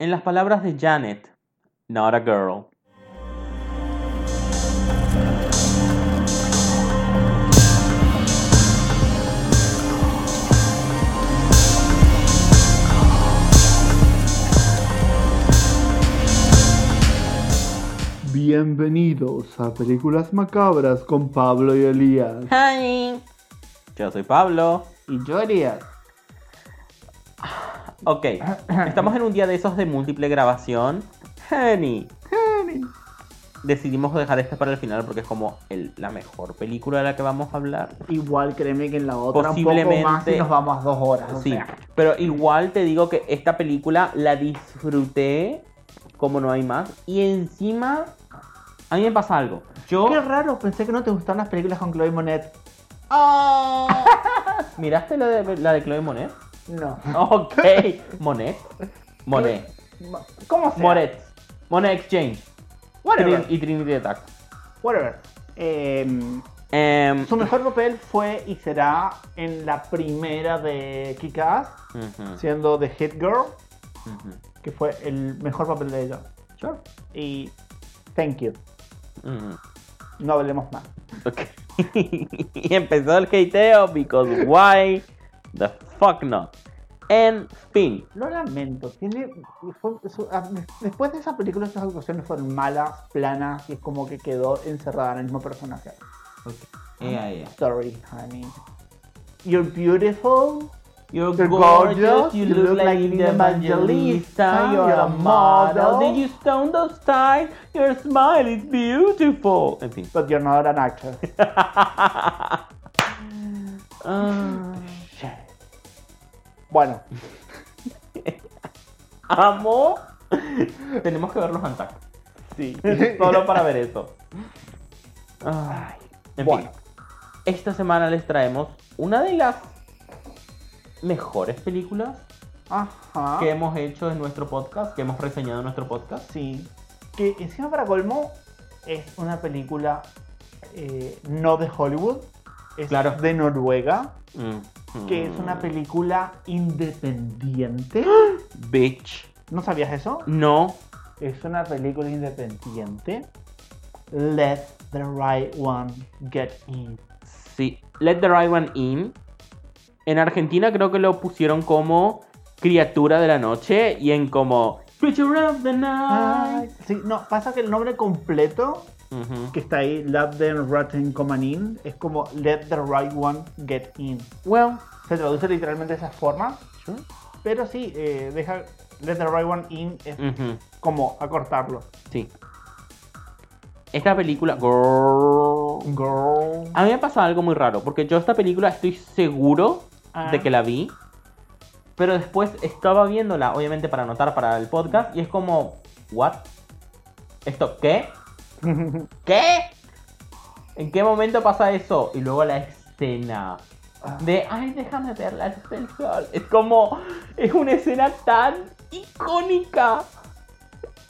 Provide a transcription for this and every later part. En las palabras de Janet, Not a Girl. Bienvenidos a Películas Macabras con Pablo y Elías. Hi. Yo soy Pablo. Y yo, Elías. Ok, estamos en un día de esos de múltiple grabación. Honey. Decidimos dejar este para el final porque es como el- la mejor película de la que vamos a hablar. Igual créeme que en la otra un Posiblemente- poco más y nos vamos a dos horas. o Sí, sea. pero igual te digo que esta película la disfruté como no hay más. Y encima, a mí me pasa algo. Yo, Qué raro, pensé que no te gustaban las películas con Chloe Monet. ¿miraste la de, la de Chloe Monet? No. Ok, Monet. Monet. ¿Cómo se? Moret. Monet Exchange. Trin- Whatever. y Trinity Attack. Whatever. Em, Em, su mejor papel fue y será en la primera de Kick-Ass, ujú, siendo The Hit Girl, ujú. que fue el mejor papel de ella. Sure. Y thank you. Ujú. No hablemos más. mhm. Ok. y empezó el hateo because why the fuck not. En fin. Lo lamento. Tiene, fue- su- a- después de esa película, esas actuaciones fueron malas, planas, y es como que quedó encerrada en el mismo personaje. Ea, ea. Sorry, honey. You're beautiful. You're You're gorgeous, gorgeous, you look like an evangelista, you're a model, did you stone those ties, your smile is beautiful. En fin. But you're not an actress. Ah, Bueno, amo. Tenemos que ver los Antac. sí. Solo para ver eso. Ay, en Bueno. fin. Esta semana les traemos una de las mejores películas Ajá. que hemos hecho en nuestro podcast, que hemos reseñado en nuestro podcast. Sí. Que encima para colmo es una película eh, no de Hollywood. Es Claro. Mm. de Noruega. Que es una película independiente. Bitch. ¿No sabías eso? No. Es una película independiente. Let the right one get in. Sí. Let the Right One In. En Argentina creo que lo pusieron como Criatura de la Noche y en como Creature of the Night. Sí, no, pasa que el nombre completo Ujú. que está ahí, Let the Rotten Come In, es como Let the Right One Get In. Well, Se traduce literalmente de esa forma, sure. pero sí, eh, deja Let the Right One In es Ujú. como acortarlo. Sí. Esta película. Girl. Girl. A mí me ha pasado algo muy raro, porque yo esta película estoy seguro Ah. de que la vi, pero después estaba viéndola, obviamente para anotar para el podcast, y es como, ¿what? ¿Esto qué? ¿Qué? ¿En qué momento pasa eso? Y luego la escena de, ay, déjame ver la luz del sol. Es como, es una escena tan icónica.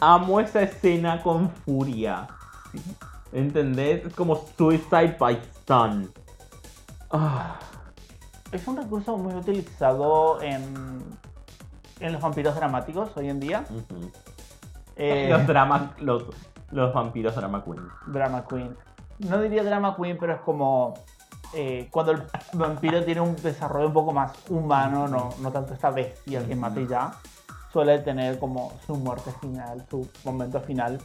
Amo esa escena con furia. ¿Entendés? Es como Suicide by Sun. Ah, Es un recurso muy utilizado en, en los vampiros dramáticos hoy en día. ujú. Eh, Los dramas, los, los vampiros drama queen. Drama Queen. No diría Drama Queen, pero es como eh, cuando el vampiro tiene un desarrollo un poco más humano, no, no tanto esta bestia que mata y ya, suele tener como su muerte final, su momento final.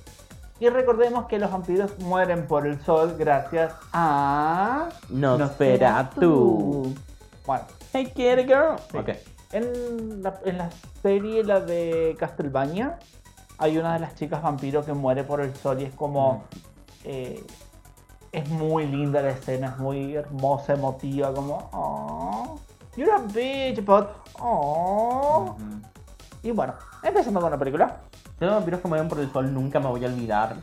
Y recordemos que los vampiros mueren por el sol gracias a... Nosferatu. Bueno, Hey, kitty girl. Sí. Ok. en la, en la serie, la de Castlevania, hay una de las chicas vampiro que muere por el sol y es como. eh, es muy linda la escena, es muy hermosa, emotiva, como. "Aw, You're a bitch, but. aw". Ujú. Y bueno, empezando con la película. Yo de vampiros que mueren por el sol nunca me voy a olvidar.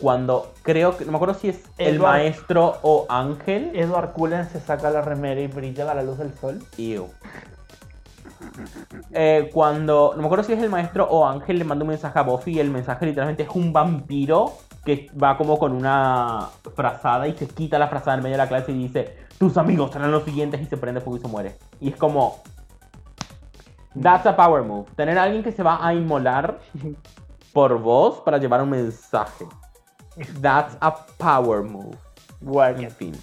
Cuando creo que, no me acuerdo si es el Edward. maestro o ángel. Edward Cullen se saca la remera y brilla a la luz del sol. Ew. Eh, cuando, no me acuerdo si es el maestro o ángel, le manda un mensaje a Buffy y el mensaje literalmente es un vampiro que va como con una frazada y se quita la frazada en medio de la clase y dice, tus amigos serán los siguientes y se prende fuego y se muere. Y es como, That's a power move. Tener a alguien que se va a inmolar por vos para llevar un mensaje. That's a power move. Work En it. fin.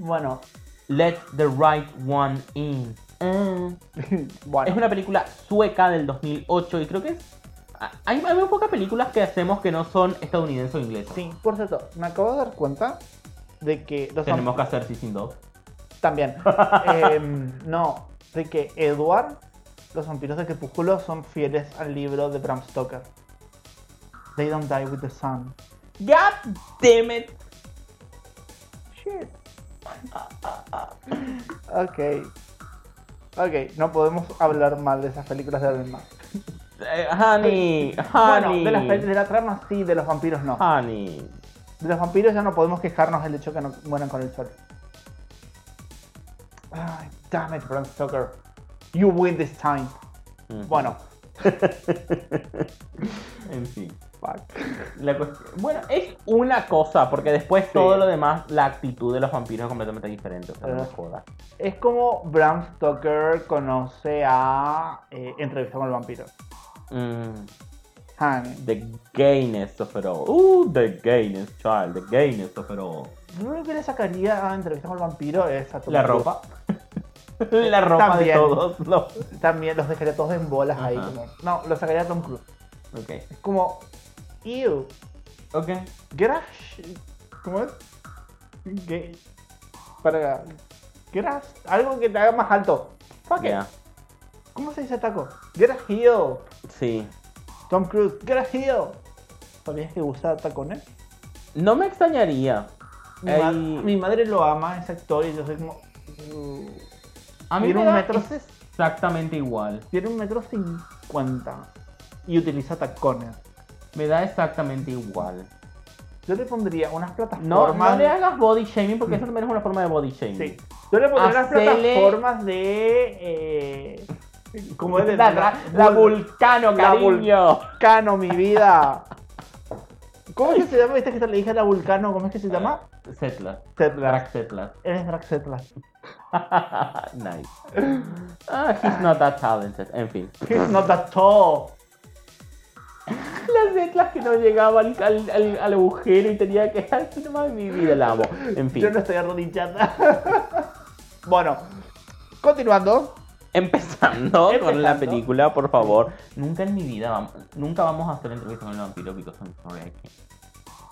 Bueno, Let the right one in. Mm. bueno. Es una película sueca del 2008 y creo que es... ah, Hay, hay muy pocas películas que hacemos que no son estadounidenses o inglesas. Sí, por cierto, me acabo de dar cuenta de que los Tenemos que hacer Sissing Dog. También. Em, no, de que Edward, los vampiros de Crepúsculo, son fieles al libro de Bram Stoker. They don't die with the sun. God damn it. Shit. Ok. Ok, no podemos hablar mal de esas películas de alguien más. Eh, honey, Bueno, honey. de, las, pel- de la trama sí, de los vampiros no. Honey. De los vampiros ya no podemos quejarnos del hecho que no mueran con el sol. Ay, damn it, Bram Stoker. You win this time. Mm. Bueno, En fin. fuck. La cuest- bueno, es una cosa, porque después todo lo demás, la actitud de los vampiros es completamente diferente. O sea, no me Ah. jodas. Es como Bram Stoker conoce a eh, Entrevista con el Vampiro. Mm, Honey. the gayness of it all. Uh, the gayness, child. The gayness of it all. Lo único que le sacaría a Entrevista con el Vampiro es a Tom La Cruise. ropa. la ropa También. de todos los. También los dejaría todos en bolas ahí. Ajá. como- No, lo sacaría a Tom Cruise. Ok. Es como, ew, Ok. get a sh- ¿Cómo es? Get- Para... Get a- Algo que te haga más alto. Fuck it. Ya. ¿Cómo se dice taco? Get a heel. Sí. Tom Cruise, get a heel. ¿Sabías que usa tacones? No me extrañaría. Mi, Ey, ma- mi madre lo ama, ese actor, y yo soy como. "Uh". a mí tiene me un da metro ses- exactamente igual. Tiene un metro cincuenta y utiliza tacones. Me da exactamente igual. Yo le pondría unas No, plataformas. no le hagas body shaming porque eso también es una forma de body shaming. Sí. Yo le pondría unas Hacele- plataformas de. Eh, como es de La, la, la vulcano, La cariño. Vulcano, mi vida. ¿Cómo es que se llama? ¿Viste que te le dije a la Vulcano? ¿Cómo es que se llama? Setlas. Zetla. Drag Setlas. Eres Drag Zetla. nice. Ah, he's not that talented. En fin. He's not that tall. Las Setlas que no llegaba al, al, al- al agujero y tenía que. Ay, no mames, mi vida, la amo. En fin. Yo no estoy arrodillada. bueno, continuando. Empezando, con la Empezando. película, por favor. Nunca en mi vida vamos, nunca vamos a hacer entrevista con el vampiro because I'm sorry. I can't.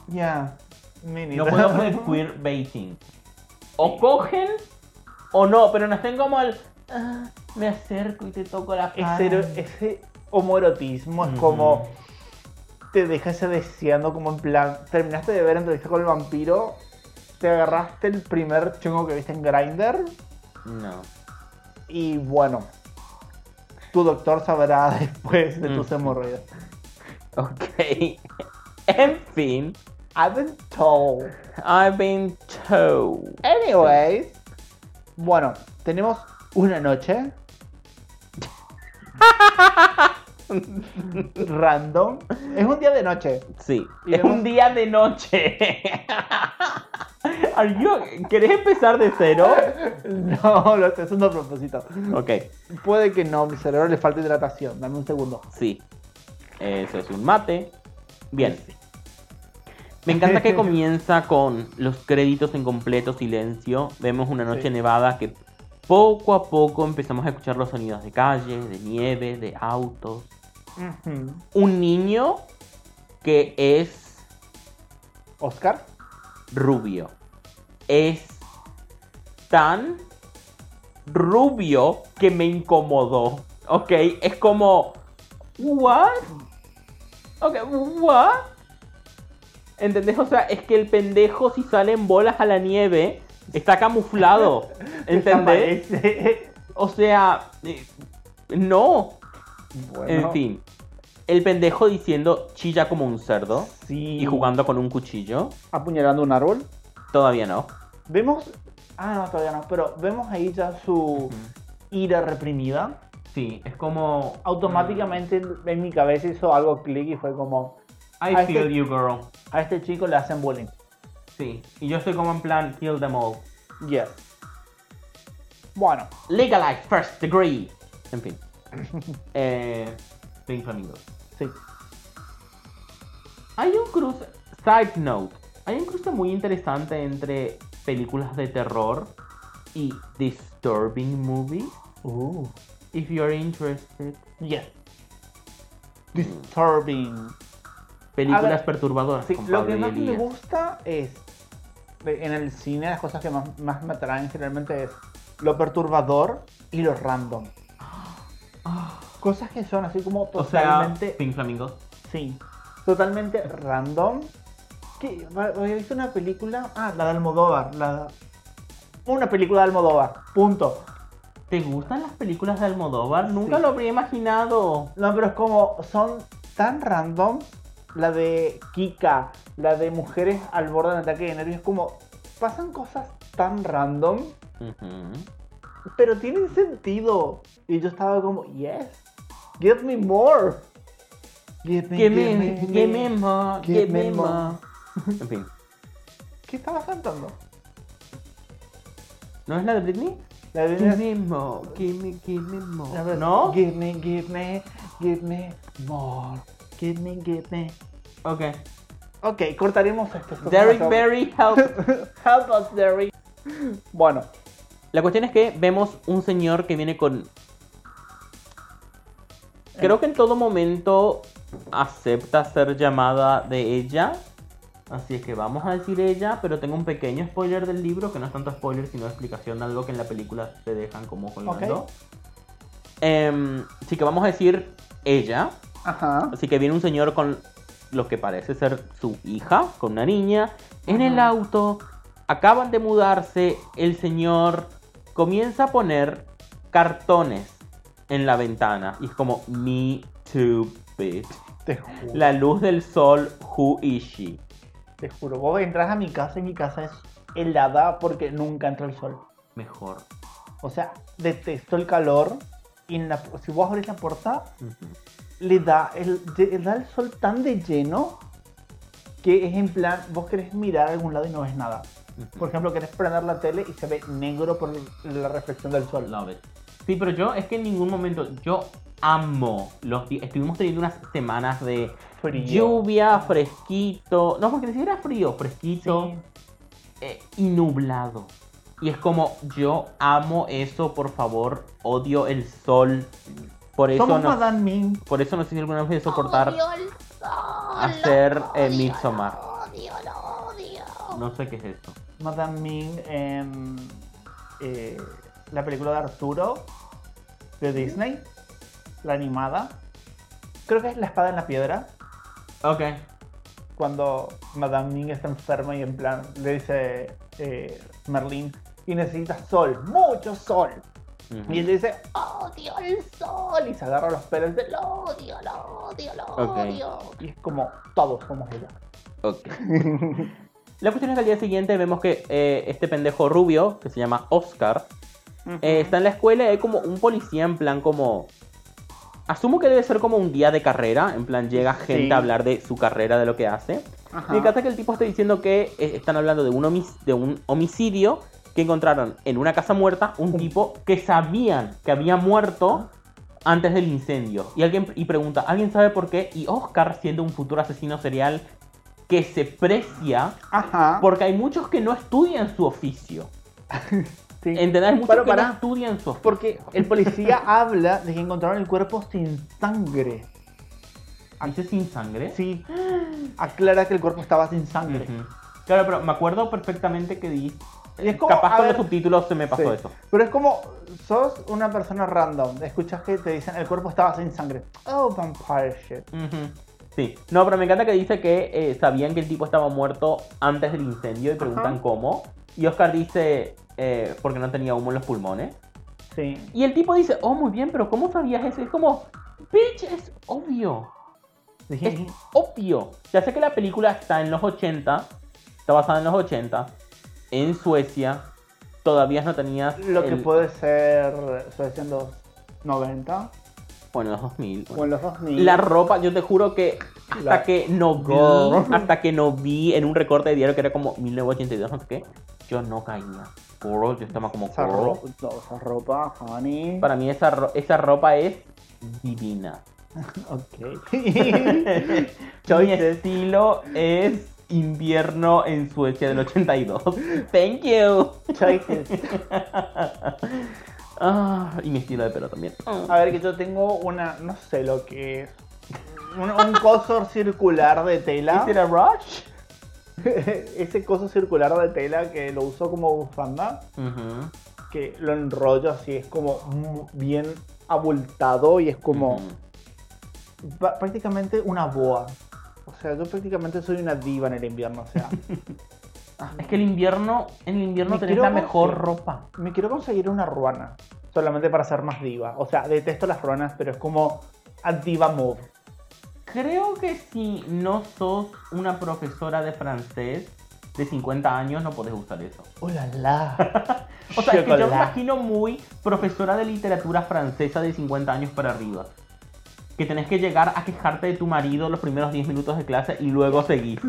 Ya. Mini. No puedo hacer queerbaiting. O cogen o no, pero nos estén como al. "Ah, me acerco y te toco la cara. Ese, ero- ese homoerotismo es como. Te deja ese deseando, como en plan. Terminaste de ver entrevista con el vampiro. Te agarraste el primer chungo que viste en Grindr. No. Y bueno. Tu doctor sabrá después de tus Mm. hemorroides. Ok. en fin. I've been told. I've been told. Anyways, bueno, tenemos una noche. Random. Es un día de noche. Sí. Y es vemos- un día de noche. Are you- ¿Querés empezar de cero? No, lo estoy haciendo a propósito. Ok, Puede que no, mi cerebro le falta hidratación. Dame un segundo. sí. Eso es un mate. Bien. Me encanta que comienza con los créditos en completo silencio. Vemos una noche Sí. nevada que poco a poco empezamos a escuchar los sonidos de calle, de nieve, de autos. Un niño que es Oscar. rubio. Es tan rubio que me incomodó. Ok, es como. ¿What? Ok, ¿what? ¿Entendés? O sea, es que el pendejo, si sale en bolas a la nieve, está camuflado. eh. ¿Entendés? Desaparece. O sea, eh, no. Bueno, En fin. El pendejo diciendo chilla como un cerdo Sí. y jugando con un cuchillo. Apuñalando un árbol. Todavía no. Vemos. Ah, no, todavía no. Pero vemos ahí ya su ira reprimida. Sí, es como. automáticamente en mi cabeza hizo algo clic y fue como, Mm. I I feel think- you, girl. a este chico le hacen bullying. Sí. Y yo estoy como en plan, kill them all. Yes. Bueno, Legalize first degree. En fin. Eh, Pink Flamingos. Sí. Hay un cruce. Side note. Hay un cruce muy interesante entre películas de terror y disturbing movies. Uh. If you're interested. Yes. Disturbing. Películas A ver, perturbadoras. Sí, con lo Pablo que y más me Elías. gusta es. de- En el cine, las cosas que más, más me atraen generalmente es lo perturbador y lo random. Cosas que son así como O sea, totalmente. Pink Flamingos. Sí, totalmente random. Que había visto una película. Ah, la de Almodóvar. La, una película de Almodóvar. Punto. ¿Te gustan las películas de Almodóvar? Nunca Sí. lo habría imaginado. No, pero es como. Son tan random. La de Kika. La de mujeres al borde del ataque de nervios. Es como. Pasan cosas tan random. Pero tienen sentido. Y yo estaba como. Yes. Give me more. Give me, Give me, give me more, give give me me more. more. En fin. ¿Qué estabas cantando? ¿No es la de Britney? La de Give me more, give me, give me A ver, more. ¿No? Give me, give me, give me more. Give me, give me. Ok. Ok, cortaremos esto. esto es Derrick demasiado- Berry, help. help us, Derrick. Bueno, La cuestión es que vemos un señor que viene con. Creo que en todo momento acepta ser llamada de ella. Así es que vamos a decir ella, pero tengo un pequeño spoiler del libro, que no es tanto spoiler, sino explicación de algo que en la película te dejan como colgando. Ok. Em, así que vamos a decir ella. ajá. Así que viene un señor con lo que parece ser su hija, con una niña, en el Ajá. auto. Acaban de mudarse. El señor comienza a poner cartones en la ventana. Y es como, me too, bitch. Te juro. La luz del sol, who is she? Te juro. Vos entras a mi casa y mi casa es helada porque nunca entra el sol. Mejor. O sea, detesto el calor. Y en la- si vos abrís la puerta, Ujú. le da el, le da el sol tan de lleno que es en plan, vos querés mirar a algún lado y no ves nada. Ujú. Por ejemplo, querés prender la tele y se ve negro por la reflexión del sol. Love it. Sí, pero yo es que en ningún momento yo amo los días. Estuvimos teniendo unas semanas de Frío. lluvia, fresquito. No, porque ni siquiera frío, fresquito Sí. eh, y nublado. Y es como yo amo eso, por favor, odio el sol. Por eso Somos no, Madame Mim. por eso no sé si alguna vez voy a soportar Odio el sol, hacer lo eh, odio, Midsommar. lo odio, lo odio. No sé qué es esto. Madame Mim en eh, la película de Arturo de Disney, la animada. Creo que es La espada en la piedra, Ok. cuando Madame Mim está enferma y en plan le dice eh, Merlín, y necesitas sol, mucho sol. Ujú. Y él dice, Odio el sol, sol, y se agarra los pelos del lo odio, lo odio, lo Ok. odio. Y es como, todos somos ella. Ok. La cuestión es que al día siguiente vemos que eh, este pendejo rubio, que se llama Oscar, eh, está en la escuela y hay como un policía en plan como... Asumo que debe ser como un día de carrera, en plan llega gente Sí. a hablar de su carrera, de lo que hace. Ajá. Me encanta que el tipo esté diciendo que eh, están hablando de un, homic- de un homicidio que encontraron en una casa muerta un tipo que sabían que había muerto Ah. antes del incendio. Y alguien y pregunta, ¿alguien sabe por qué? Y Oscar, siendo un futuro asesino serial que se precia, Ajá. porque hay muchos que no estudian su oficio. Sí. ¿Entendés? Hay muchos Pero que pará. no estudian su oficio. Porque el policía habla de que encontraron el cuerpo sin sangre. ¿Dice sin sangre? Sí, aclara que el cuerpo estaba sin sangre. Ujú. Claro, pero me acuerdo perfectamente que di... Y es como, Capaz a con ver, los subtítulos se me pasó sí. eso. Pero es como, sos una persona random, escuchas que te dicen el cuerpo estaba sin sangre. Oh, vampire shit. Ujú. Sí. No, pero me encanta que dice que eh, sabían que el tipo estaba muerto antes del incendio y preguntan Ajá. cómo. Y Oscar dice, eh, porque no tenía humo en los pulmones. Sí. Y el tipo dice, oh, muy bien, pero ¿cómo sabías eso? Y es como, bitch, es obvio. Es Dije, obvio. Ya sé que la película está en los 80, está basada en los 80, en Suecia. Todavía no tenías. lo que el- puede ser, estoy diciendo, 90 Bueno, los 2000. bueno. o en los 2000. La ropa, yo te juro que hasta La- que no vi, Girl. hasta que no vi en un recorte de diario que era como 1982, no sé qué, yo no caía. Coral, yo se llama como Esa, Coral. ro- no, esa ropa, honey. Para mí esa, ro- esa ropa es divina. Ok. Mi estilo es invierno en Suecia del 82. Thank you. Choices. Ah, y mi estilo de pelo también. A ver, que yo tengo una, no sé lo que es. Un, un coso circular de tela. ¿Es it a rush? Ese Este coso circular de tela que lo uso como bufanda, Ujú, que lo enrollo así, es como mu- bien abultado y es como ujú. pa- prácticamente una boa. O sea, yo prácticamente soy una diva en el invierno, o sea. Ah, Es que el invierno, en el invierno Me tenés quiero la mejor conocer. ropa. Me quiero conseguir una ruana, solamente para ser más diva. O sea, detesto las ruanas, pero es como a diva move. Creo que si no sos una profesora de francés de 50 años no podés usar eso. ¡Oh, la, la! O sea, es que yo me Chocolate. imagino muy profesora de literatura francesa de 50 años para arriba. Que tenés que llegar a quejarte de tu marido los primeros 10 minutos de clase y luego seguir.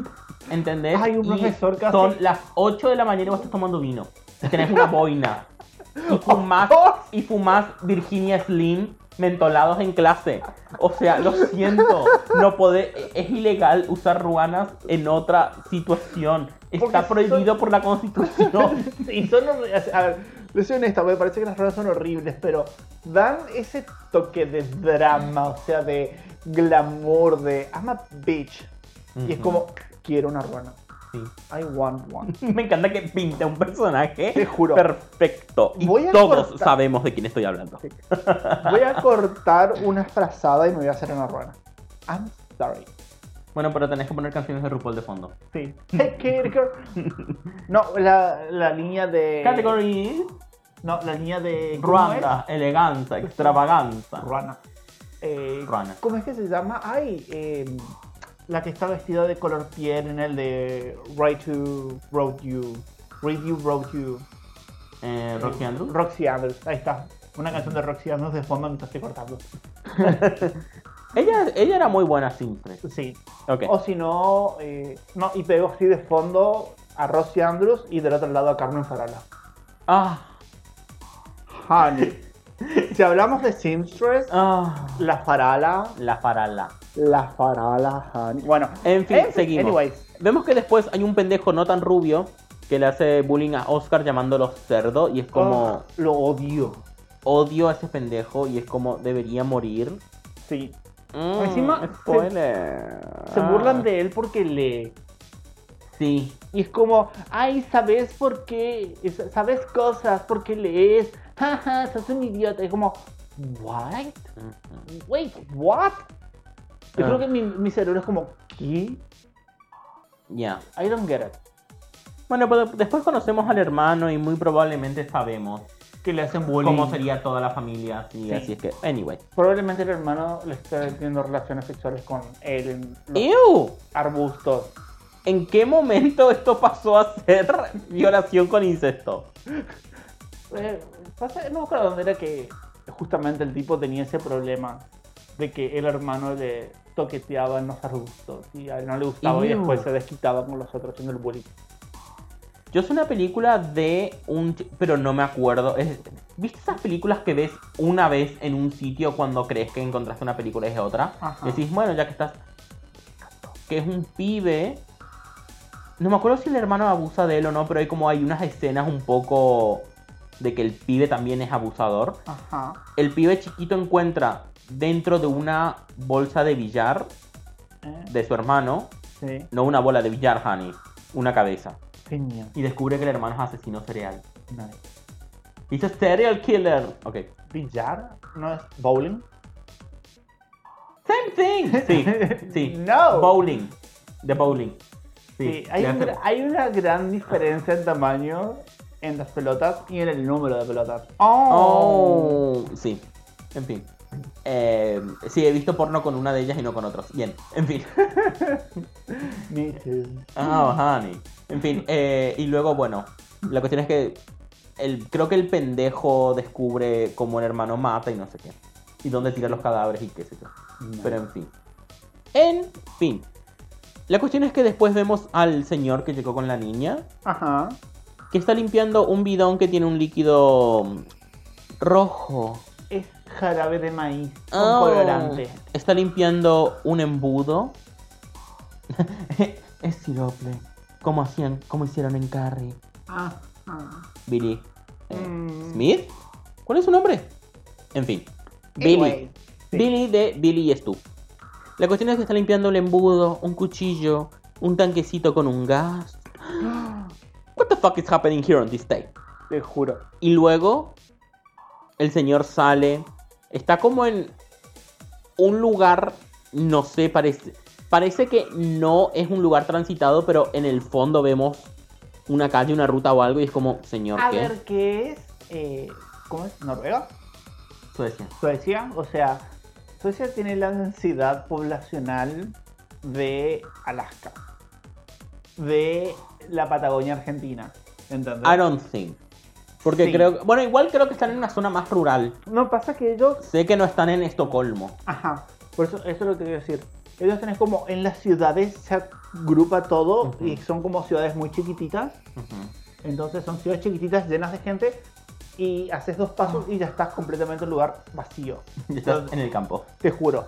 ¿Entendés? Ay, un Y profesor casi- Son las 8 de la mañana y vos estás tomando vino. Tenés una boina. Oh, Y fumás, y fumás Virginia Slim mentolados en clase. O sea, lo siento. No podés, es ilegal usar ruanas en otra situación. Porque Está son- prohibido por la constitución. y son horribles. A ver, les soy honesta, me parece que las ruanas son horribles, pero dan ese toque de drama, o sea, de glamour, de I'm a bitch. Y es Ujú. como, quiero una ruana. Sí. I want one. Me encanta que pinta un personaje Te juro. perfecto. Y Voy a todos cortar. sabemos de quién estoy hablando. Voy a cortar una frazada y me voy a hacer una ruana. I'm sorry. Bueno, pero tenés que poner canciones de RuPaul de fondo. Sí. Hey, kitty girl. No, la, la línea de. Category No, la línea de. ¿cómo Ruanda, eleganza, extravaganza. es? Ruana. Eh, Ruana. ¿Cómo es que se llama? Ay, eh, la que está vestida de color piel en el de Right to Road You. Review Road You. Eh, Roxy Andrews. Roxy Andrews. Ahí está. Una canción de Roxy Andrews de fondo mientras estoy cortando. Ella, ella era muy buena siempre. Sí. Ok. O si no, eh, no, y pego así de fondo a Roxy Andrews y del otro lado a Carmen Farala. Ah, Honey. si hablamos de Seamstress, ah, la Farala, la farala. la Farala, honey. Bueno, En fin, seguimos. Anyways, Vemos que después hay un pendejo no tan rubio que le hace bullying a Oscar llamándolo cerdo y es como como Ah, lo odio. odio a ese pendejo y es como debería morir. Sí. Mm, Encima, se- spoiler. Se burlan de él porque lee. Sí, Y es como, ay, ¿sabes por qué? Es- ¿Sabes cosas? ¿Por qué lees? Jaja, sos un idiota. Es como, ¿what? Wait, ¿what? Yo Ah. creo que mi, mi cerebro es como, ¿qué? ya. I don't get it. Bueno, pero después conocemos al hermano y muy probablemente sabemos Que le hacen cómo sería toda la familia. Así, Sí. así es que, anyway. Probablemente el hermano le está teniendo relaciones sexuales con él en los ¡Ew! arbustos. ¿En qué momento esto pasó a ser violación con incesto? Eh, pasa- no me acuerdo dónde era que justamente el tipo tenía ese problema de que el hermano le toqueteaba en los arbustos y a él no le gustaba y Ew. después se desquitaba con los otros haciendo el bullying. Yo soy una película de un... ch- Pero no me acuerdo. Es- ¿Viste esas películas que ves una vez en un sitio cuando crees que encontraste una película y es otra? Ajá. Decís, bueno, ya que estás... Que es un pibe... No me acuerdo si el hermano abusa de él o no, pero hay como hay unas escenas un poco de que el pibe también es abusador. Ajá. El pibe chiquito encuentra dentro de una bolsa de billar Eh, de su hermano, sí. no una bola de billar, honey, una cabeza. Genial. Y descubre que el hermano es asesino serial. Nice. He's a serial killer. Ok. ¿Billar? ¿No es bowling? Same thing. Sí, sí. No. Bowling. The bowling. Sí. Sí, hay, le un hace- gra- hay una gran diferencia en tamaño en las pelotas y en el número de pelotas. ¡Oh! Oh, sí. En fin. Eh, sí, he visto porno con una de ellas y no con otras. Bien, en fin. Me too. Oh, honey. En fin, eh, y luego, bueno, la cuestión es que el, creo que el pendejo descubre cómo el hermano mata y no sé qué. Y dónde tira los cadáveres y qué sé yo. Pero en fin. En fin. La cuestión es que después vemos al señor que llegó con la niña, Ajá. que está limpiando un bidón que tiene un líquido mm, rojo. Es jarabe de maíz con Oh. colorante. Está limpiando un embudo. es sirople. Como hacían, como hicieron en Carrie. Ah, ah. Billy. eh, Mm. ¿Smith? ¿Cuál es su nombre? En fin. Billy. Anyway, sí. Billy de Billy y Stu. La cuestión es que está limpiando el embudo, un cuchillo, un tanquecito con un gas. What the fuck is happening here on this day? Te juro. Y luego el señor sale. Está como en un lugar, no sé, parece, parece que no es un lugar transitado, pero en el fondo vemos una calle, una ruta o algo y es como, señor, A ¿qué? ver qué es. Eh, ¿Cómo es? ¿Noruega? Suecia. Suecia, o sea, Suecia tiene la densidad poblacional de Alaska, de la Patagonia Argentina. ¿Entendés? I don't think. Porque Sí. creo, bueno, igual creo que están en una zona más rural. No pasa que ellos. Sé que no están en Estocolmo. Ajá, por eso, eso es lo que te quiero decir. Ellos tenés como en las ciudades se agrupa todo Ujú. y son como ciudades muy chiquititas. Entonces son ciudades chiquititas llenas de gente y haces dos pasos y ya estás completamente en un lugar vacío. Y están Entonces- en el campo. Te juro.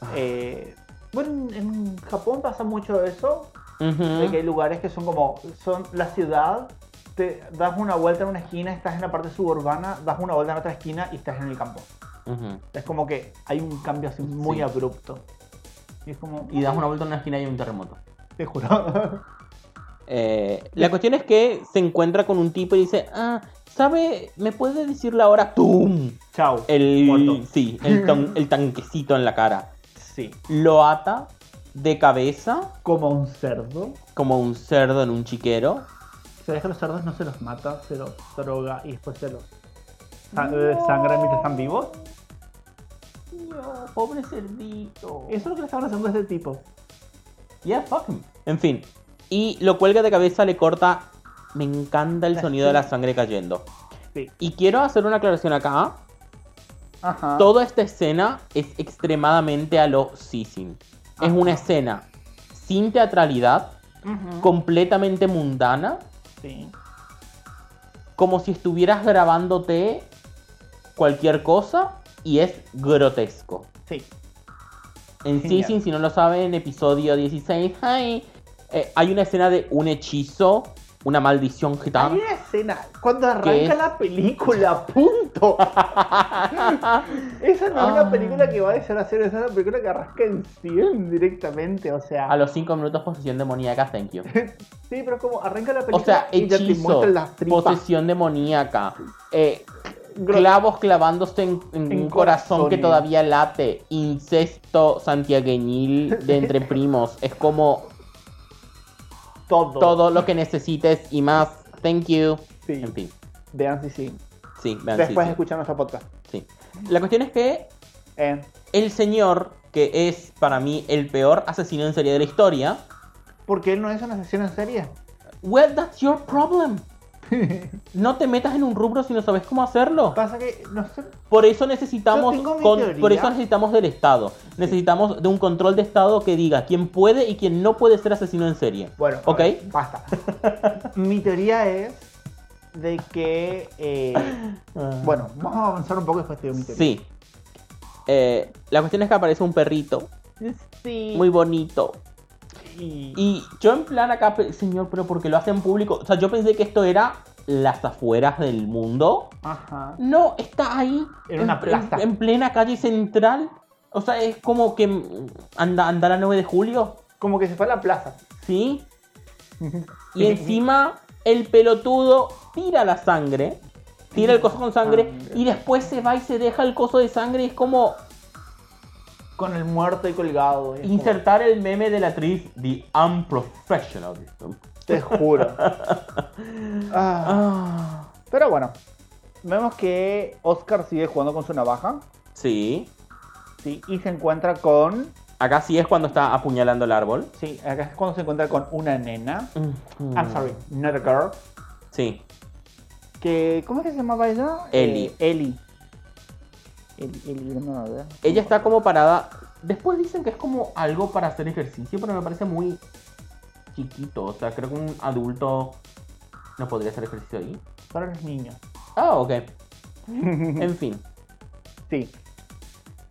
Ah. Eh, bueno, en Japón pasa mucho eso, de que hay lugares que son como, son la ciudad, te das una vuelta en una esquina, estás en la parte suburbana, das una vuelta en otra esquina y estás en el campo. Ujú. Es como que hay un cambio así muy Sí. abrupto. Y es como, Y das una vuelta en una esquina y hay un terremoto. te juro. Eh, la cuestión es que se encuentra con un tipo y dice, ah, ¿sabe? ¿Me puede decir la hora? ¡Tum! Chao. El, Muerto. sí, el, tan- el tanquecito en la cara. Sí. Lo ata de cabeza Como un cerdo. como un cerdo en un chiquero. Se deja los cerdos, no se los mata, se los droga y después se los sa- eh, sangra mientras están vivos. No, pobre cerdito. Eso es lo que le estaban haciendo a este tipo. Yeah, fuck him. En fin. Y lo cuelga de cabeza, le corta. Me encanta el La sonido de la escena. sangre cayendo. Sí. Y quiero hacer una aclaración acá. Ajá. Toda esta escena es extremadamente a lo Sissin. Es Ajá. una escena sin teatralidad, Ujú. completamente mundana, Sí. como si estuvieras grabándote cualquier cosa y es grotesco. Sí. En Genial. Sissin, si no lo saben, episodio 16, ay, eh, hay una escena de un hechizo, una maldición Hay gitana. una escena, cuando ¿Qué arranca es? la película, punto. esa no es Ah. una película que va a dejar hacer, esa es una película que arranca en 100 directamente, o sea. A los 5 minutos posesión demoníaca, thank you. Sí, pero es como arranca la O película sea, y ya te hechizo, muestran las tripas. posesión demoníaca, eh, Gro- clavos clavándose en, en En un corazón que corazones. todavía late, incesto santiagueñil de entre primos, es como todo. todo lo que necesites y más, thank you. Sí. En fin, Vean si sí. sí, vean, sí, Después sí, escuchan nuestro podcast. sí. La cuestión es que Eh, el señor, que es para mí el peor asesino en serie de la historia, porque él no es una asesino en serie. well, that's your problem. No te metas en un rubro si no sabes cómo hacerlo. Pasa que, no sé, Por eso necesitamos Yo tengo mi con- teoría. por eso necesitamos del Estado. Necesitamos de un control de Estado que diga quién puede y quién no puede ser asesino en serie. Bueno, a ¿Ok? ver, basta. Mi teoría es de que. eh, bueno, vamos a avanzar un poco después de mi teoría. Sí. Eh, la cuestión es que aparece un perrito Sí. muy bonito. Y, Y yo en plan acá, pe- señor, pero porque lo hacen público. O sea, yo pensé que esto era las afueras del mundo. Ajá. No, está ahí. En una plaza. En, plena calle central. O sea, es como que mm, anda, anda la 9 de julio. Como que se fue a la plaza. ¿Sí? Y encima el pelotudo tira la sangre, tira el coso con sangre Sangre. y después se va y se deja el coso de sangre y es como Con el muerto y colgado. y es como- insertar el meme de la actriz The Unprofessional. te juro. Ah, Ah, pero bueno. Vemos que Oscar sigue jugando con su navaja. sí. Sí. Y se encuentra con. Acá sí es cuando está apuñalando el árbol. Sí, acá es cuando se encuentra con una nena. Ujú. I'm Ah, sorry, not a girl. Sí. que ¿cómo es que se llamaba ella? Eli. Eh, Eli. Eli, Eli, no, no, no. Ella está como parada. Después dicen que es como algo para hacer ejercicio, pero me parece muy chiquito. O sea, creo que un adulto ¿No podría hacer ejercicio ahí? Para los niños. Ah, ok. En fin. sí.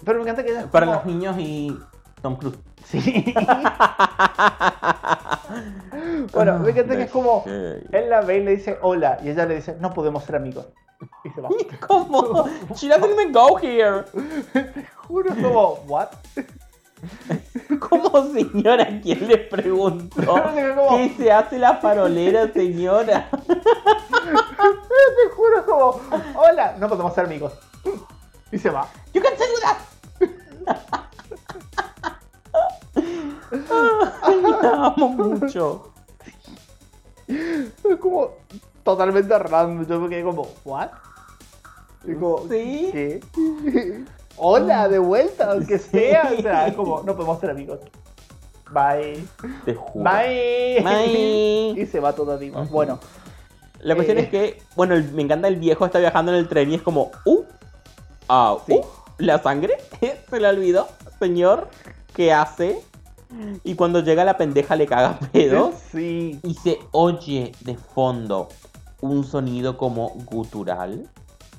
Pero me encanta que ella es Para como- los niños y Tom Cruise. Sí. bueno, me encanta que es como. Él la ve y le dice hola. Y ella le dice, no podemos ser amigos. Y se va. ¿Cómo? She doesn't even go here. Juro, es como, ¿what? ¿Cómo, señora? ¿Quién le preguntó? ¿Cómo? ¿Qué se hace la farolera, señora? Te juro, es como, hola. No podemos ser amigos. Y se va. You can say that. Ay, la amo mucho. Es como totalmente random. Yo me quedé como, ¿what? Y como, Sí. ¿qué? Hola, de vuelta, aunque Sí. sea. O sea, como, no podemos ser amigos. Bye. Te juro. Bye. Bye. Y se va todo diva. Ujú. Bueno, La cuestión Eh. es que, bueno, el- me encanta el viejo está viajando en el tren y es como, uh, ah, Sí. uh, la sangre, se la olvidó, señor, ¿qué hace? Y cuando llega la pendeja le caga pedos Sí. y se oye de fondo un sonido como gutural,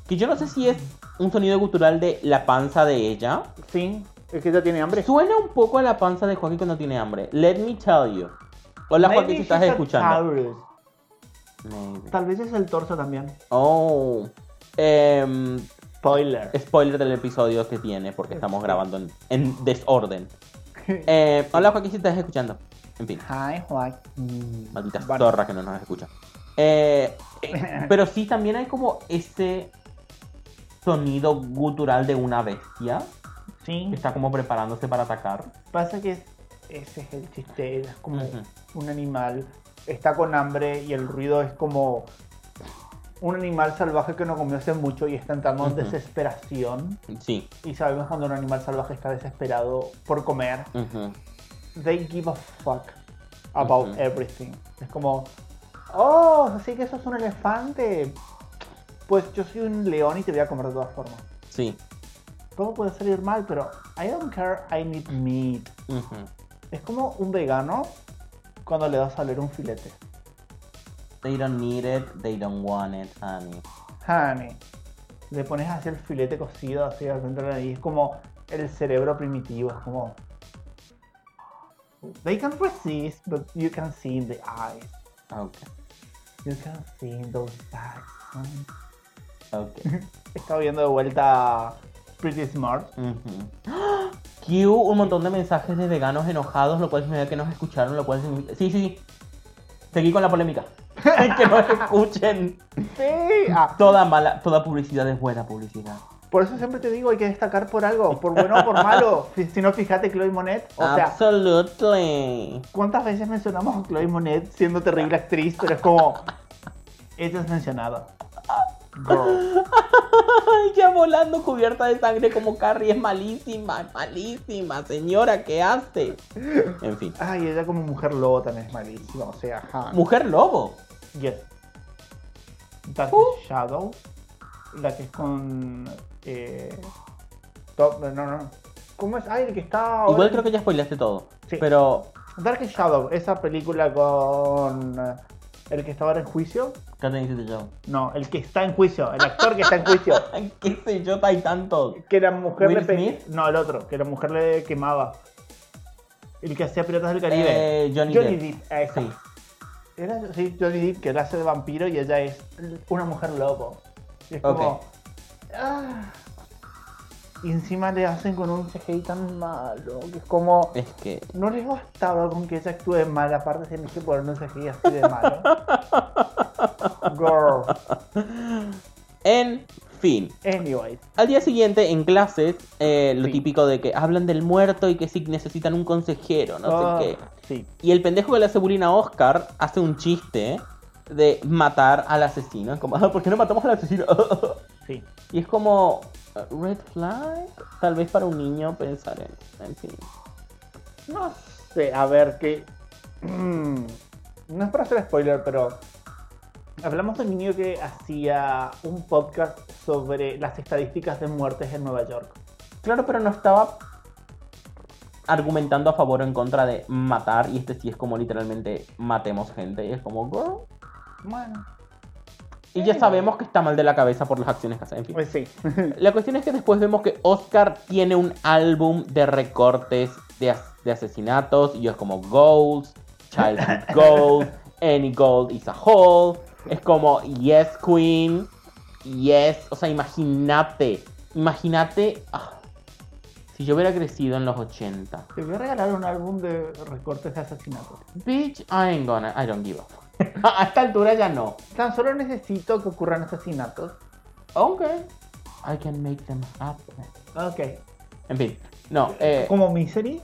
que yo no sé si es un sonido gutural de la panza de ella. Sí. Es que ya tiene hambre. Suena un poco a la panza de Joaquín cuando tiene hambre. Let me tell you. Hola Joaquín, si Maybe estás she's a escuchando. Taurus. Maybe. Tal vez es el torso también. Oh. Em, Spoiler. spoiler del episodio que tiene, porque estamos grabando en, en desorden. Eh, hola Joaquín, si estás escuchando. En fin, Hi, Joaquín. Mm, maldita Bueno. zorra que no nos escucha. Eh, eh, pero sí, también hay como ese sonido gutural de una bestia Sí. que está como preparándose para atacar. Pasa que es- ese es el chiste. ella Es como Ujú. un animal. Está con hambre y el ruido es como un animal salvaje que no comió hace mucho y está entrando en Ujú. desesperación. Sí. Y sabemos cuando un animal salvaje está desesperado por comer. ujú. they give a fuck about Ujú. everything. Es como, oh, así que sos un elefante. Pues yo soy un león y te voy a comer de todas formas. Sí. Todo puede salir mal, pero I don't care, I need meat. ujú. Es como un vegano cuando le das a oler un filete. They don't need it, they don't want it, honey. Honey, le pones así el filete cocido, así al centro de la nariz. Es como el cerebro primitivo, es como... They can resist, but you can see in the eyes. Ok, You can see in those eyes. honey. ok. Estaba viendo de vuelta Pretty Smart. Ujú. Q, un montón de mensajes de veganos enojados, lo cual significa que nos escucharon, lo cual significa... Sí, sí, seguí con la polémica. que nos escuchen. Sí. Ah, Toda mala, toda publicidad es buena publicidad. por eso siempre te digo, hay que destacar por algo, por bueno o por malo. Fi- Si no, fíjate, Chloe Monet. Ah, O sea, Absolutely. ¿cuántas veces mencionamos a Chloe Monet siendo terrible actriz? Pero es como, ella es mencionada. Girl. Ay, ya volando cubierta de sangre como Carrie es malísima, malísima, señora, ¿qué hace? En fin. Ay, ella como mujer lobo también es malísima. O sea, ajá. Mujer lobo. Yes. Dark Uh. Shadow. La que es con. Eh, Top- no, no. ¿Cómo es? Ay, el que está. ahora- Igual creo que ya spoileaste todo. Sí. Pero Dark Shadow, esa película con. eh, El que está ahora en juicio. Catherine Zeta No, el que está en juicio, el actor que está en juicio. Jones. ¿Qué sé yo? Hay tantos. Que la mujer Will le pe- Smith? No, el otro, que la mujer le quemaba. El que hacía Piratas del Caribe. Eh, Johnny, Johnny Depp. Depp, esa. Sí. Era, sí, Johnny Depp, que él hace de vampiro y ella es una mujer lobo. Y es como. Ok. ah. Y encima le hacen con un CGI tan malo, que es como. Es que. No les bastaba con que ella actúe mal, aparte tienen que poner un CGI así de malo. Girl. En fin. Anyways. Al día siguiente, en clases, eh, lo Sí. típico de que hablan del muerto y que sí necesitan un consejero, no Ah, sé qué. Sí. Y el pendejo que le hace bullying a Oscar hace un chiste de matar al asesino. Es como, "Ah, ¿por qué no matamos al asesino? Sí. y es como. "Uh, Red flag. Tal vez para un niño pensar en. En fin. No sé, a ver qué. Mm, No es para hacer spoiler, pero. Hablamos de un niño que hacía un podcast sobre las estadísticas de muertes en Nueva York. Claro, pero no estaba argumentando a favor o en contra de matar. Y este sí es como literalmente matemos gente. Y es como, girl, Bueno, Y ya sabemos que está mal de la cabeza por las acciones que hace. En fin. Pues sí. La cuestión es que después vemos que Oscar tiene un álbum de recortes de, as- de asesinatos. Y es como Goals, Childhood Goals, Any Gold is a Hole. Es como Yes Queen, Yes. O sea, imagínate. Imagínate. ah, si yo hubiera crecido en los 80. Te voy a regalar un álbum de recortes de asesinatos. Bitch, I ain't gonna. I don't give a fuck. a esta altura ya no. Tan solo necesito que ocurran asesinatos. Ok. I can make them happen. Ok. En fin. No, eh. Como Misery,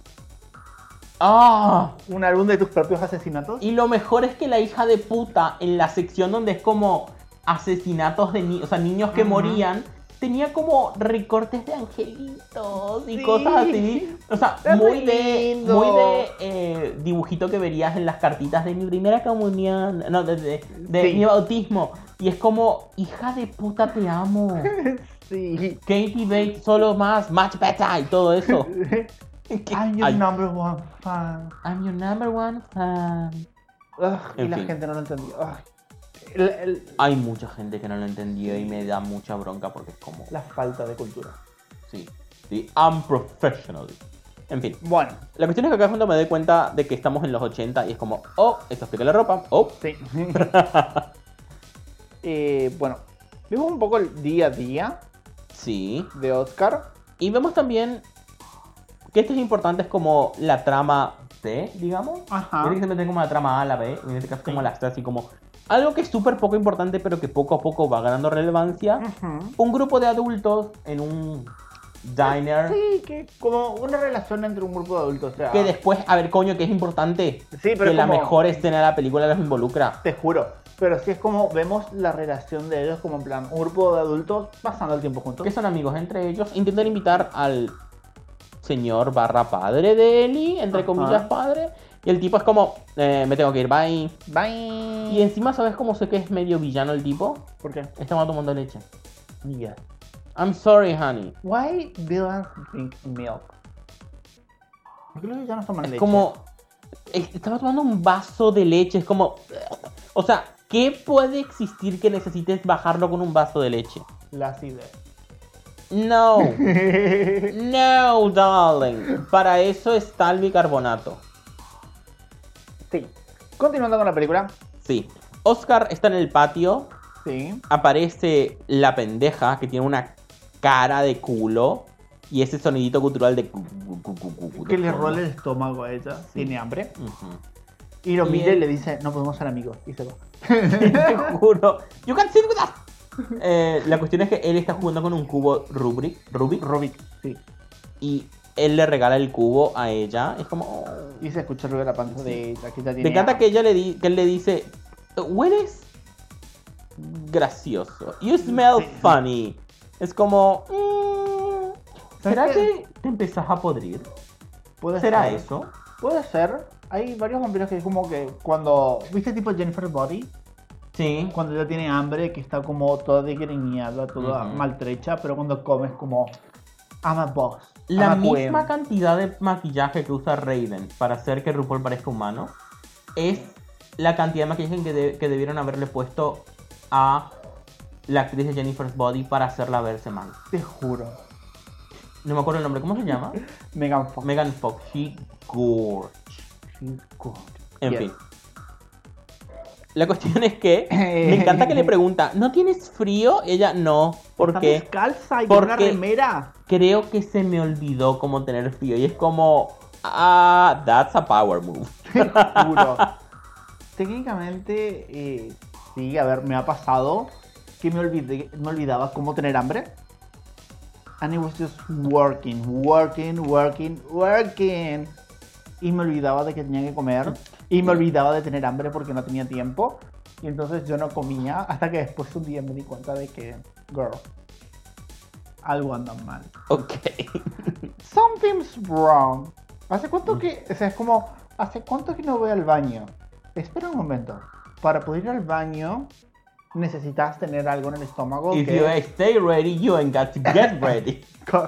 ¡Ah! un álbum de tus propios asesinatos. Y lo mejor es que la hija de puta, en la sección donde es como asesinatos de niños, o sea, niños que Ujú. morían, tenía como recortes de angelitos y Sí. cosas así. O sea, Está muy re de, lindo. muy de eh, dibujito que verías en las cartitas de mi primera comunión, no, de, de- de Sí. mi bautismo. Y es como, hija de puta, te amo. Sí. Katie Bates, solo más, much better y todo eso. I'm your Ay, number one fan. I'm your number one fan. Ugh, y En la fin. gente no lo entendió. Ugh. El- el- Hay mucha gente que no lo entendió y me da mucha bronca porque es como, la falta de cultura. sí, the unprofessional. En fin, Bueno, la cuestión es que acá junto me doy cuenta de que estamos en los 80 y es como, oh, esto explica la ropa, oh, sí. Eh, bueno, vimos un poco el día a día sí. de Oscar. Y vemos también que esto es importante, es como la trama C, digamos. Ajá. Tiene que siempre tener como la trama A, la B, en este caso como Sí. la C, así como algo que es súper poco importante pero que poco a poco va ganando relevancia. Un grupo de adultos en un diner. Sí, que como una relación entre un grupo de adultos. O sea, Que después, a ver, coño, que es importante. Sí, pero que la como- mejor escena de la película los involucra. Te juro. Pero sí es como vemos la relación de ellos como en plan un grupo de adultos pasando el tiempo juntos. Que son amigos entre ellos. Intentan invitar al señor barra padre de Eli, entre Ajá. comillas padre. Y el tipo es como, eh, me tengo que ir, bye. Bye. Y encima, ¿sabes cómo sé que es medio villano el tipo? ¿Por qué? Estaba tomando leche. Yeah. I'm sorry, honey. Why villains drink milk? ¿Por qué los villanos toman Es leche? como, es- estaba tomando un vaso de leche. Es como, o sea, ¿qué puede existir que necesites bajarlo con un vaso de leche? La acidez. No. No, darling. Para eso está el bicarbonato. sí. Continuando con la película. Sí. Oscar está en el patio. Sí. Aparece la pendeja que tiene una cara de culo. Y ese sonidito cultural de... cu- cu- cu- cu- cu- cu- Que de le fondo. rola el estómago a ella. Tiene hambre. Ujú. Y lo Y mira y él- le dice, no podemos ser amigos. Y se va. Te juro. You can sit with us. Eh, la cuestión es que él está jugando con un cubo Rubik, Rubik Rubik. Sí. y él le regala el cubo a ella. Es como... oh. Y se escucha el ruido de la panza Sí. de ella. Que ella tiene Me encanta hambre. que ella le di- que él le dice, hueles gracioso. You smell Sí. funny. Es como... mm, ¿Sabes ¿Será qué? que te empezás a podrir? Puede ¿Será ser. eso? Puede ser. Hay varios vampiros que como que cuando... ¿Viste tipo Jennifer Body? Sí. Cuando ella tiene hambre, que está como toda desgreñada, toda Ujú. maltrecha, pero cuando comes como... I'm a boss. I'm La a queen". misma cantidad de maquillaje que usa Raven para hacer que RuPaul parezca humano es la cantidad de maquillaje que, de- que debieron haberle puesto a la actriz de Jennifer's Body para hacerla verse mal. Te juro. No me acuerdo el nombre. ¿Cómo se llama? Megan Fox. Megan Fox. She gorgeous. She's good. En Yes. fin. La cuestión es que me encanta que le pregunta, ¿no tienes frío? Y ella no, Está porque descalza y ¿Por con una qué? remera. creo que se me olvidó cómo tener frío. Y es como, ah, that's a power move. Te juro. Técnicamente, eh, sí, a ver, me ha pasado que me, olvidé, me olvidaba cómo tener hambre. And it was just working, working, working, working. Y me olvidaba de que tenía que comer. Y me olvidaba de tener hambre porque no tenía tiempo. Y entonces yo no comía hasta que después un día me di cuenta de que, girl, algo anda mal. Ok. Something's wrong. ¿Hace Mm. cuánto que.? O sea, es como. ¿Hace cuánto que no voy al baño? Espera un momento. Para poder ir al baño, necesitas tener algo en el estómago. If que- you stay ready, you ain't got to get ready. Co-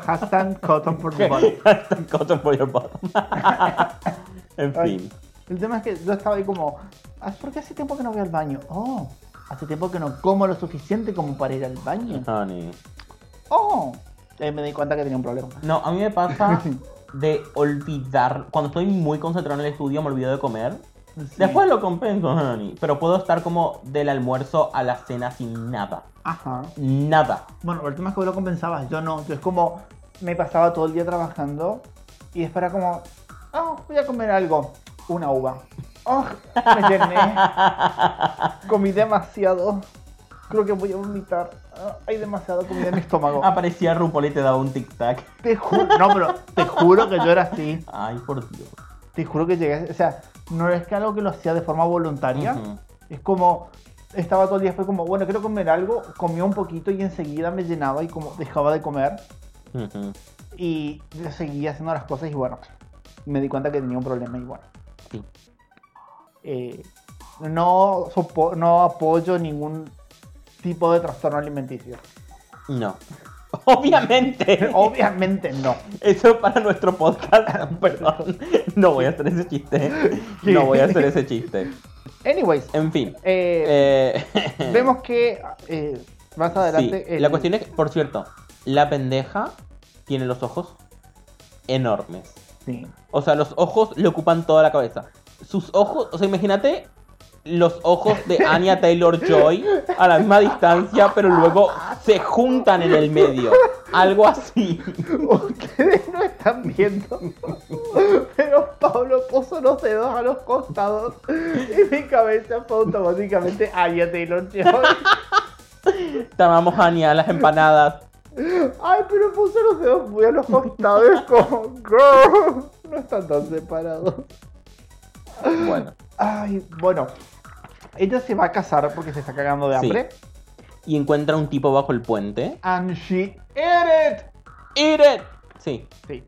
Hashtag cotton for the body. Hashtag Cotton for your bottom. en Ay. fin. El tema es que yo estaba ahí como. "Ah, ¿Por qué hace tiempo que no voy al baño? Oh, Hace tiempo que no como lo suficiente como para ir al baño. Tony. ¡Oh! Y Ahí me di cuenta que tenía un problema. No, a mí me pasa de olvidar. Cuando estoy muy concentrado en el estudio, me olvido de comer. Después lo compenso, Dani. Pero puedo estar como del almuerzo a la cena sin nada. Ajá. Nada. Bueno, pero el tema es que vos lo compensabas, yo no. Yo es como, me pasaba todo el día trabajando y es para como, ah, voy a comer algo. Una uva. Oh, me llené. Comí demasiado. Creo que voy a vomitar. Ah, hay demasiada comida en mi estómago. Aparecía RuPaul y te daba un tic-tac. Te juro, no, pero te juro que yo era así. Ay, por Dios. Te juro que llegué, o sea, no es que algo que lo hacía de forma voluntaria. Ujú. Es como, estaba todo el día, fue como, bueno, quiero comer algo, comía un poquito y enseguida me llenaba y como dejaba de comer Ujú. y yo seguía haciendo las cosas y bueno, me di cuenta que tenía un problema y bueno. Sí. Eh, no, sopo- no apoyo ningún tipo de trastorno alimenticio. No. Obviamente. Obviamente no. Eso es para nuestro podcast. Perdón. No voy a hacer ese chiste. Sí. No voy a hacer ese chiste. Anyways, En fin. eh, Eh, vemos que eh, más adelante... sí. el- La cuestión es, que, por cierto, la pendeja tiene los ojos enormes. Sí. O sea, los ojos le ocupan toda la cabeza. Sus ojos, o sea, imagínate los ojos de Anya Taylor Joy a la misma distancia, pero luego se juntan en el medio. Algo así. Ustedes no están viendo, pero Pablo puso los dedos a los costados y mi cabeza fue automáticamente Aya Taylor Joy. Te amamos, Anya, las empanadas. Ay, pero puso los dedos muy a los costados es como, girl, no están tan separados. Bueno. Ay, bueno, ella se va a casar porque se está cagando de Sí. hambre. Y encuentra un tipo bajo el puente. And she ate it. ¡Eat it! Sí. Sí.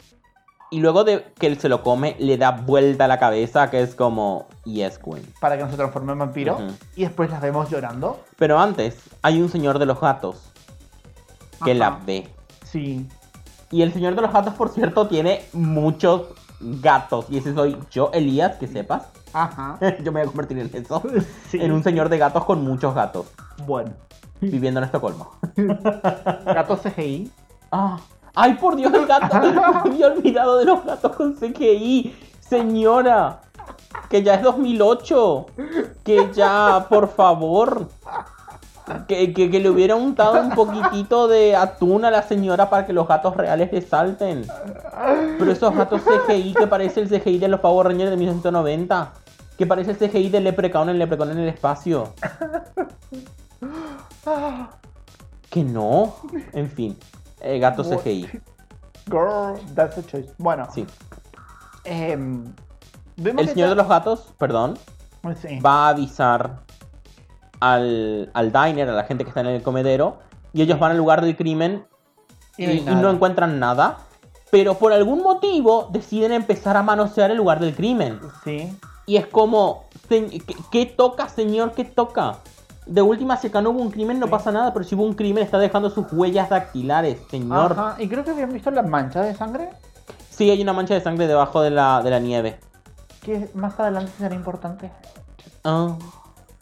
Y luego de que él se lo come, le da vuelta la cabeza, que es como, yes, queen. Para que no se transforme en vampiro. Ujú. Y después las vemos llorando. Pero antes, hay un señor de los gatos que la Ajá. ve. Sí. Y el señor de los gatos, por cierto, tiene muchos gatos. Y ese soy yo, Elías, que sepas. Ajá. yo me voy a convertir en eso. Sí. En un señor de gatos con muchos gatos. Bueno. Viviendo en Estocolmo. Gato CGI. Ah. ¡Ay, por Dios, el gato! me había olvidado de los gatos con CGI. Señora. Que ya es 2008. Que ya, por favor. Que, que- que le hubiera untado un poquitito de atún a la señora para que los gatos reales le salten. Pero esos gatos CGI que parece el CGI de los Power Rangers de 1990. Que parece el CGI de Leprechaun en Leprechaun en el espacio. Que no. En fin. eh, gato What? CGI. Girl, that's a choice. Bueno. Sí. em, vemos El que señor de ella- los gatos, perdón, Sí. va a avisar al, al diner, a la gente que está en el comedero, y ellos van al lugar del crimen y, hay y nada. no encuentran nada, pero por algún motivo deciden empezar a manosear el lugar del crimen. Sí. Y es como, "Se- ¿qué, qué toca, señor? ¿Qué toca? De última, si acá no hubo un crimen, no Sí. pasa nada, pero si hubo un crimen, está dejando sus huellas dactilares, señor. Ajá. Y creo que habían visto la mancha de sangre. Sí, hay una mancha de sangre debajo de la, de la nieve. Que más adelante será importante. Ah.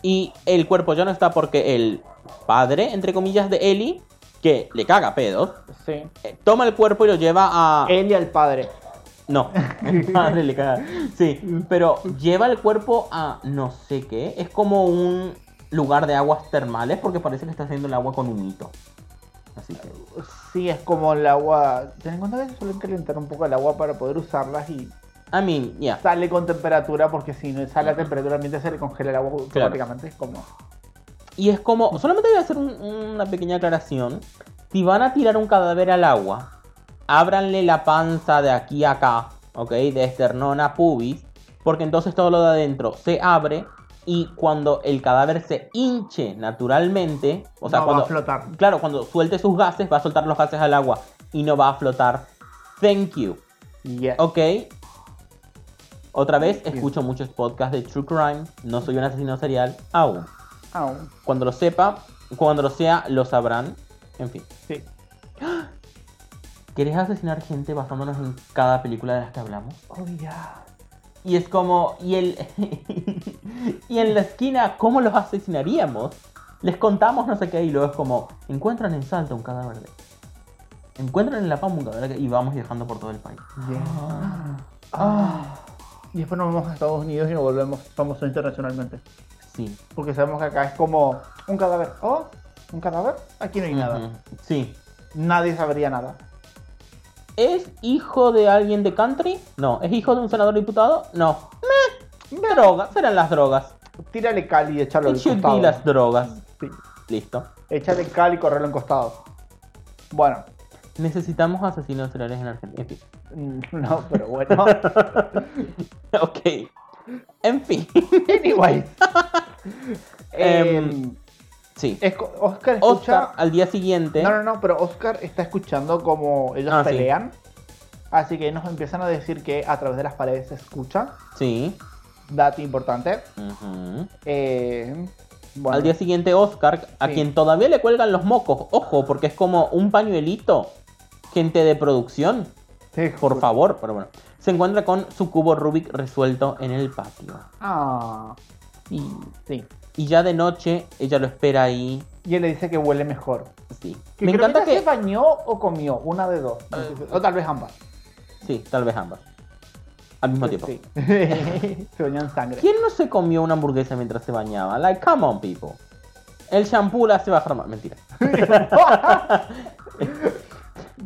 Y el cuerpo ya no está porque el padre, entre comillas, de Ellie, que le caga pedos, Sí. eh, toma el cuerpo y lo lleva a... Él y al padre. No, el padre le caga. Sí, pero lleva el cuerpo a no sé qué. Es como un lugar de aguas termales porque parece que está haciendo el agua con humito. Así que... Sí, es como el agua. Ten en cuenta que suelen calentar un poco el agua para poder usarlas y I mean, yeah. sale con temperatura porque si no sale a temperatura ambiente se le congela el agua automáticamente. Es como. Y es como... Solamente voy a hacer un- una pequeña aclaración. Si van a tirar un cadáver al agua, ábranle la panza de aquí a acá, ¿ok? De esternón a pubis, porque entonces todo lo de adentro se abre y cuando el cadáver se hinche naturalmente, o sea, no va cuando... a flotar. Claro, cuando suelte sus gases, va a soltar los gases al agua y no va a flotar. Thank you. Yes. Ok. Otra vez, escucho muchos podcasts de True Crime. No soy un asesino serial aún. Aún. Cuando lo sepa, cuando lo sea, lo sabrán. En fin. Sí. ¿Querés asesinar gente basándonos en cada película de las que hablamos? Oh, yeah. Y es como, y el y en la esquina, ¿cómo los asesinaríamos? les contamos no sé qué y luego es como, encuentran en Salta un cadáver de... Encuentran en La Pampa un cadáver de... Y vamos viajando por todo el país. Ah. Y después nos vamos a Estados Unidos y nos volvemos famosos internacionalmente. Sí. Porque sabemos que acá es como un cadáver. Oh, un cadáver. Aquí no hay Ujú. nada. Sí. Nadie sabría nada. ¿Es hijo de alguien de country? No. ¿Es hijo de un senador diputado? No. Meh. Drogas. Serán las drogas. Tírale cal y échalo It al should costado. be las drogas. Sí. Listo. Échale cal y correrlo en costado. Bueno, Necesitamos asesinos seriales en Argentina. En fin. mm, no, pero bueno. Ok. En fin. anyway. Em, Em, Sí. es- Oscar escucha. Oscar, al día siguiente. No, no, no, pero Oscar está escuchando como ellos Ah, sí. pelean. Así que nos empiezan a decir que a través de las paredes se escucha. Sí. Dato importante. Ujú. Eh, bueno, Al día siguiente, Oscar, a Sí. quien todavía le cuelgan los mocos. Ojo, porque es como un pañuelito. Gente de producción. te Por juro. favor, pero bueno. Se encuentra con su cubo Rubik resuelto en el patio. Ah, y, sí. Y ya de noche ella lo espera ahí. Y él le dice que huele mejor. Sí. Que Me creo encanta ella que. Ah. se bañó o comió, una de dos. o tal vez ambas. Sí, tal vez ambas. Al mismo tiempo. Sí. se bañó en sangre. ¿Quién no se comió una hamburguesa mientras se bañaba? Like, come on, people. El shampoo la hace bajar más. Mentira.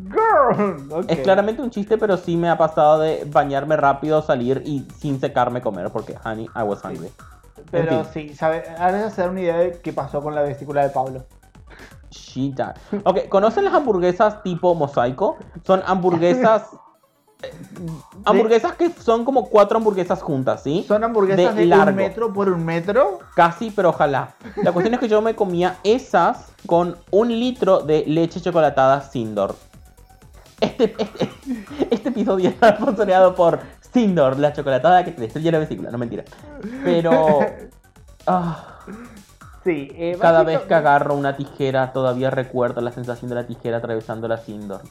Girl. ok. Es claramente un chiste, pero sí me ha pasado de bañarme rápido, salir y sin secarme comer, porque, honey, I was hungry. Pero en sí, sabe, ahora se da una idea de qué pasó con la vesícula de Pablo. She died. Ok, ¿conocen las hamburguesas tipo mosaico? Son hamburguesas. eh, hamburguesas que son como cuatro hamburguesas juntas, ¿sí? Son hamburguesas de, largo. un metro por un metro. Casi, pero ojalá. La cuestión es que yo me comía esas con un litro de leche chocolatada Sindor. Este, este, este episodio está patrocinado por Sindor, la chocolatada que te destruye la vesícula. No, mentira. Pero... ah, Sí, eh, cada vez básicamente- que agarro una tijera todavía recuerdo la sensación de la tijera atravesando la Sindor.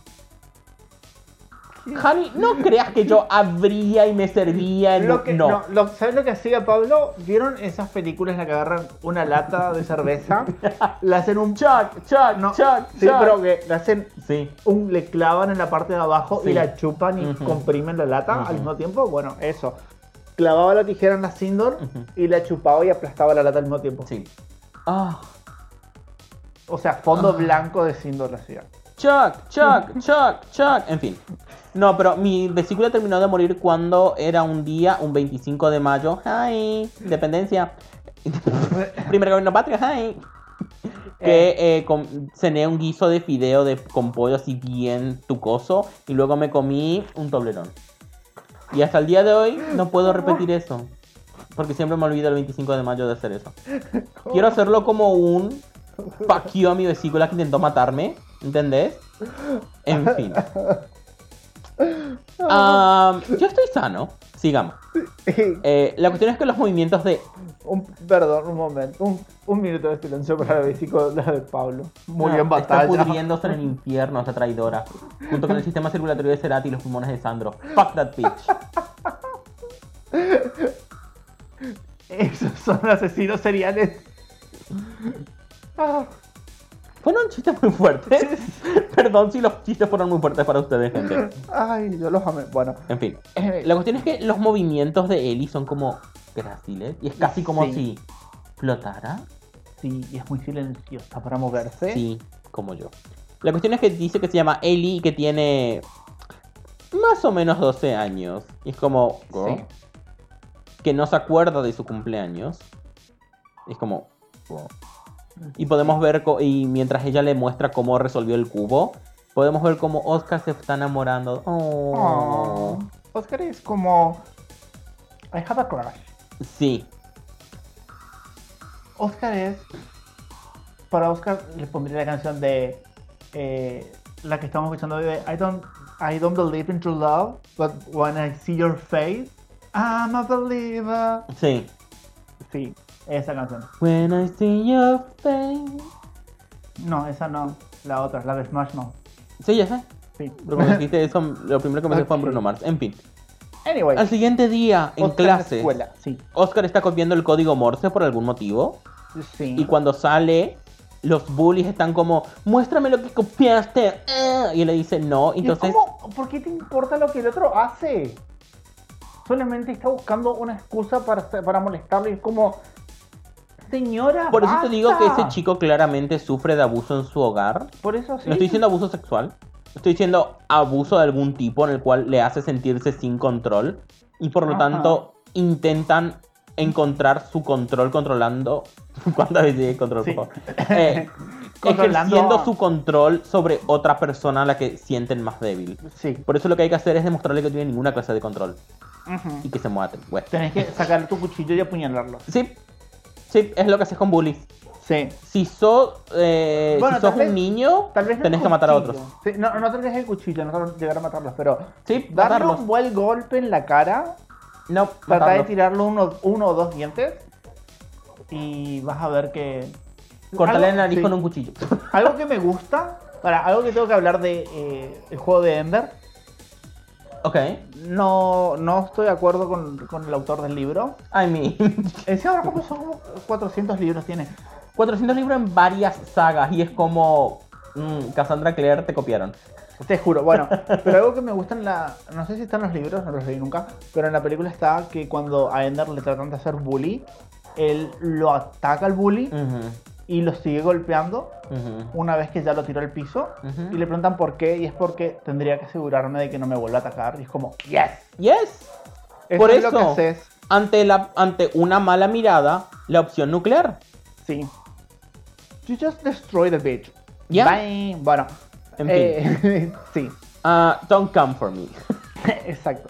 Honey, no creas que yo abría y me servía. en Lo que, no. no, lo- ¿Sabes lo que hacía Pablo? ¿Vieron esas películas en las que agarran una lata de cerveza? le hacen un chuck, chuck, no, chuck, Sí, chuck. pero que le hacen Sí. un, le clavan en la parte de abajo Sí. y la chupan y Ujú. comprimen la lata Ujú. al mismo tiempo. Bueno, eso. Clavaba la tijera en la Sindor Ujú. y la chupaba y aplastaba la lata al mismo tiempo. Sí. Ah. O sea, fondo blanco de Sindor la hacía. Chuck, Chuck, Chuck, Chuck. En fin. No, pero mi vesícula terminó de morir cuando era un día, un 25 de mayo. ¡Ay! Independencia. Primer gobierno patrio. ¡Ay! Que eh, com- cené un guiso de fideo de, con pollo así bien tucoso. Y luego me comí un toblerón. Y hasta el día de hoy no puedo repetir eso. Porque siempre me olvido el 25 de mayo de hacer eso. Quiero hacerlo como un paquío a mi vesícula que intentó matarme, ¿entendés? En fin. Am, yo estoy sano, sigamos. Eh, la cuestión es que los movimientos de... un, perdón, un momento. Un, un minuto de silencio para la vesícula de Pablo. Murió en Ah, batalla. Está pudriéndose en el infierno esta traidora. Junto con el sistema circulatorio de Cerati y los pulmones de Sandro. Fuck that bitch. Esos son asesinos seriales. Ah, Fueron chistes muy fuertes. Perdón si los chistes fueron muy fuertes para ustedes, gente. ay, yo los amé. Bueno, En fin. eh, La cuestión es que los movimientos de Ellie son como gráciles. Y es casi como Sí. si flotara. sí, y es muy silenciosa para moverse. Sí, como yo. La cuestión es que dice que se llama Ellie y que tiene más o menos 12 años. Y es como girl, Sí. que no se acuerda de su cumpleaños. Es como girl. y podemos ver co- y mientras ella le muestra cómo resolvió el cubo, podemos ver cómo Oscar se está enamorando. Oh. Oh, Oscar es como. I have a crush. Sí, Oscar es. Para Oscar le pondría la canción de. eh, la que estamos escuchando hoy de I don't, I don't believe in true love, but when I see your face, I'm a believer. sí. Sí, esa canción. When I see your face. No, esa no. La otra, la de Smash Mouth. Sí, ya sé. Sí. Pero cuando dijiste eso, lo primero que me dijo fue Ok. Bruno Mars. En fin. Anyway. Al siguiente día, en Oscar la clase, Escuela, sí. Oscar está copiando el código Morse por algún motivo. Sí. Y cuando sale, los bullies están como, muéstrame lo que copiaste. ah", Y él le dice no. ¿Y Entonces, cómo- ¿Por qué te importa lo que el otro hace? Solamente está buscando una excusa para, hacer- para molestarlo y es como, señora. por eso te digo que basta". ese chico claramente sufre de abuso en su hogar. Por eso sí. No estoy diciendo abuso sexual. Estoy diciendo abuso de algún tipo en el cual le hace sentirse sin control. Y por lo Ajá. tanto intentan encontrar su control controlando. ¿Cuántas veces dije control? Sí. Por favor? Eh, Controlando. ejerciendo su control sobre otra persona a la que sienten más débil. Sí. Por eso lo que hay que hacer es demostrarle que no tiene ninguna clase de control Ujú. y que se mueva. güey. Tenés que sacar tu cuchillo y apuñalarlo. Sí, sí, es lo que haces con bullies. Sí. Si sos, eh, Bueno, si sos tal vez- un niño, Tal vez el tenés que matar a otros. cuchillo. Sí, no, no tal vez el cuchillo, no tal- llegar a matarlos, pero Sí, darle matarlos. un buen golpe en la cara, No, tratar de matarlos. tirarle uno, uno o dos dientes y vas a ver que... Cortarle Algo- la nariz sí. con un cuchillo. Algo que me gusta, para algo que tengo que hablar de eh, el juego de Ender. Ok. No, no estoy de acuerdo con, con el autor del libro. I mean, Ese ahora como son como 400 libros tiene. 400 libros en varias sagas y es como. mm, Cassandra Clare te copiaron. Te juro, bueno, pero algo que me gusta en la. No sé si están los libros, no los leí nunca, pero en la película está que cuando a Ender le tratan de hacer bully, él lo ataca al bully Ujú, y lo sigue golpeando ujú. una vez que ya lo tiró al piso Ujú. y le preguntan por qué y es porque tendría que asegurarme de que no me vuelva a atacar y es como, yes, Yes. eso Por es eso. lo que haces, Ante, la, ante una mala mirada, la opción nuclear. sí. You just destroy the bitch. Yeah. Bye. Bueno, En eh, sí, Ah, don't come for me. exacto.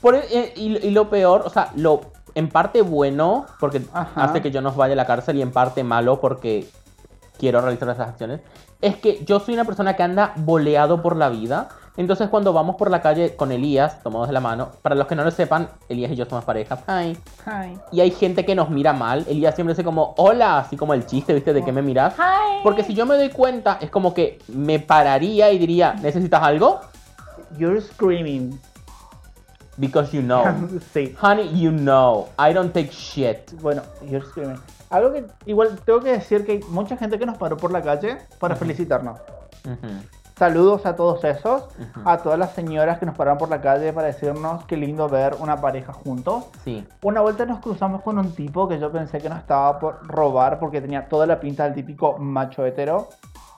Por- eh, y, y lo peor, o sea, lo en parte bueno, porque Ajá. hace que yo no vaya a la cárcel, y en parte malo, porque quiero realizar esas acciones, es que yo soy una persona que anda boleado por la vida. Entonces, cuando vamos por la calle con Elías, tomados de la mano, para los que no lo sepan, Elías y yo somos pareja. Hi. Hi. Y hay gente que nos mira mal. Elías siempre hace como, hola, así como el chiste, ¿viste? ¿De qué me miras? Porque si yo me doy cuenta, es como que me pararía y diría, ¿necesitas algo? You're screaming. Because you know. sí. Honey, you know, I don't take shit. Bueno, yo escribí. Algo que igual tengo que decir que hay mucha gente que nos paró por la calle para felicitarnos. Ujú, Saludos a todos esos, Ujú. a todas las señoras que nos pararon por la calle para decirnos qué lindo ver una pareja juntos. Sí. Una vuelta nos cruzamos con un tipo que yo pensé que nos estaba por robar porque tenía toda la pinta del típico macho hetero,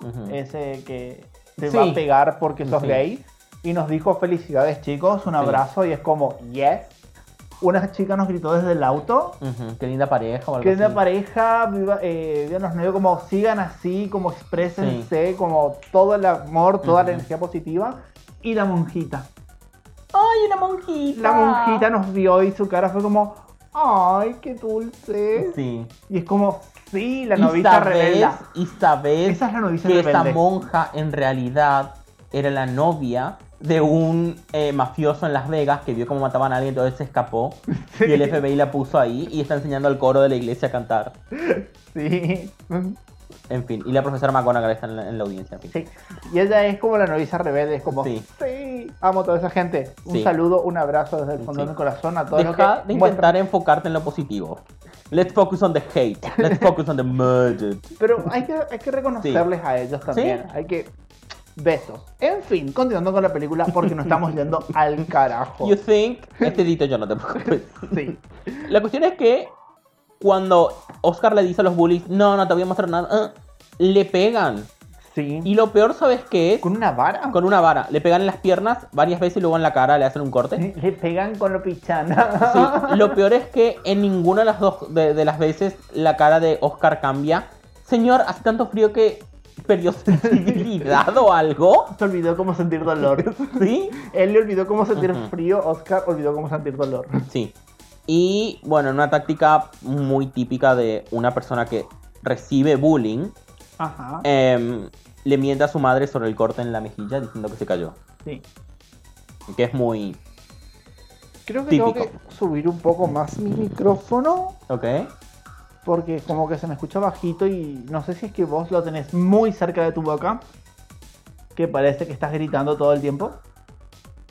ujú. ese que te Sí. va a pegar porque sos Sí. gay. Y nos dijo felicidades chicos, un abrazo y es como, yes. Una chica nos gritó desde el auto Ujú, Qué linda pareja o algo Que una así. pareja, viva, eh, vivan los novios, como sigan así, como exprésense, como todo el amor, toda la Ujú. energía positiva. Y la monjita. ¡Ay, una monjita! La monjita nos vio y su cara fue como, ¡ay, qué dulce! Sí. Y es como, sí, la Y novita sabes- rebelda. Y sabes Esa es la novicia que esa rebelde. monja en realidad era la novia de un eh, mafioso en Las Vegas que vio cómo mataban a alguien, entonces se escapó. Y el FBI la puso ahí y está enseñando al coro de la iglesia a cantar. Sí. En fin, y la profesora McGonagall está en la, en la audiencia. en fin. sí. Y ella es como la novicia rebelde, es como, Sí. sí. Amo a toda esa gente. Un Sí. saludo, un abrazo desde el fondo Sí. de mi corazón a todos los que Deja de muestran- intentar enfocarte en lo positivo. Let's focus on the hate. Let's focus on the murder. Pero hay que, hay que reconocerles a ellos también. Sí. Hay que. Besos. En fin, continuando con la película porque nos estamos yendo al carajo. You think? Este edito yo no te preocupes. Sí. La cuestión es que cuando Oscar le dice a los bullies, no, no te voy a mostrar nada, ah", le pegan. Sí. Y lo peor, ¿sabes qué es? con una vara? Con una vara. Le pegan en las piernas varias veces y luego en la cara le hacen un corte. Le le pegan con lo pichana. Sí, lo peor es que en ninguna de las dos de, de las veces la cara de Oscar cambia. Señor, hace tanto frío que perdió sensibilidad o algo. Se olvidó cómo sentir dolor. ¿Sí? Él le olvidó cómo sentir Ujú. frío, Oscar olvidó cómo sentir dolor. Sí. Y bueno, una táctica muy típica de una persona que recibe bullying, Ajá. em, le miente a su madre sobre el corte en la mejilla diciendo que se cayó. Sí. Que es muy... Creo que tengo Típico. que subir un poco más mi micrófono ¿Ok? porque como que se me escucha bajito y no sé si es que vos lo tenés muy cerca de tu boca, que parece que estás gritando todo el tiempo.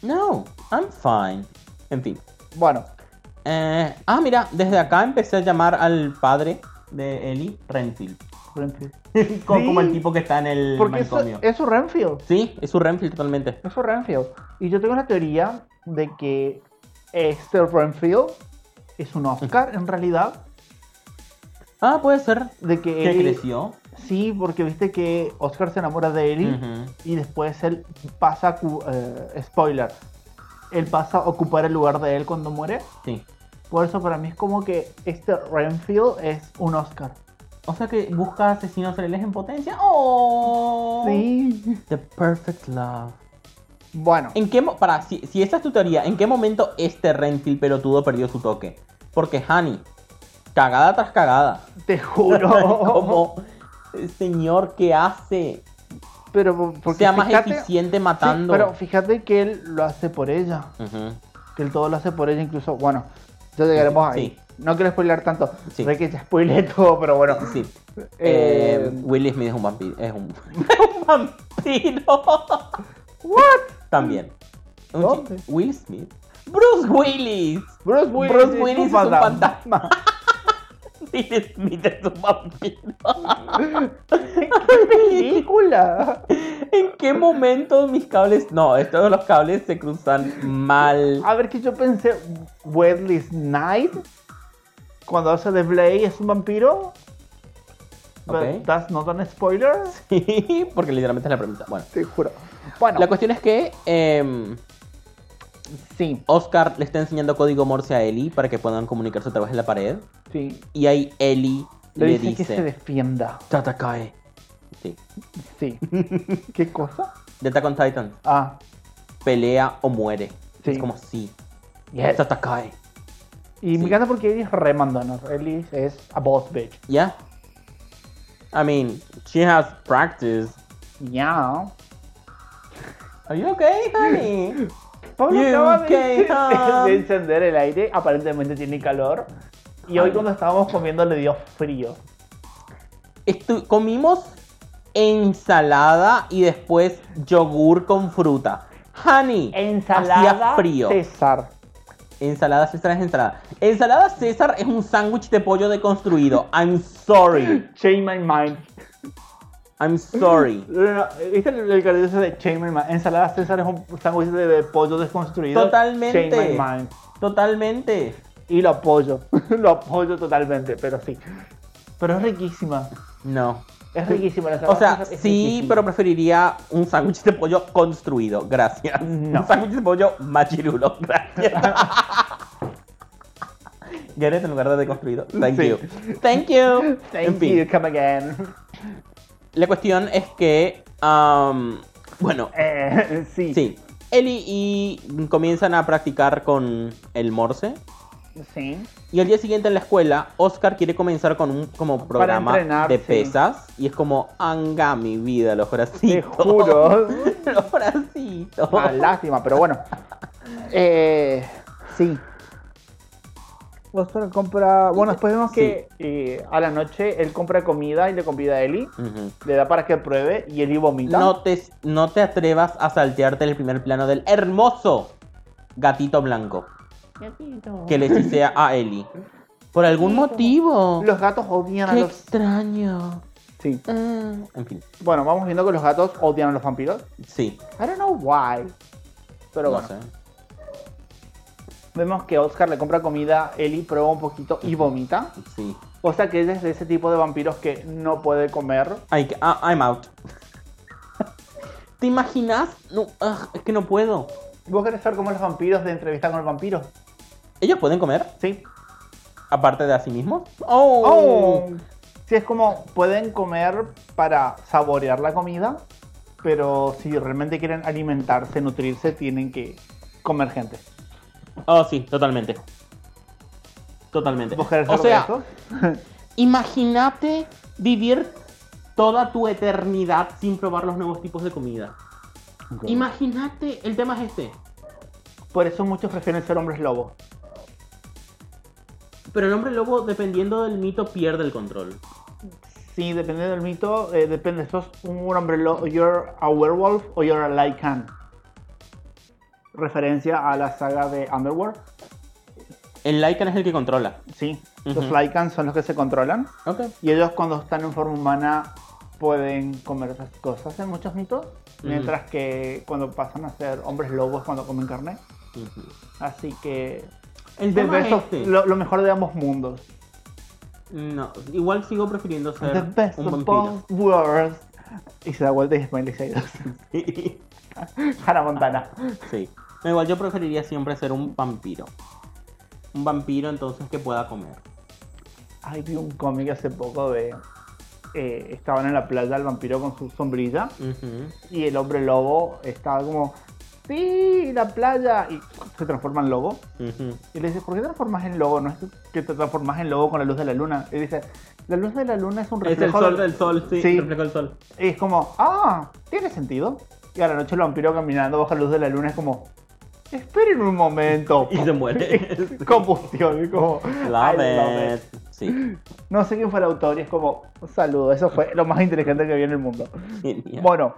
No, I'm fine. En fin. Bueno, Eh, ah, mira, desde acá empecé a llamar al padre de Eli Renfield. Renfield. como, como el Sí, tipo que está en el Porque eso, manicomio. eso es Renfield. Sí, es un Renfield totalmente. Eso es Renfield. Y yo tengo la teoría de que este Renfield es un Oscar en realidad. Ah, puede ser. De que Que él- creció. Sí, porque viste que Oscar se enamora de Ellie Ujú. y después él pasa, a cu- eh, spoiler, él pasa a ocupar el lugar de él cuando muere. Sí. Por eso para mí es como que este Renfield es un Oscar. O sea que busca asesinos seriales en potencia. ¡Oh! Sí. The perfect love. Bueno, ¿En qué mo- para, si, si esa es tu teoría, ¿en qué momento este Renfield pelotudo perdió su toque? Porque Honey, cagada tras cagada. te juro. oh. Como, señor, ¿qué hace? Pero porque sea más fíjate- eficiente sí, matando. pero fíjate que él lo hace por ella. Ujú. Que él todo lo hace por ella, incluso, bueno, ya llegaremos ahí. Sí. No quiero spoiler tanto. Sí. Sé que ya spoileé todo, pero bueno. Sí. Eh, Eh, Will Smith es un vampiro. Es un, un vampiro. ¿What? También. Un ¿Dónde? chi- Will Smith. Bruce Willis. Bruce Willis, Bruce es un Willis es un fantasma. Will Smith es un vampiro. ¡Qué película! ¿En qué momento mis cables.? No, todos los cables se cruzan mal. A ver, que yo pensé, Wesley Knight, cuando hace The Blade, es un vampiro. Ok. But that's not an spoiler. Sí, porque literalmente es la premisa. Bueno, Te juro. Bueno, la cuestión es que em, sí, Oscar le está enseñando código Morse a Ellie para que puedan comunicarse a través de la pared. sí. Y ahí Ellie Le, le, dice, que se defienda. Tatakae. Sí. Sí. ¿Qué cosa? De Attack on Titan. Ah, Pelea o muere. Sí. Es como sí. yes. Tatakae. Y sí. me encanta porque Ellie es re mandona. Ellie es a boss bitch. Yeah. I mean, she has practice. Yeah. Are you okay, honey? Pablo You acaba de, can't. de encender el aire, aparentemente tiene calor. Y hoy Ay. cuando estábamos comiendo le dio frío. Estu- comimos ensalada y después yogur con fruta. Honey. Ensalada Hacía frío. César. Ensalada César es ensalada. Ensalada César es un sándwich de pollo deconstruido. I'm sorry. Change my mind. I'm sorry. No, no, no, ¿Viste el, el cartel ese de Change my mind? Ensalada César es un sándwich de pollo desconstruido. Totalmente. Change my mind. Totalmente. Y lo apoyo. lo apoyo totalmente, pero sí. Pero es riquísima. No. Es riquísima la O ensalada sea, César es sí, riquísima. pero preferiría un sándwich de pollo construido. Gracias. No. Un sándwich de pollo machirulo. Gracias. Gareth en lugar de deconstruido. Thank Sí. you. Thank you. Thank en fin, you, come again. la cuestión es que. am, bueno, Eh, sí. sí. Ellie y comienzan a practicar con el morse. Sí. Y al día siguiente en la escuela, Oscar quiere comenzar con un como programa entrenar, de sí. pesas. Y es como, anga mi vida, los Te bracitos. juro. los bracitos. Ah, lástima, pero bueno. Eh, sí. Oscar compra. Bueno, después vemos que eh, a la noche él compra comida y le convida a Eli. Ujú. Le da para que pruebe y Eli vomita. No te, no te atrevas a saltearte el primer plano del hermoso gatito blanco que le hechicea a Ellie. Por algún motivo. Los gatos odian a Qué los. extraño. Sí. Ah, Mm. En fin, Bueno, vamos viendo que los gatos odian a los vampiros. sí. eh. I don't know why. Pero no bueno. sé. Vemos que Oscar le compra comida, Eli prueba un poquito y vomita. Sí. O sea que ella es de ese tipo de vampiros que no puede comer. Ay, que- ah, I'm out. ¿Te imaginas? No, ugh, es que no puedo. ¿Vos querés ser como los vampiros de entrevista con el vampiro? ¿Ellos pueden comer? Sí. Aparte de a sí mismos. Oh. Oh. Sí, es como pueden comer para saborear la comida, pero si realmente quieren alimentarse, nutrirse, tienen que comer gente. oh. sí, totalmente. Totalmente. ¿Vos querés O ser de sea, esos? imagínate vivir toda tu eternidad sin probar los nuevos tipos de comida. Imagínate, el tema es este. Por eso muchos prefieren ser hombres lobo. Pero el hombre lobo, dependiendo del mito, pierde el control. Sí, depende del mito, eh, depende, sos un hombre lobo, you're a werewolf o you're a lycan. Referencia a la saga de Underworld. El Lycan es el que controla. Sí, Ujú. Los Lycans son los que se controlan. Ok. Y ellos cuando están en forma humana pueden comer esas cosas en muchos mitos. Mientras que cuando pasan a ser hombres lobos cuando comen carne. Ujú. Así que El creo tema que es eso este. es lo, lo mejor de ambos mundos. No, igual sigo prefiriendo The ser best un of vampiro. both worlds. Y se da vuelta y después le dice adiós. Hannah Montana. sí. No, igual yo preferiría siempre ser un vampiro. Un vampiro entonces que pueda comer. Ay, vi un cómic hace poco de... eh, estaban en la playa el vampiro con su sombrilla Ujú. y el hombre lobo estaba como... Sí, la playa. Y se transforma en lobo. Ujú. Y le dice, ¿por qué te transformas en lobo? No es que te transformas en lobo con la luz de la luna. Y dice, la luz de la luna es un Es el reflejo... sol del sol, sí. Sí. Reflejo del sol. Y es como, ah, tiene sentido. Y a la noche el vampiro caminando bajo la luz de la luna es como, esperen un momento. Y se muere. Combustión, y como, I love Love it. it. Sí. No sé quién fue el autor y es como, un saludo, eso fue lo más inteligente que vi en el mundo. Genial. Bueno,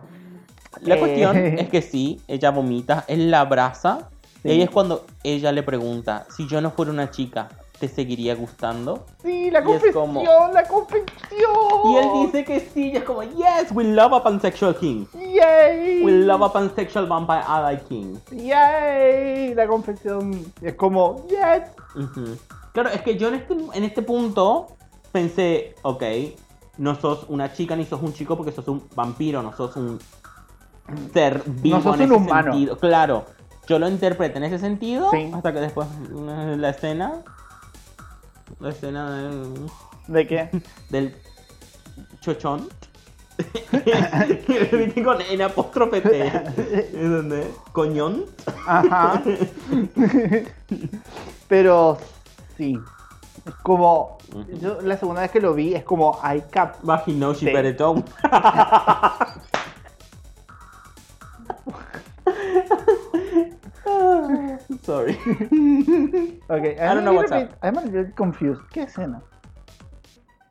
La Eh. cuestión es que sí, ella vomita, él la abraza. Sí. Y ahí es cuando ella le pregunta, si yo no fuera una chica, ¿te seguiría gustando? sí, la Y es confesión, como- la confesión. Y él dice que sí, y es como, yes, we love a pansexual king. yay. We love a pansexual vampire ally king. Yay, la confesión. Y es como, yes. Ujú. Claro, es que yo en este, en este punto pensé, ok, no sos una chica ni sos un chico porque sos un vampiro, no sos un ser vivo sos en un ese humano. sentido. Claro, yo lo interpreté en ese sentido Sí. hasta que después eh, la escena, la escena del, ¿De qué? del chochón. que lo viste con en apóstrofe T, ¿es donde? Coñón. Ajá. Pero sí. Es como. Ujú. Yo la segunda vez que lo vi es como I cap. Vaginoshi Sí. Peretón. Sorry. Okay, I don't know what's up. I'm a little confused. ¿Qué escena?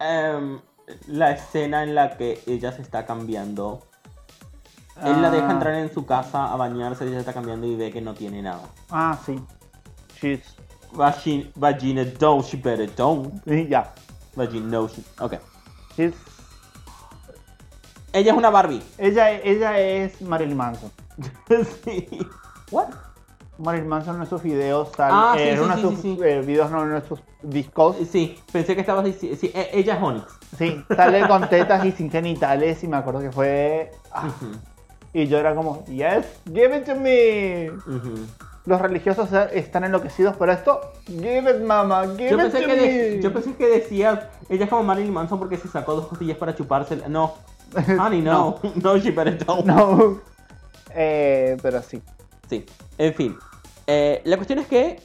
Em, la escena en la que ella se está cambiando. Él la deja Ah. entrar en su casa a bañarse, ella se está cambiando y ve que no tiene nada. Ah, sí. She's. Vagin- Vaginoshi Peretón. Sí, ya. Vaginoshi. Ok. She's. Ella es una Barbie. Ella, ella es Marilyn Manson. sí. ¿What? Marilyn Manson en nuestros videos sal- Ah, sí, eh, en sí, uno de sí, sus sí, sí. eh, videos, no en nuestros discos. Sí, pensé que estabas diciendo. Sí, e- ella es Onyx. Sí, sale con tetas y sin genitales. Y me acuerdo que fue. ah, Ujú, y yo era como, yes, give it to me. ujú. Los religiosos están enloquecidos por esto. Give it, mama, give Yo it pensé, to que de- me. yo pensé que decía, ella es como Marilyn Manson porque se sacó dos costillas para chupársela. No, honey, no, no, she better don't. No. Eh, pero sí. Sí, en fin. Eh, la cuestión es que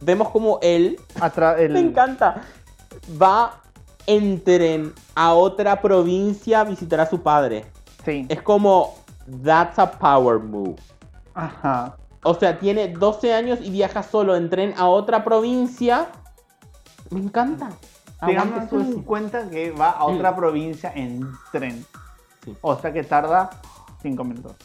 vemos como él, Atra- el- me encanta, va en tren a otra provincia a visitar a su padre. Sí. Es como, that's a power move. Ajá. O sea, tiene 12 años y viaja solo en tren a otra provincia. Me encanta. Aguante pues, Tengamos en Suecia. cuenta que va a otra Mm. provincia en tren. Sí. O sea que tarda 5 minutos.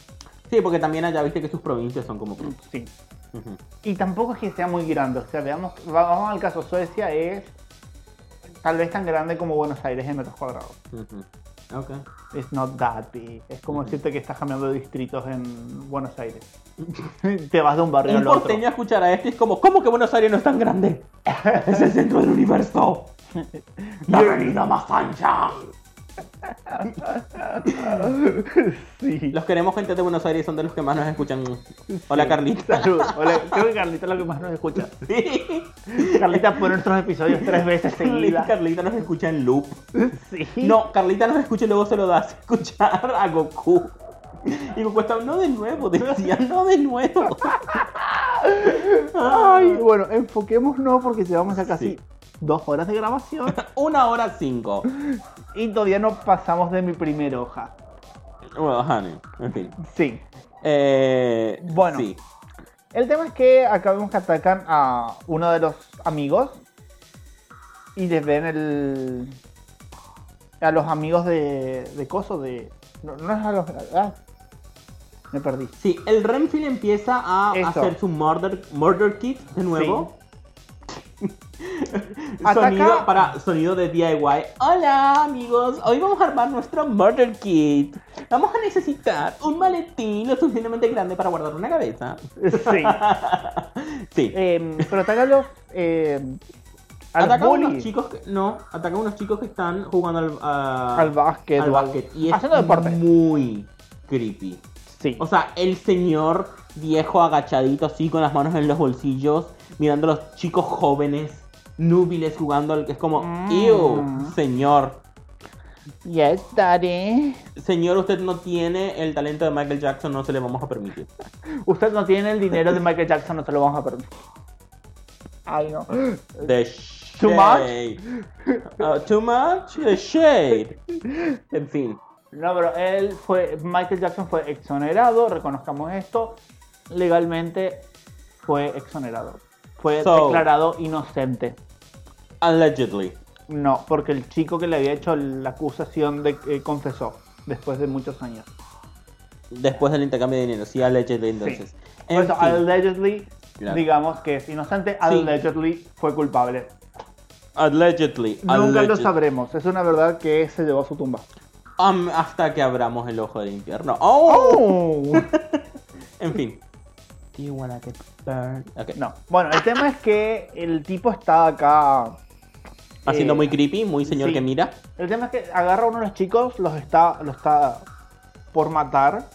Sí, porque también allá viste que sus provincias son como. Sí. Ujú. Y tampoco es que sea muy grande. O sea, veamos, va- vamos al caso Suecia, es tal vez tan grande como Buenos Aires en metros cuadrados. Ujú. Ok. It's not that big. Es como Ujú. decirte que estás cambiando de distritos en Buenos Aires. Te vas de un barrio Un al otro. porteño a escuchar a este es como, ¿cómo que Buenos Aires no es tan grande? es el centro del universo. La avenida más ancha. sí. Los queremos gente de Buenos Aires, son de los que más nos escuchan. Hola Sí. Carlita. Salud. Hola. Creo que Carlita es la que más nos escucha. Sí. Carlita pone nuestros episodios tres veces seguidas. Carlita nos escucha en loop. Sí. No, Carlita nos escucha y luego se lo das a escuchar a Goku. Y Goku está, no de nuevo, decía, no de nuevo. Ay, bueno, enfoquémonos porque llevamos ya casi Sí. dos horas de grabación Una hora cinco. y todavía no pasamos de mi primera hoja. Bueno, honey, en fin. Sí. Eh, Bueno. Sí. El tema es que acá vemos que atacan a uno de los amigos y les ven el. a los amigos de. de Coso, de. No, no es a los. ah, me perdí. Sí, el Renfield empieza a Eso. hacer su murder, murder kit de nuevo. Ataca- Sonido para sonido de DIY. Hola amigos, hoy vamos a armar nuestro murder kit. Vamos a necesitar un maletín lo suficientemente grande para guardar una cabeza. Sí. Sí. Eh, pero ataca a los. eh, a los Ataca a unos bullies. chicos que, no, ataca a unos chicos que están jugando al, a- al básquet. al o al- básquet. Y es haciendo deporte. muy creepy. Sí. O sea, el señor viejo agachadito así con las manos en los bolsillos, mirando a los chicos jóvenes, núbiles jugando, al- es como, Mm. ew, señor, Yes, daddy. señor, usted no tiene el talento de Michael Jackson, no se le vamos a permitir. Usted no tiene el dinero de Michael Jackson, no te lo vamos a permitir. Ay, no. The Too shade. Uh, too much? The shade. En fin. No, pero él fue. Michael Jackson fue exonerado, reconozcamos esto. Legalmente fue exonerado. Fue So- declarado inocente. Allegedly. No, porque el chico que le había hecho la acusación de, eh, confesó después de muchos años. Después del intercambio de dinero. Sí, allegedly entonces. Por En eso, fin. allegedly, Claro. digamos que es inocente, Sí. allegedly fue culpable. Allegedly. Nunca lo alleged- sabremos, es una verdad que se llevó a su tumba. Am- hasta que abramos el ojo del infierno. ¡Oh! En fin. Do you wanna get burned? Ok. no, bueno, el tema es que el tipo está acá. Haciendo eh, muy creepy, muy señor sí. que mira. El tema es que agarra a uno de los chicos, los está, los está por matar.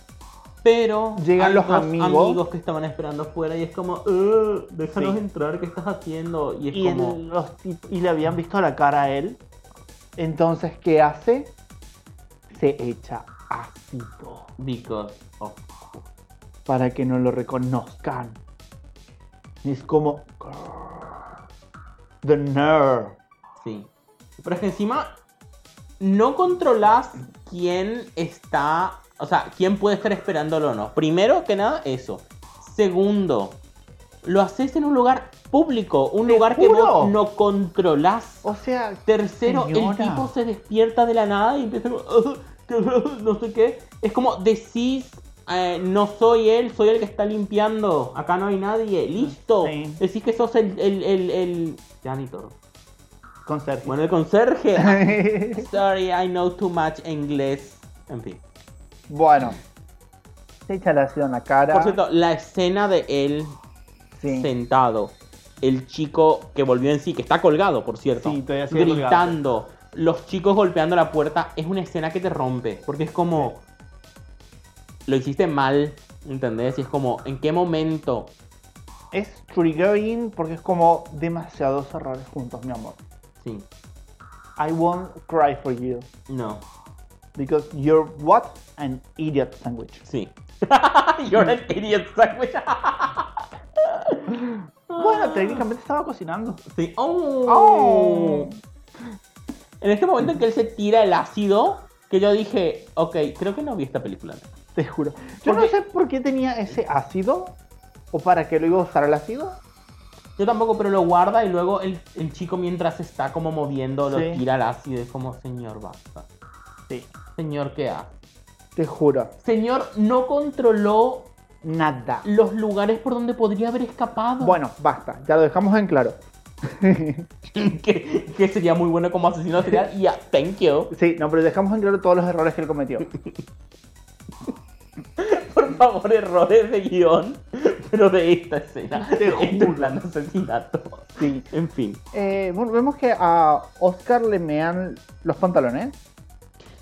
Pero Llegan hay los dos amigos. que estaban esperando afuera y es como, "Eh, déjanos Sí. entrar, ¿qué estás haciendo? Y es Y, como, el- los tip- y le habían visto la cara a él. Entonces, ¿qué hace? Se echa ácido because of- para que no lo reconozcan. Y es como. The nerve. Sí. Pero es que encima no controlas quién está, o sea, quién puede estar esperándolo o no. Primero que nada, eso. Segundo, lo haces en un lugar público, un Te lugar que juro. vos no controlás. O sea, Tercero, señora. el tipo se despierta de la nada y empieza como, no sé qué. Es como decís, eh, no soy él, soy el que está limpiando. Acá no hay nadie. Listo. Sí. Decís que sos el... el, el, el... janitor. con Sergio. Bueno, el conserje. Sorry, I know too much inglés. En fin. bueno. Se echa la ácido en la cara. Por cierto, la escena de él sí. sentado, el chico que volvió en sí, que está colgado, por cierto, Sí, todavía sigue gritando, los chicos golpeando la puerta, es una escena que te rompe, porque es como, lo hiciste mal, ¿entendés? Y es como, ¿en qué momento? Es triggering porque es como demasiados errores juntos, mi amor. Sí, I won't cry for you no, because you're what? An idiot sandwich. sí. Ah, You're an idiot sandwich. Bueno, técnicamente estaba cocinando. sí. Oh. Oh. En este momento en que él se tira el ácido, que yo dije, ok, creo que no vi esta película. Te juro. Yo Porque- no sé por qué tenía ese ácido o para qué lo iba a usar el ácido. Yo tampoco, pero lo guarda y luego el, el chico mientras está como moviendo lo Sí. tira al ácido. Es como, señor, basta. Sí. Señor, ¿qué hace? Te juro. Señor, no controló Nada. los lugares por donde podría haber escapado. Bueno, basta. Ya lo dejamos en claro. que, que sería muy bueno como asesino serial. Y yeah, thank you. Sí, no, pero dejamos en claro todos los errores que él cometió. Por favor, errores de guión, pero de esta escena. Te De este juro. plan de asesinato. Sí. En fin. Eh, bueno, vemos que a Oscar le mean los pantalones.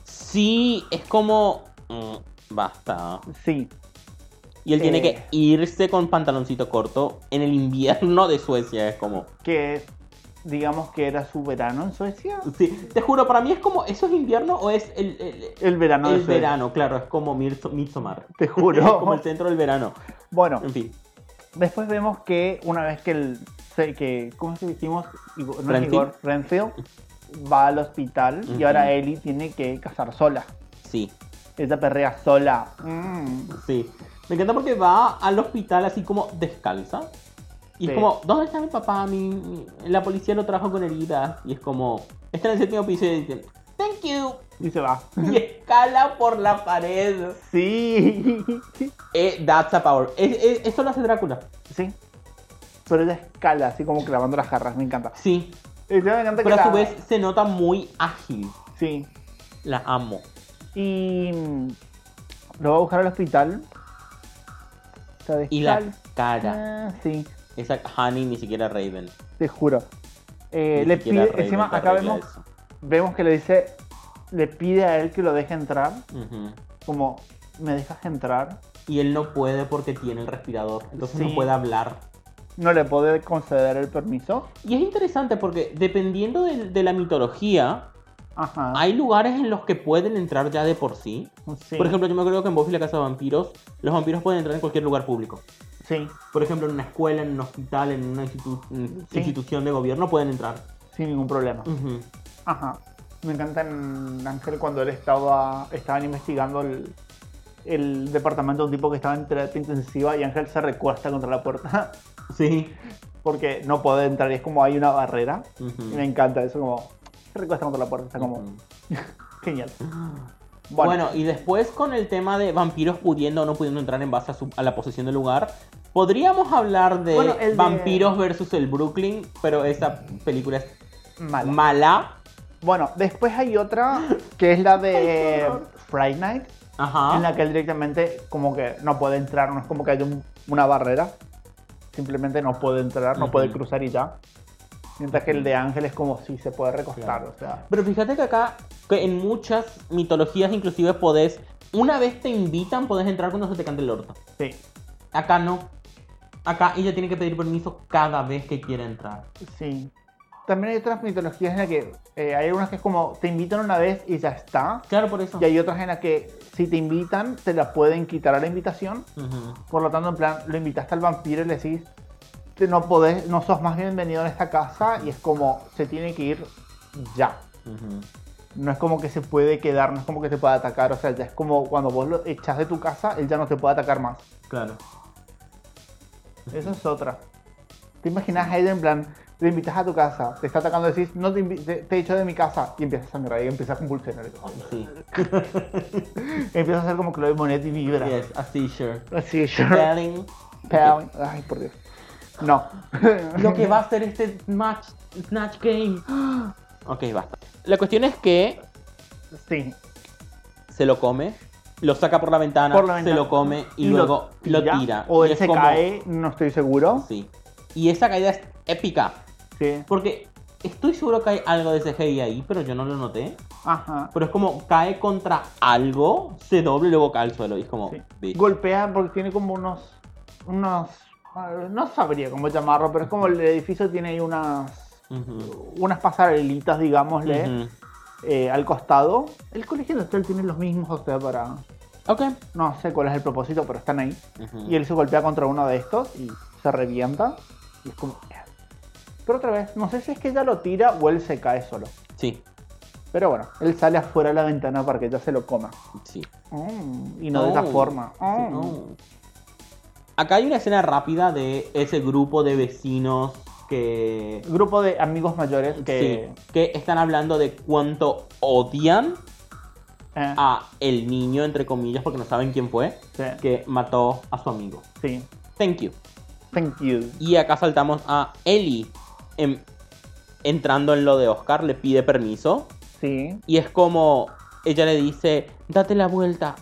Sí, es como... mm, basta. Sí. Y él tiene Eh. que irse con pantaloncito corto en el invierno de Suecia. Es como... Que digamos que era su verano en Suecia. Sí, te juro, para mí es como, ¿eso es invierno o es el, el- el- El verano de el Suecia. verano? Claro, es como Mirzo- Midsommar. Te Es juro. como el centro del verano. Bueno, En fin, después vemos que una vez que el. se- que, ¿Cómo es que dijimos? Igor- no es Renfield. Igor, Renfield va al hospital y Ujú. ahora Ellie tiene que casar sola. sí, Ella perrea sola. Mm. sí. Me encanta porque va al hospital así como descalza. Y es Sí. como, ¿dónde está mi papá? Mi, mi- la policía lo trajo con heridas. Y es como, está en el séptimo piso y dice, thank you. Y se va. Y escala por la pared. Sí. Eh, that's a power. Es- es- eso lo hace Drácula. Sí. Pero ella escala, así como clavando las jarras, me encanta. Sí, Y ya me encanta que pero a su la- vez se nota muy ágil. Sí. La amo. Y mm, lo va a buscar al hospital. Está Y la descalza. Ah. cara. Sí, Esa Honey ni siquiera Raven. te juro. Eh, Ni le siquiera pide, Raven encima te acá arregla vemos, eso. vemos que le dice, le pide a él que lo deje entrar, Ujú. como, ¿me dejas entrar? Y él no puede porque tiene el respirador. Entonces Sí. no puede hablar. No le puede conceder el permiso. Y es interesante porque dependiendo de, de la mitología, Ajá. hay lugares en los que pueden entrar ya de por sí. sí, Por ejemplo, yo me creo que en Buffy la Casa de Vampiros, los vampiros pueden entrar en cualquier lugar público. sí, Por ejemplo, en una escuela, en un hospital, en una institu- en Sí. institución de gobierno pueden entrar. sin ningún problema. Ujú. Ajá. Me encanta en Ángel cuando él estaba. Estaban investigando el, el departamento de un tipo que estaba en terapia intensiva y Ángel se recuesta contra la puerta Sí. porque no puede entrar y es como hay una barrera. Ujú. Y me encanta eso, como. Se recuesta contra la puerta, está como. Ujú. Genial. Bueno. y después con el tema de vampiros pudiendo o no pudiendo entrar en base a, su- a la posición del lugar, podríamos hablar de Bueno, el de- vampiros versus el Brooklyn, pero esa película es mala. mala. Bueno, después hay otra que es la de Friday Night, Ajá. en la que él directamente, como que no puede entrar, no es como que hay un- una barrera. Simplemente no puede entrar, no puede Ujú. cruzar y ya. Mientras que el de Ángel es como si se puede recostar, Claro. o sea. Pero fíjate que acá, que en muchas mitologías inclusive podés, una vez te invitan, podés entrar cuando se te cante el orto. Sí, Acá no. Acá ella tiene que pedir permiso cada vez que quiere entrar. sí. También hay otras mitologías en las que eh, hay algunas que es como te invitan una vez y ya está. Claro, por eso. Y hay otras en las que si te invitan, te la pueden quitar a la invitación. Ujú. Por lo tanto, en plan, lo invitaste al vampiro y le decís, "Te- no podés, no sos más bienvenido en esta casa y es como, se tiene que ir ya. Ujú. No es como que se puede quedar, no es como que te pueda atacar, o sea, ya es como cuando vos lo echás de tu casa, él ya no te puede atacar más. Claro. Eso es otra. ¿Te imaginas a ella en plan, le invitas a tu casa, te está atacando, decís, no te, invi- te, te echo de mi casa y empieza a sangrar y empieza a convulsionar. Sí. Empieza a hacer como Chloe Monet y vibra. Yes, a seizure. Así, yo. Telling. Pam. Ay, por Dios. No. lo que va a ser este match, Snatch Game. Ok, basta. La cuestión es que Sí, se lo come, lo saca por la ventana, Por la ventana. se lo come y, luego lo tira. Y O él es se como- cae, no estoy seguro. Sí. Y esa caída es épica. Sí. Porque estoy seguro que hay algo de CGI ahí, pero yo no lo noté. Ajá. Pero es como cae contra algo, se doble y luego cae al suelo. Y es como. Sí. bitch. Golpea porque tiene como unos. unos. No sabría cómo llamarlo, pero es como el edificio tiene ahí unas. Ujú. unas pasarelitas, digámosle, Ujú. eh, al costado. El colegio de Estel tiene los mismos, o sea, para. Ok. No sé cuál es el propósito, pero están ahí. Ujú. Y él se golpea contra uno de estos y se revienta. Y es como. "Eh". Pero otra vez, no sé si es que ella lo tira o él se cae solo. Sí, Pero bueno, él sale afuera de la ventana para que ella se lo coma. sí. Mm, y no de esa Oh, forma. sí, Mm. oh. Acá hay una escena rápida de ese grupo de vecinos que, Mm. Grupo de amigos mayores que. sí, que están hablando de cuánto odian eh, a el niño, entre comillas, porque no saben quién fue, sí, que mató a su amigo. sí. Thank you. Thank you. Y acá saltamos a Ellie. em- entrando en lo de Oscar, le pide permiso. Sí. Y es como ella le dice, date la vuelta.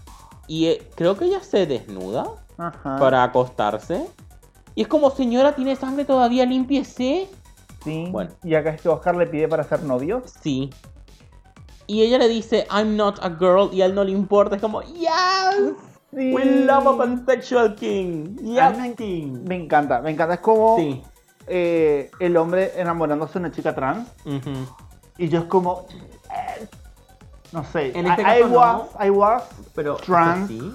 Y eh, creo que ella se desnuda. Ajá. para acostarse. Y es como, señora, ¿tiene sangre todavía? Límpiese. Sí. Bueno. Y acá este Oscar le pide para ser novios. Sí. Y ella le dice, I'm not a girl, y a él no le importa. Es como, Yes, Sí. we love a pansexual king. A Yes, mí king. Me encanta, me encanta. Es como Sí. eh, el hombre enamorándose de una chica trans. Ujú. Y yo es como. eh, no sé. En este I, I caso no. was, I was Pero, Trans. Sí,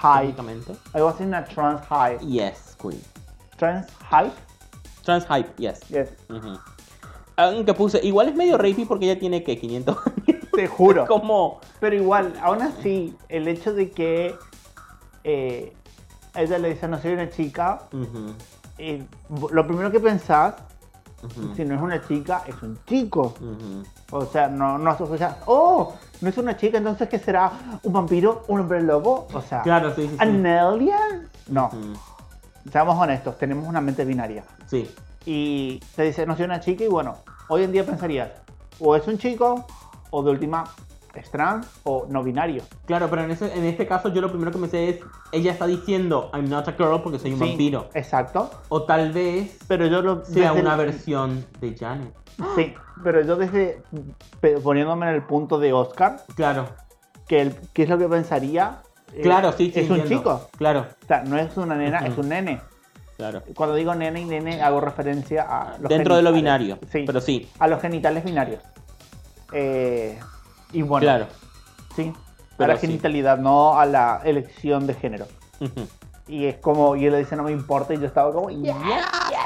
high. técnicamente. I was in a trans high. Yes, queen. Trans high. Trans hype, yes. Yes. Ujú. Aunque puse, igual es medio rapey porque ella tiene, que 500 Te juro. como... Pero igual, aún así, el hecho de que eh, ella le dice no soy una chica, Ujú, eh, vo- lo primero que pensás, ujú, si no es una chica, es un chico. ujú. O sea, no, no asocias, oh, no es una chica, entonces ¿qué será? ¿Un vampiro? ¿Un hombre lobo? O sea, Claro, sí, sí, sí. ¿an alien? No. Ujú. seamos honestos, tenemos una mente binaria. Sí. Y te dice, no soy una chica y bueno, hoy en día pensarías, o es un chico, o de última, es trans, o no binario. Claro, pero en, ese- en este caso yo lo primero que me sé es, ella está diciendo, I'm not a girl porque soy un Sí, vampiro. Exacto. O tal vez Pero yo lo... sea desde el- una versión de Janet. Sí, pero yo desde pe- poniéndome en el punto de Oscar, Claro, que, el- que es lo que pensaría... eh, claro, sí, sí. Es un entiendo. chico. Claro, O sea, no es una nena, Ujú. es un nene. claro. Cuando digo nene y nene hago referencia a los Dentro de lo genitales. binario. Sí, Pero sí, a los genitales binarios. Eh, y bueno, claro. sí, a Pero la sí. genitalidad, no a la elección de género. Ujú. Y es como, y él le dice, no me importa, y yo estaba como, yes,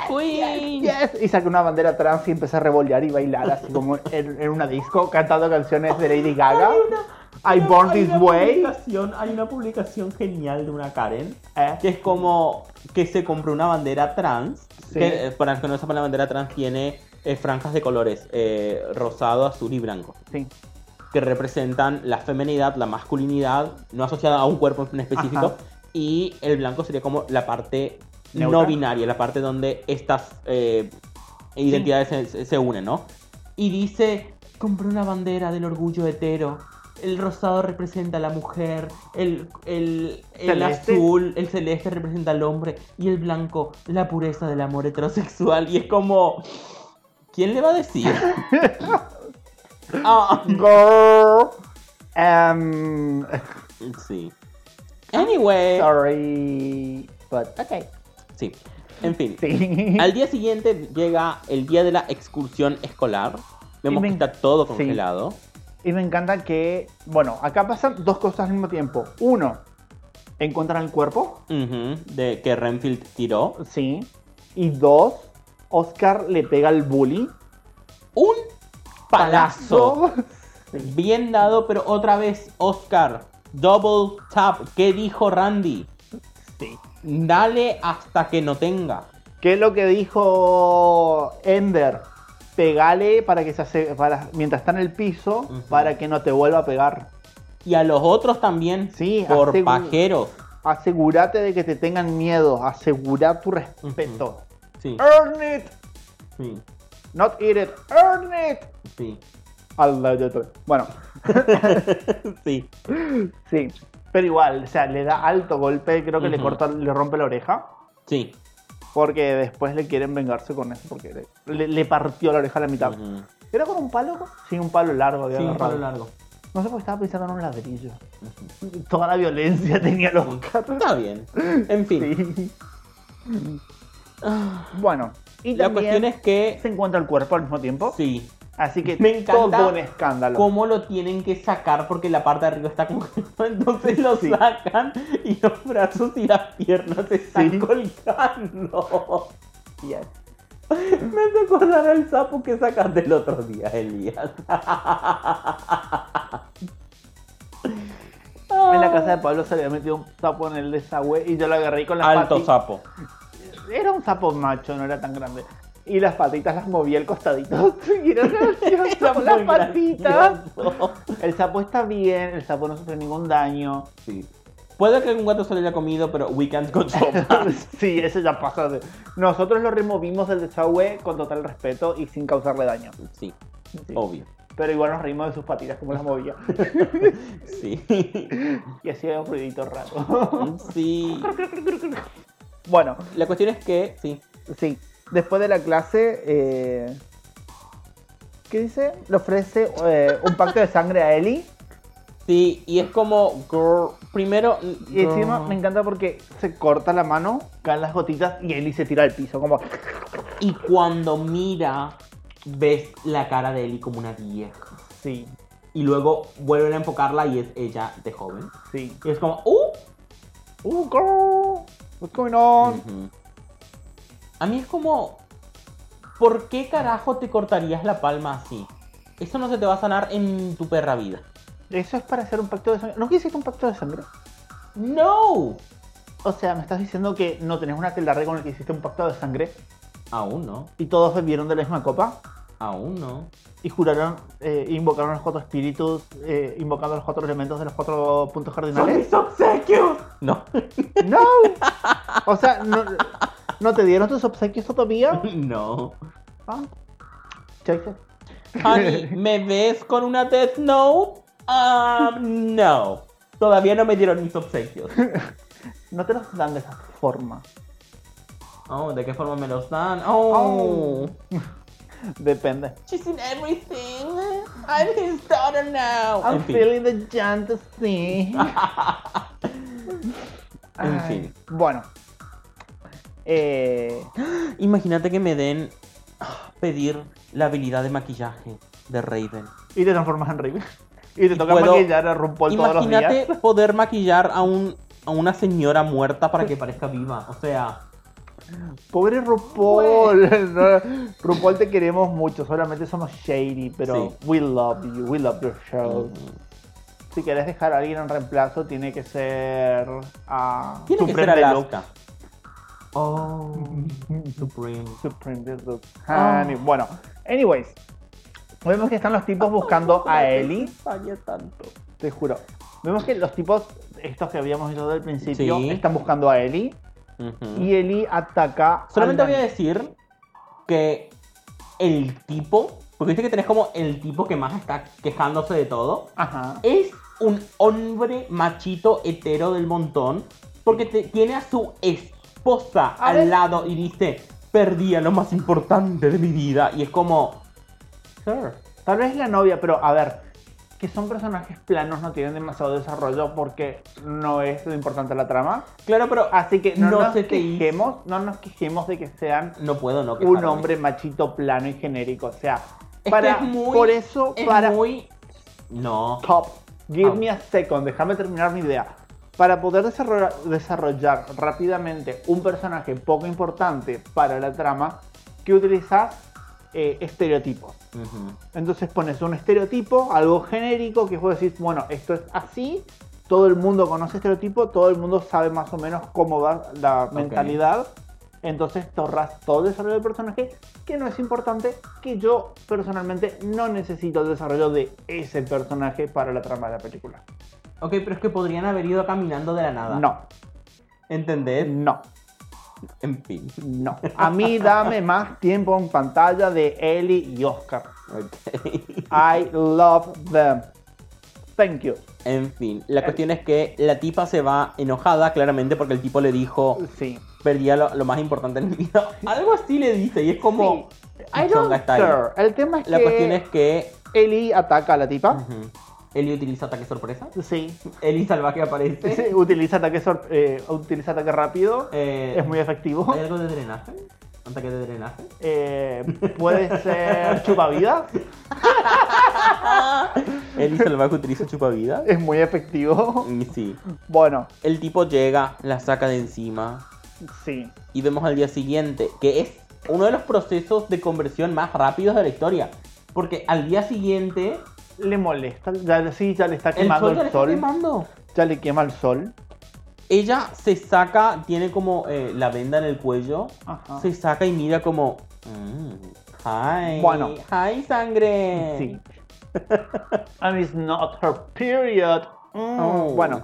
Queen. yes", Y saqué una bandera trans y empecé a revolear y bailar así como en, en una disco, cantando canciones de Lady Gaga. I Born Hay This una Way. publicación- Hay una publicación genial de una Karen Eh, que es como que se compró una bandera trans. Sí. Que, eh, para los que no sepan, la bandera trans tiene eh, franjas de colores eh, rosado, azul y blanco. sí, que representan la feminidad, la masculinidad, no asociada a un cuerpo en específico. Ajá. Y el blanco sería como la parte Neutra. no binaria, la parte donde estas eh, identidades se, se unen, ¿no? Y dice, compré una bandera del orgullo hetero. El rosado representa a la mujer, el, el, el Celeste. azul, el celeste representa al hombre y el blanco la pureza del amor heterosexual. Y es como, ¿quién le va a decir? Ah. Girl. Em, Eh. Sí. Ah. Anyway. sorry, but okay. Sí. En fin. Sí. Al día siguiente llega el día de la excursión escolar. Vemos me- que está todo sí. congelado. Y me encanta que, bueno, acá pasan dos cosas al mismo tiempo. Uno, encuentran el cuerpo. Ujú, de que Renfield tiró. Sí. Y dos, Oscar le pega al bully. Un palazo. Palazo. Bien dado, pero otra vez, Oscar. Double tap. ¿Qué dijo Randy? Sí. Dale hasta que no tenga. ¿Qué es lo que dijo Ender? Pegale para que se hace, para, mientras está en el piso, Ujú. para que no te vuelva a pegar. Y a los otros también. Sí, Por asegu- pajeros. Asegúrate de que te tengan miedo. Asegura tu respeto. Sí, Earn it, sí, not eat it. Earn it. sí. Al- al- Bueno, sí. Sí, pero igual, o sea, le da alto golpe, creo que le Ujú. corta, le rompe la oreja, Sí. porque después le quieren vengarse con eso, porque le, le- le partió la oreja a la mitad. Ujú. ¿Era con un palo? Sí, un palo largo había Sí, un agarrado. palo largo. No sé por qué estaba pensando en un ladrillo. Toda la violencia tenía los Está bien. En fin. Sí. Bueno, y La también ¿Oh? cuestión es que. se encuentra el cuerpo al mismo tiempo, Sí. así que Me encanta todo un escándalo. ¿Cómo lo tienen que sacar? Porque la parte de arriba está congelada. Entonces lo Sí. sacan y los brazos y las piernas se están Sí. colgando. Yes. Me hace acordar al sapo que sacaste el otro día, Elías. En la casa de Pablo se le había metido un sapo en el desagüe y yo lo agarré y con las Ah, Alto patitas- sapo. Era un sapo macho, no era tan grande. Y las patitas las movía al costadito. Y era gracioso Era con las muy patitas. gracioso. El sapo está bien, el sapo no sufrió ningún daño. Sí. Puede que algún gato se lo haya comido, pero we can't control that. sí, eso ya pasa. de- Nosotros lo removimos del desagüe con total respeto y sin causarle daño. Sí, Sí. obvio. Pero igual nos reímos de sus patitas, como las movía. Sí. Mm, Y hacía un ruidito raro. Sí. bueno, La cuestión es que, sí, Sí. Después de la clase, eh, ¿qué dice? Le ofrece eh, un pacto de sangre a Ellie. Sí, y es como, girl, primero... Y encima girl. me encanta porque se corta la mano, caen las gotitas y Ellie se tira al piso. Como, Y cuando mira, ves la cara de Ellie como una vieja. sí, Y luego vuelven a enfocarla y es ella de joven. sí. Y es como, ¡uh! Uh, girl, what's going on? Ujú. A mí es como, ¿por qué carajo te cortarías la palma así? Eso no se te va a sanar en tu perra vida. Eso es para hacer un pacto de sangre. ¿No que hiciste un pacto de sangre? ¡No! O sea, me estás diciendo que no tenés una aquelarre con el que hiciste un pacto de sangre Aún no. y todos bebieron de la misma copa. Aún no. y juraron, eh, invocaron los cuatro espíritus, eh, invocando los cuatro elementos de los cuatro puntos cardinales. obsequios! No. ¡No! O sea, no, ¿no te dieron tus obsequios todavía? no. Ah, check, check. Honey, ¿me ves con una Death Note? Ah, no. Todavía no me dieron mis obsequios. No te los dan de esa forma. Oh, ¿de qué forma me los dan? Oh. Depende. She's in everything. I'm his daughter now. I'm en fin. feeling the fantasy. En Ay, fin. Bueno. Eh, Imagínate que me den ah, pedir la habilidad de maquillaje de Raven. y te transformas en River. Y te toca puedo- maquillar a RuPaul todos los Imagínate días. poder maquillar a un a una señora muerta para que parezca viva. O sea, Pobre Pues. RuPaul. No, RuPaul te queremos mucho. Solamente somos shady, pero Sí. we love you. We love your show. Si querés dejar a alguien en reemplazo, tiene que ser ah, a tiene que ser Supreme Deluxe. Alaska. Oh, Supreme. Supreme Deluxe. Ah. Honey. Bueno, anyways. Vemos que están los tipos buscando a Ellie. Extraña tanto. Te juro. Vemos que los tipos, estos que habíamos visto del principio, Sí. están buscando a Eli. Ujú. Y Eli ataca. Solamente al voy a decir que el tipo, porque viste que tenés como el tipo que más está quejándose de todo, Ajá. es un hombre machito hetero del montón, porque te- tiene a su esposa A al ver. lado y dice, perdí a lo más importante de mi vida, y es como, sir, Tal vez la novia, pero a ver. Que son personajes planos, no tienen demasiado desarrollo porque no es lo importante la trama. claro, pero ah, Así que no, No nos, se te hizo. quejemos, no nos quejemos de que sean no puedo no un quejarme". hombre machito plano y genérico. O sea, que para, es muy- por eso, es para muy... No. Top. Give Ah. me a second, déjame terminar mi idea. Para poder desarrollar, desarrollar rápidamente un personaje poco importante para la trama, que utilizas eh, estereotipos. Ujú. Entonces pones un estereotipo, algo genérico, que vos decís, bueno, esto es así, todo el mundo conoce este estereotipo, todo el mundo sabe más o menos cómo va la mentalidad. Entonces te ahorras todo el desarrollo del personaje, que no es importante, que yo personalmente no necesito el desarrollo de ese personaje para la trama de la película. Ok, pero es que podrían haber ido caminando de la nada. No, ¿Entendés? no, En fin. no. A mí dame más tiempo en pantalla de Ellie y Oscar. Ok. I love them. Thank you. En fin. La cuestión es que la tipa se va enojada, claramente, porque el tipo le dijo, Sí. perdí a lo, lo más importante en mi vida. Algo así le dice, y es como... I don't Chonga style. care. El tema es La que ¿Ah? cuestión es que... Eli ataca a la tipa. Ujú. Eli utiliza ataque sorpresa. Sí. Eli salvaje aparece. Sí, Utiliza, ataque sor- eh, utiliza ataque rápido. Eh, es muy efectivo. ¿Hay algo de drenaje? ¿Ataque de drenaje? Eh, puede ser chupavidas. Eli salvaje utiliza chupavidas. Es muy efectivo. Y sí. Bueno, El tipo llega, la saca de encima, sí. y vemos al día siguiente, que es uno de los procesos de conversión más rápidos de la historia. Porque al día siguiente, Le molesta. Ya, le- sí, ya le está el quemando sol el ya sol. le está quemando. Ya le quema el sol. Ella se saca, tiene como eh, la venda en el cuello, Ajá. se saca y mira como... mm, hi, Bueno. hi, sangre. Sí. And it's not her period. Mm, Oh. Bueno.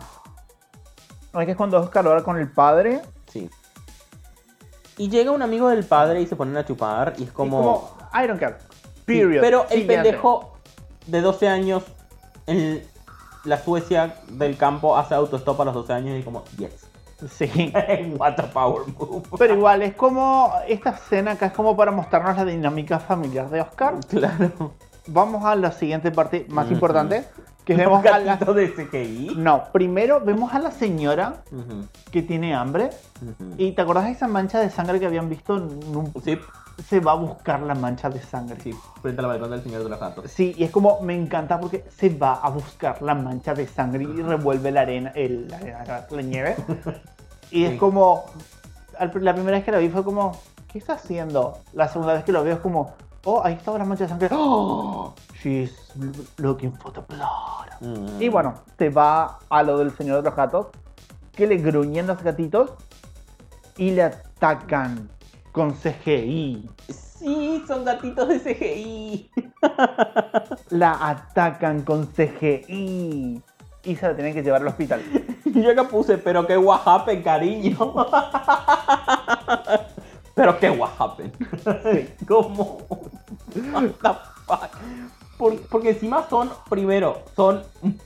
Es que es cuando Oscar habla con el padre. Sí. Y llega un amigo del padre y se ponen a chupar y es como... Como, I don't care. Sí, Period. Pero el Siguiente. pendejo de 12 años en la Suecia del campo hace autostop a los 12 años y como, yes. Sí. What a power move. Pero igual, es como. Esta escena acá es como para mostrarnos la dinámica familiar de Oscar. Claro. Vamos a la siguiente parte más Ujú. importante. Que vemos a la. gatito de CGI. No, primero vemos a la señora Ujú, que tiene hambre. ujú. ¿Y te acordás de esa mancha de sangre que habían visto? en un- Sí, Se va a buscar la mancha de sangre. sí, frente al balcón del señor de los gatos. Sí, y es como, me encanta porque se va a buscar la mancha de sangre y revuelve la arena, el- la, arena, la nieve. Y es Sí. como, al- la primera vez que la vi fue como, ¿qué está haciendo? La segunda vez que lo veo es como, oh, ahí estaba la mancha de sangre. Oh, she's looking for the blood. Mm. Y bueno, se va a lo del señor de los gatos, que le gruñen los gatitos y le atacan con CGI. Sí, son gatitos de CGI. La atacan con CGI y se la tienen que llevar al hospital. Yo acá puse, pero qué what happened, cariño. pero qué what happened. ¿Cómo? What the fuck? Por- porque encima son, primero, son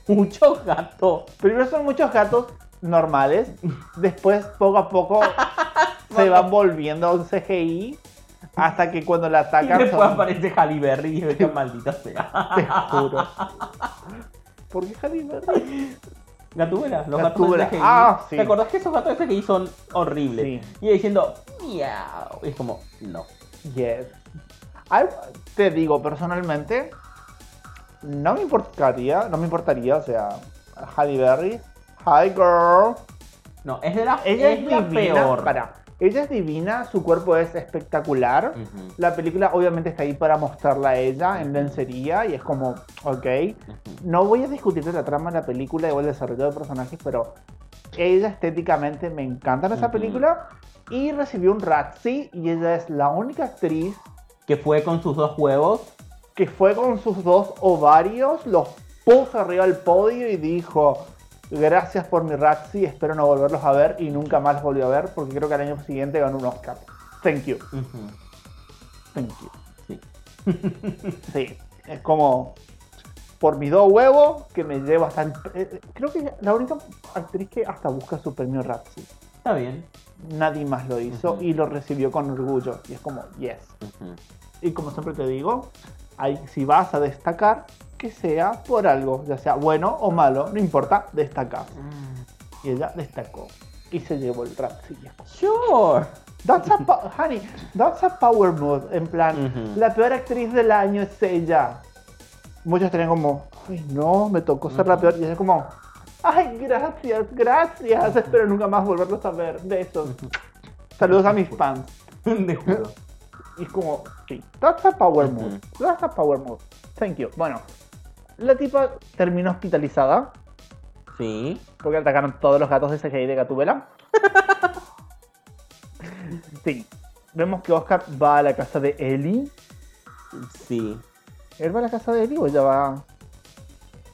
muchos gatos. Primero son muchos gatos normales, después poco a poco se van volviendo a un CGI hasta que cuando la Y atacan después son- aparece Halle Berry y yo digo, maldita sea. te juro. ¿Por qué Harry Berry? Gatúbela, los Gatúbela. gatos de CGI. Ah, sí. ¿Te acordás que esos gatos de CGI son horribles? Sí. Y ella diciendo, miau. Y es como, no. Yes. Al- te digo, personalmente, no me importaría, no me importaría, o sea, Halle Berry, hi girl. No, es de la, Ella es, la divina. peor. Pará. ella es divina, su cuerpo es espectacular. Ujú, La película obviamente está ahí para mostrarla a ella en lencería y es como, ok. ujú. No voy a discutir de la trama de la película o el desarrollo de personajes, pero ella estéticamente me encanta en esa Ujú. película. Y recibió un Razzie y ella es la única actriz Que fue con sus dos huevos. que fue con sus dos ovarios, los puso arriba al podio y dijo, gracias por mi Razzie, espero no volverlos a ver y nunca más los volvió a ver porque creo que al año siguiente ganó un Oscar. Thank you, Ujú. thank you. Sí. Sí, es como por mis dos huevos que me llevo hasta el... eh, Creo que la única actriz que hasta busca su premio Razzie. Está bien. Nadie más lo hizo Ujú. y lo recibió con orgullo. Y es como, yes. Y como siempre te digo, hay- si vas a destacar, que sea por algo, ya sea bueno o malo, no importa, destacar. Y ella destacó y se llevó el rap. Sure. That's a po- honey, that's a power move. En plan, Ujú. la peor actriz del año es ella. Muchos tenían como, ay no, me tocó ser la Ujú. peor. Y ella como, ay gracias, gracias. Espero nunca más volverlos a ver. Besos. Saludos a mis fans. De juro. Y es como, sí, that's a power Ujú. move. That's a power move. Thank you. Bueno, la tipa terminó hospitalizada Sí. porque atacaron todos los gatos de CGI de Gatubela. sí. Vemos que Oscar va a la casa de Ellie. Sí. ¿Él va a la casa de Ellie o ella va?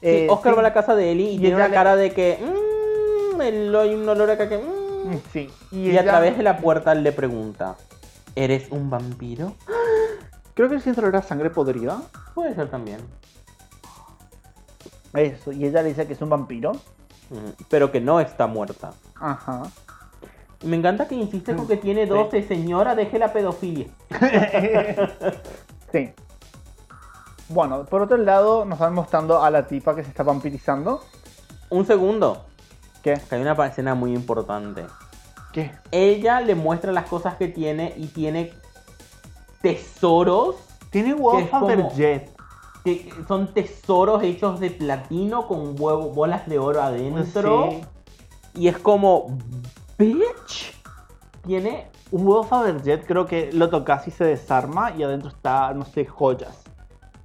Eh, Eh, Sí, Oscar va a la casa de Eli y, Y tiene ella una le- cara de que. Mmm, el, hay un olor acá que. mm. Sí. Y, a ella- través de la puerta le pregunta: ¿Eres un vampiro? Creo que el centro era sangre podrida. Puede ser también. Eso. Y ella le dice que es un vampiro. Ujú. Pero que no está muerta. Ajá. Y Me encanta que insiste con que tiene 12. Señora, deje la pedofilia. Sí. Bueno, por otro lado, nos van mostrando a la tipa que se está vampirizando. Un segundo. ¿Qué? Que hay una pa- escena muy importante. ¿Qué? Ella le muestra las cosas que tiene y tiene tesoros Tiene Que es como- Jet. que son tesoros hechos de platino con huevo, bolas de oro adentro. Sí. Y es como, bitch, tiene... Un huevo Faberjet creo que lo tocas y se desarma y adentro está, no sé, joyas.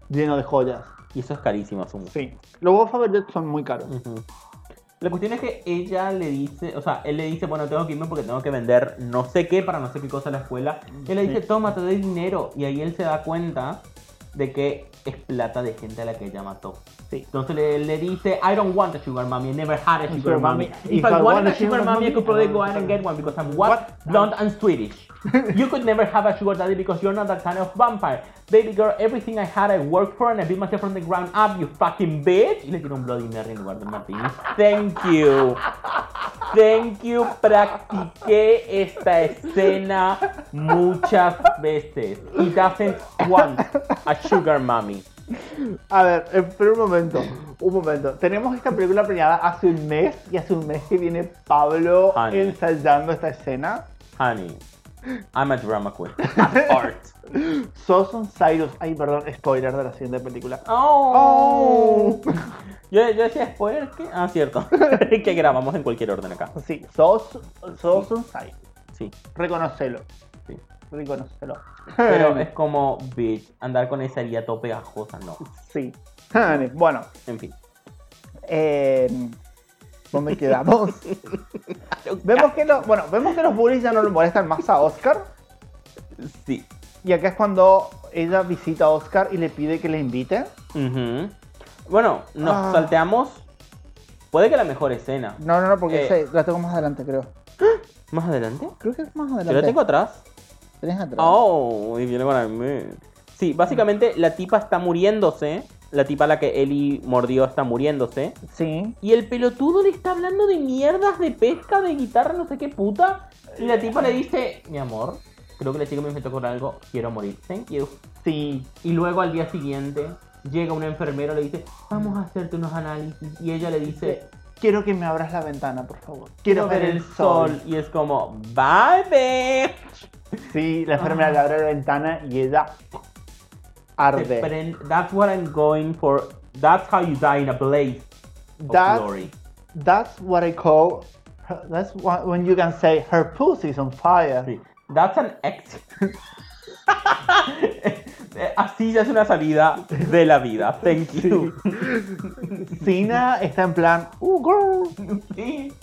Lleno de joyas. Y eso es carísimo, asumo. Sí. Los huevos Faberjet son muy caros. Ujú. La cuestión es que ella le dice, o sea, él le dice, bueno, tengo que irme porque tengo que vender no sé qué para no sé qué cosa a la escuela. Él le Sí. dice, toma, te doy dinero. Y ahí él se da cuenta de que es plata de gente a la que ella mató. Sí. Entonces le, le dice, I don't want a sugar mommy, I never had a A sugar, sugar mommy. mommy. If, I wanted a sugar mommy, I could probably go out and get one because I'm what? What? Blonde and Swedish. you could never have a sugar daddy because you're not that kind of vampire. Baby girl, everything I had I worked for and I built myself from the ground up, you fucking bitch. Y le tira un Bloody Mary en lugar de un martini. Thank you. Thank you. Practiqué esta escena muchas veces. He doesn't want a sugar mommy. A ver, espera un momento. Un momento. Tenemos esta película planeada hace un mes y hace un mes que viene Pablo Honey. ensayando esta escena. Honey, I'm a drama queen. At art. Sos un Cyrus. Ay, perdón, spoiler de la siguiente película. Oh. Yo, yo decía spoiler, ¿qué? Ah, cierto. que grabamos en cualquier orden acá. Sí, sos, sos un Cyrus. Sí. Reconocelo. Sí. Reconocelo. Pero es como, bitch, andar con esa herida todo pegajosa, no. Sí. Honey, Bueno, En fin. eh, ¿dónde quedamos? vemos, que los, bueno, vemos que los bullies ya no lo molestan más a Oscar. Sí. Y acá es cuando ella visita a Oscar y le pide que le invite. Ujú. Bueno, nos Ah. salteamos. Puede que la mejor escena. No, no, no, porque Eh. esa la tengo más adelante, creo. ¿Más adelante? Creo que es más Yo adelante. la tengo atrás. Tenés atrás. Oh, y viene para mí. Sí, básicamente la tipa está muriéndose. La tipa a la que Eli mordió está muriéndose. Sí. Y el pelotudo le está hablando de mierdas de pesca, de guitarra, no sé qué puta. Y la tipa le dice, mi amor, creo que la chica me infectó con algo, quiero morir. Thank you. Sí. Y luego al día siguiente llega un enfermero, le dice, vamos a hacerte unos análisis. Y ella le dice, Quiero que me abras la ventana, por favor. quiero ver el sol. Y es como, bye, bitch". Sí, la enfermera le abre la ventana y ella Te arde. prend- That's what I'm going for. That's how you die in a blaze of That's- glory. That's what I call. That's wha- when you can say her pussy's on fire. Sí. That's an exit. Así ya es una salida de la vida. Thank you. Sina está en plan. Uh, girl. Sí.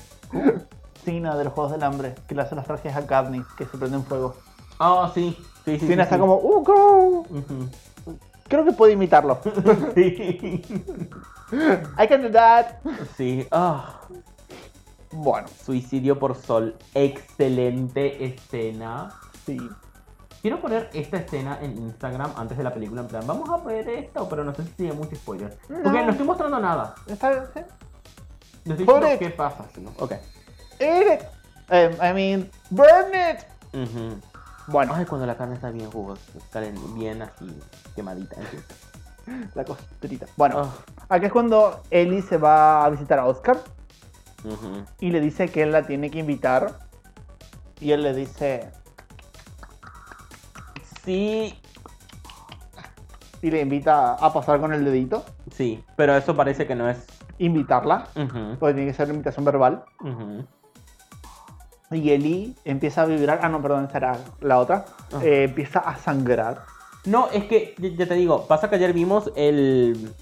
Sina de los Juegos del Hambre, que le hace las trajes a Katniss, que se prenden fuego. Oh, sí. Sí, sí. sí, Sina está sí. como, uh, girl. Ujú. Creo que puedo imitarlo. Sí. I can do that. Sí. Ah, Bueno, suicidio por sol. Excelente escena. sí. Quiero poner esta escena en Instagram antes de la película. En plan, vamos a poner esto, pero no sé si tiene mucho spoiler. Porque No. no estoy mostrando nada. Está- sí. No estoy Pobre- diciendo qué pasa, sino. Ok. Eat it. Um, I mean, burn it. Ujú. Bueno, Ay, cuando la carne está bien jugosa, sale bien así, quemadita. en fin. la costrita. Bueno, Ah, acá es cuando Ellie se va a visitar a Oscar ujú. y le dice que él la tiene que invitar. Y él le dice, Sí, y le invita a pasar con el dedito, sí, pero eso parece que no es. invitarla, Ujú, porque tiene que ser una invitación verbal. ujú. Y Ellie empieza a vibrar, ah no, perdón, esa era la otra, Ah. Eh, empieza a sangrar. No, es que, ya ya te digo, pasa que ayer vimos el,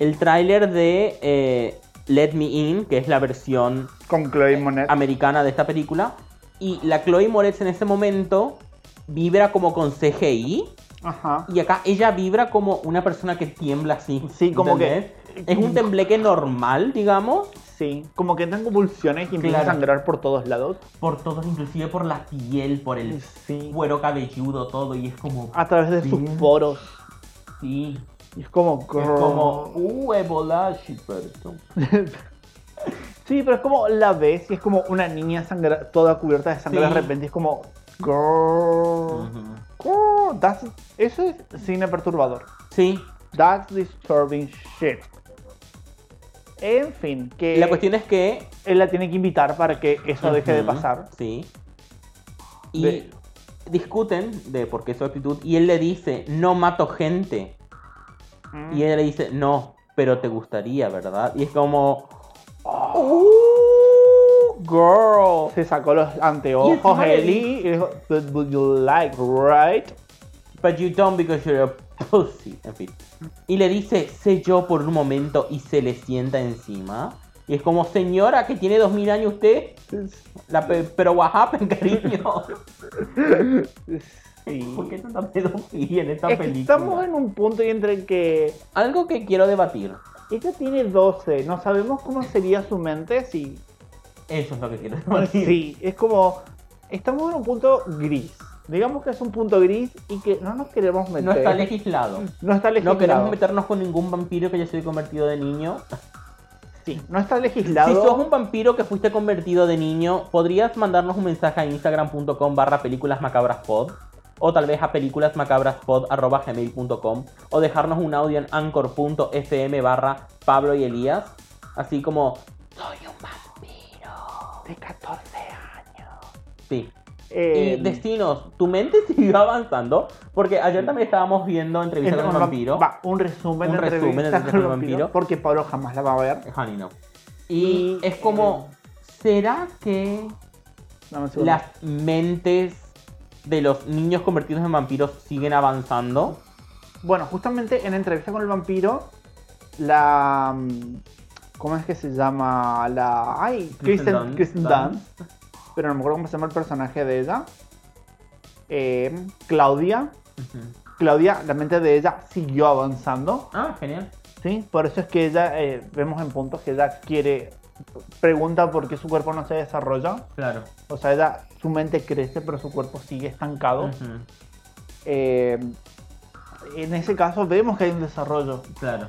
el tráiler de eh, Let Me In, que es la versión Con Chloe Eh, Monet. americana de esta película. Y la Chloe Moretz en ese momento vibra como con CGI. Ajá. Y acá ella vibra como una persona que tiembla así. Sí, como que. Es un tembleque normal, digamos. Sí, como que entran convulsiones y empieza Claro. a sangrar por todos lados. Por todos, inclusive por la piel, por el Sí. Ah, cuero cabelludo, todo. Y es como. A través de sus Sí. poros. Sí. Y es como... Es como. Uh, Ebola, shit, person. Sí, pero es como la ves y es como una niña sangra- toda cubierta de sangre Sí. de repente. y Es como. Girl. Ujú. girl, Oh, that's- eso es cine perturbador. Sí. That's disturbing shit. En fin, que La cuestión es que. él la tiene que invitar para que eso deje de Ujú, pasar. Sí. Y De- discuten de por qué su actitud. Y él le dice: No mato gente. Mm. Y ella le dice, no, pero te gustaría, ¿verdad? Y es como, Mm. "Ooh, girl. Oh, Se sacó los Y anteojos encima le Eli y dijo, "But would you like, right? But you don't because you're a pussy. En fin. Y le dice, sé yo por un momento y se le sienta encima. Y es como, señora, que tiene 2000 años usted. La pe- pero what happened, cariño. Sí. ¿Por qué tanta pedofilia en esta Es que película? estamos en un punto y entre que Algo que quiero debatir. ella tiene 12, no sabemos cómo sería su mente si Eso es lo que quiero debatir. Sí, es como. Estamos en un punto gris. Digamos que es un punto gris y que no nos queremos meter. No está legislado. No está legislado. No queremos meternos con ningún vampiro que haya sido convertido de niño. Sí, no está Si legislado. sos un vampiro que fuiste convertido de niño, podrías mandarnos un mensaje a instagram.com barra películas macabraspod o tal vez a películasmacabraspod.gmail.com o dejarnos un audio en anchor.fm barra Pablo y Elías. Así como, Soy un vampiro de 14 años. sí. y Eh, destinos, tu mente siguió avanzando porque ayer también estábamos viendo entre entrevistas con un un vampiro. Va, un resumen Un de resumen de entrevistas Entrevistas con con vampiro, vampiro. Porque Pablo jamás la va a ver. Honey, no. Y Y, es como, eh, ¿será que Dame un segundo. las mentes de los niños convertidos en vampiros siguen avanzando. Bueno, justamente en entrevista con el vampiro, la. mm, ¿Cómo es que se llama? La. Ay, Kristen Kristen, Dunst. Kristen Dunst. Pero no me acuerdo cómo se llama el personaje de ella. Eh, Em, Claudia. Ujú. Claudia, la mente de ella siguió avanzando, Ah, genial. ¿sí? Por eso es que ella, eh, vemos en puntos que ella quiere, pregunta por qué su cuerpo no se desarrolla. Claro. O sea, ella, su mente crece, pero su cuerpo sigue estancado. Ujú, Eh, en ese caso vemos que hay un desarrollo, Claro.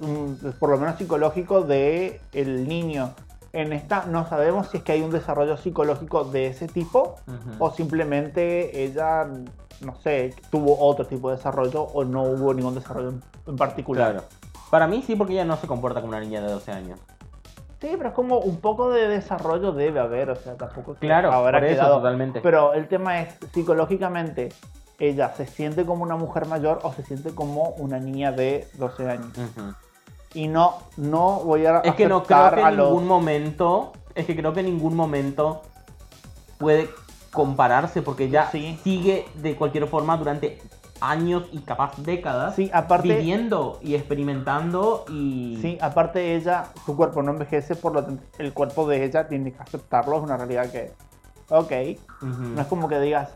un- por lo menos psicológico, de el niño. En esta no sabemos si es que hay un desarrollo psicológico de ese tipo Ujú. o simplemente ella, no sé, tuvo otro tipo de desarrollo o no hubo ningún desarrollo en- en particular. Claro. Para mí sí, porque ella no se comporta como una niña de 12 años. Sí, pero es como un poco de desarrollo debe haber, o sea, tampoco es que Claro, habrá por eso quedado- totalmente. Pero el tema es, psicológicamente, ¿ella se siente como una mujer mayor o se siente como una niña de 12 años? Ujú. Y no, no voy a Es que no creo aceptar que a en los... ningún momento. Es que creo que en ningún momento puede compararse porque ya Sí. sigue de cualquier forma durante años y capaz décadas Sí, aparte, viviendo y experimentando y sí, aparte ella, su cuerpo no envejece, por lo tanto, el cuerpo de ella tiene que aceptarlo, es una realidad que... Ok, Ujú. no es como que digas,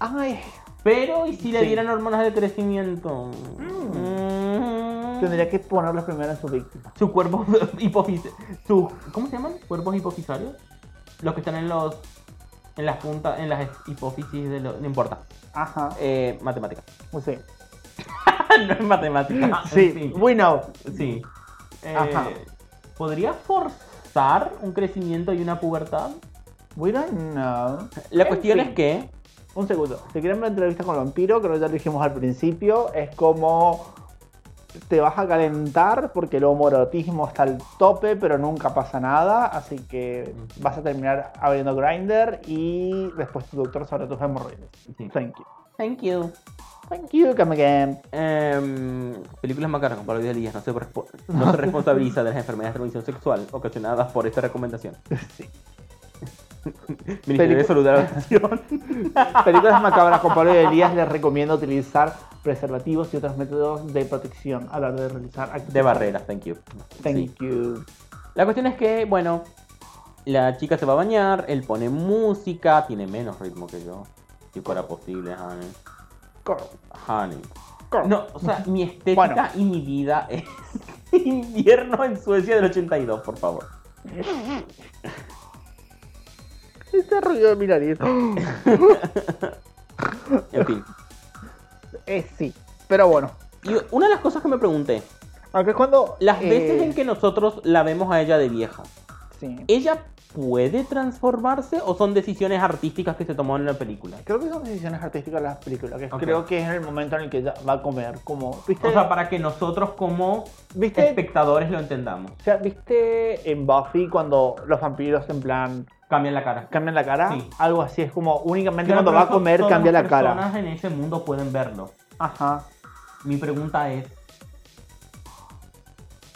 ay, pero y si le Sí. dieran hormonas de crecimiento Mm. tendría que ponerlo primero en su víctima. su cuerpo hipofis su cómo se llaman cuerpos hipofisarios los que están en los en las puntas en las hipófisis de los no importa Ajá, pues eh, matemática sí. no es matemática Sí, en fin. we know. Sí. Eh, Ajá. ¿Podría forzar un crecimiento y una pubertad? We don't know. La En cuestión fin. es que. Un segundo. Si quieren ver entrevista con vampiro, creo que ya lo dijimos al principio, es como te vas a calentar porque el homorotismo está al tope, pero nunca pasa nada, así que Ujú. vas a terminar abriendo grinder y después tu doctor sabrá tus hemorroides. Thank you. Thank you. Thank you, come again. Em, películas macarras con Pablo Díaz no se, respo- no se responsabiliza de las enfermedades de transmisión sexual ocasionadas por esta recomendación. Ministerio de Pelicu- Salud de la Nación. Películas macabras con Pablo y Elías les recomiendo utilizar preservativos y otros métodos de protección a la hora de realizar actos De sexuales. barreras, thank you. Thank Sí. you. La cuestión es que, bueno, la chica se va a bañar, él pone música, tiene menos ritmo que yo. Si fuera posible, honey. Cor- Honey. cor- No, o sea, mi estética Bueno. y mi vida es invierno en Suecia del 82, por favor. Este ruido de mi nariz. En fin. Eh, sí, pero bueno. Y una de las cosas que me pregunté, Aunque es cuando. las eh, veces en que nosotros la vemos a ella de vieja, Sí. ¿ella puede transformarse o son decisiones artísticas que se tomó en la película? Creo que son decisiones artísticas las películas. Que Ok. Creo que es en el momento en el que ella va a comer. Como. ¿Viste? O sea, para que nosotros como ¿viste? espectadores lo entendamos. O sea, ¿viste en Buffy cuando los vampiros en plan Cambian la cara. cambian la cara? Sí. Algo así, es como únicamente Claro, cuando pero va a eso comer todas cambia las la cara. personas en ese mundo pueden verlo. Ajá. Mi pregunta es,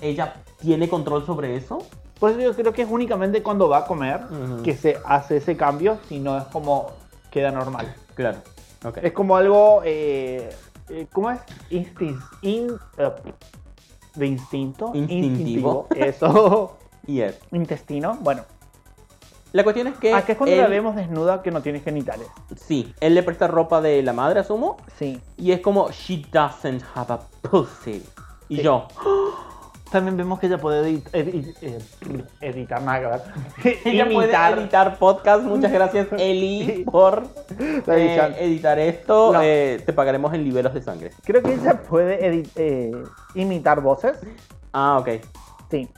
¿ella tiene control sobre eso? Por eso yo creo que es únicamente cuando va a comer Ujú. que se hace ese cambio, si no es como queda normal. Claro. Ok. Es como algo. Eh, eh, ¿Cómo es? Instin- in- eh, de instinto. Instintivo. instintivo, Eso. Y es. Intestino. Bueno. La cuestión es que. Acá Ah, es cuando él, la vemos desnuda que no tiene genitales. Sí, él le presta ropa de la madre, asumo. Sí. Y es como, she doesn't have a pussy. Y Sí. yo, También vemos que ella puede edit- edi- eh, editar nada que ver. ella Imitar puede editar podcast. Muchas gracias, Eli, por la eh, edición. editar esto. No. Eh, te pagaremos en liberos de sangre. Creo que ella puede edi- eh, imitar voces. Ah, ok. Sí.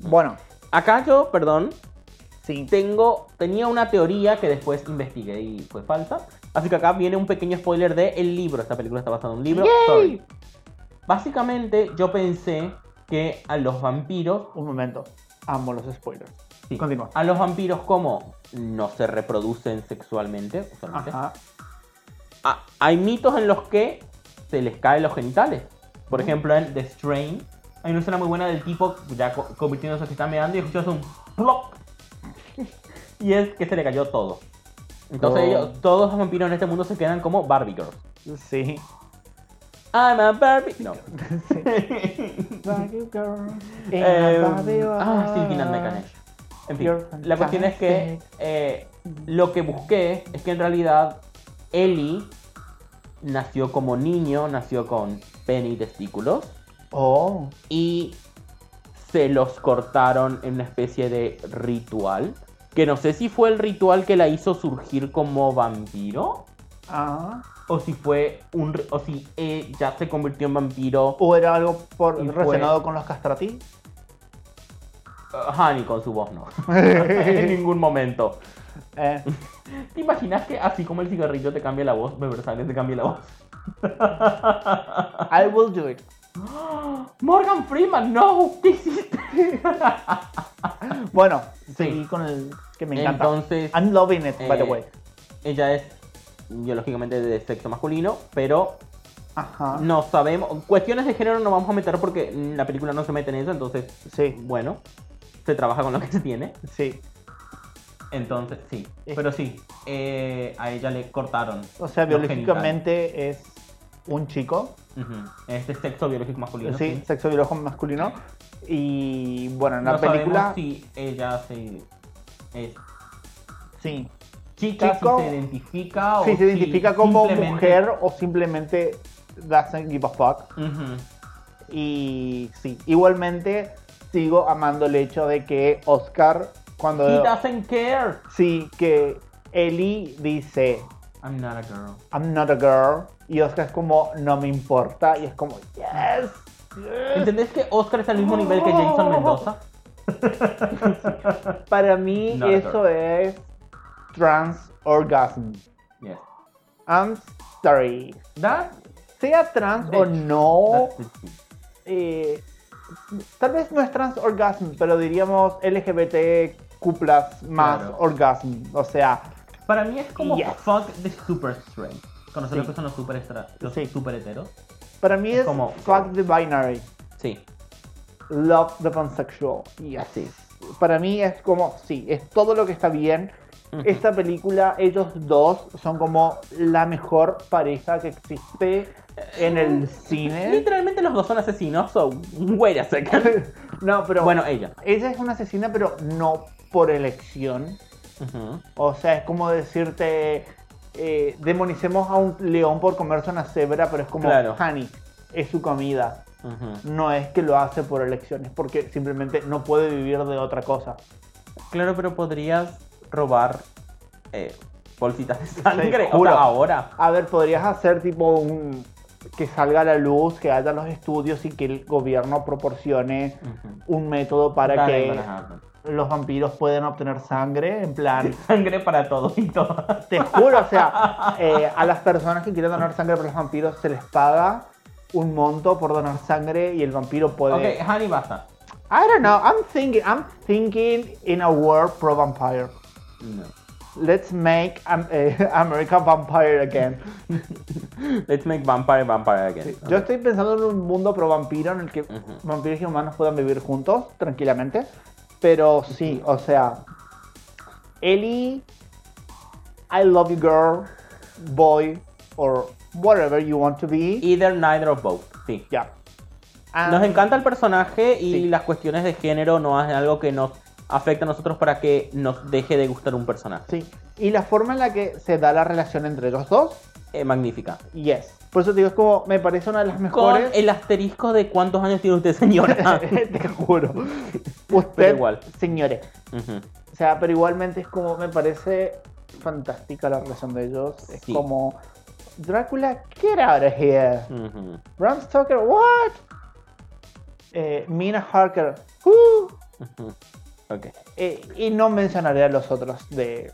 Bueno, Acá yo, perdón, sí. tengo, tenía una teoría que después investigué y fue falsa. Así que acá viene un pequeño spoiler de el libro. Esta película está basada en un libro. Sorry. Básicamente, yo pensé que a los vampiros Un momento. Amo los spoilers. Sí. Continúa. A los vampiros, ¿cómo? No se reproducen sexualmente. usualmente. Ajá. Ah, hay mitos en los que se les caen los genitales. Mm. Por ejemplo, en The Strain, hay una escena muy buena del tipo ya co- convirtiéndose que está meando y escuchas un plop. Y es que se le cayó todo. Entonces Oh. ellos, todos los vampiros en este mundo se quedan como Barbie Girls. Sí. I'm a Barbie. No. Eh, ah, sí, Finland Mechanic. En fin, Your la cuestión es que fantastic. eh, lo que busqué es que en realidad Ellie nació como niño, nació con pene y testículos. Oh. Y se los cortaron en una especie de ritual. Que no sé si fue el ritual que la hizo surgir como vampiro. Ah. O si fue un. ri- O si ella se convirtió en vampiro. ¿O era algo por, Y fue- relacionado con los castratí? Ajá, ni con su voz no. en ningún momento. Eh, ¿Te imaginas que así como el cigarrillo te cambia la voz, beber sangre te cambia la voz? I will do it. Morgan Freeman, no, ¿qué hiciste? Bueno, Sí. seguí con el que me encanta. Entonces, I'm loving it, by the eh, way. ella es biológicamente de sexo masculino, pero Ajá. no sabemos. Cuestiones de género no vamos a meter porque la película no se mete en eso, entonces, Sí, bueno, se trabaja con lo que se tiene. sí. Entonces, sí. Eh. Pero sí, eh, a ella le cortaron. O sea, los biológicamente es un chico. genitales. Ujú. Este sexo biológico masculino. sí, sexo biológico masculino. Y bueno, en la no película. sabemos si ella se es Sí. chica, Chico. si se identifica o Sí, se si identifica como simplemente- mujer o simplemente doesn't give a fuck. Ujú. Y sí, igualmente sigo amando el hecho de que Oscar, cuando. He doesn't care. Sí, que Ellie dice, I'm not a girl. I'm not a girl. Y Oscar es como, no me importa. Y es como, yes. yes". ¿Entendés que Oscar está al mismo nivel que Jason Mendoza? Para mí Not a eso es trans orgasm. Yes. I'm sorry. That, Sea trans De o hecho, no, that's the thing. eh, tal vez no es trans orgasm, pero diríamos LGBTQ más Claro. orgasm. O sea, Para mí es como Yes. fuck the super straight. Conocer Sí. lo que son los super, extra, los Sí. super heteros. para mí Es es, como- fuck the binary. Sí. Love the pansexual. Y así. Para mí es como, sí, es todo lo que está bien. Ujú. Esta película, ellos dos son como la mejor pareja que existe en el cine. Mm. Literalmente los dos son asesinos, so wait a second. No, pero bueno, ella. ella es una asesina, pero no por elección. Ujú. O sea, es como decirte, eh, demonicemos a un león por comerse una cebra, pero es como, Claro. honey, es su comida. Ujú. No es que lo hace por elección, es porque simplemente no puede vivir de otra cosa. Claro, pero podrías robar eh, bolsitas de sangre. o juro. sea, ahora. A ver, podrías hacer tipo un. que salga a la luz, que haya los estudios y que el gobierno proporcione un método para That que ain't gonna happen. los vampiros puedan obtener sangre. En plan, Sangre para todos y todas. te juro, o sea, eh, a las personas que quieren donar sangre para los vampiros se les paga un monto por donar sangre y el vampiro puede. Ok, Honey, basta. I don't know, I'm thinking, I'm thinking in a world pro vampire. No. Let's make am- eh, America vampire again. Let's make vampire vampire again. Yo estoy pensando en un mundo pro vampiro en el que Ujú. vampiros y humanos puedan vivir juntos tranquilamente. Pero sí, o sea, Ellie, I love you girl, boy, or whatever you want to be. Either, neither of both. Sí. ya. Nos encanta el personaje y Sí. las cuestiones de género no es algo que nos afecta a nosotros para que nos deje de gustar un personaje. Sí. Y la forma en la que se da la relación entre los dos, Eh, magnífica. yes. Por eso te digo, es como, me parece una de las Con mejores. el asterisco de cuántos años tiene usted, señora. te juro. Usted, igual. señores. Ujú. O sea, pero igualmente es como, me parece fantástica la relación de ellos. Es Sí. como, Drácula, get out of here. Ujú. Bram Stoker, what? Eh, Mina Harker, who? Ujú. Ok. Eh, y no mencionaré a los otros de,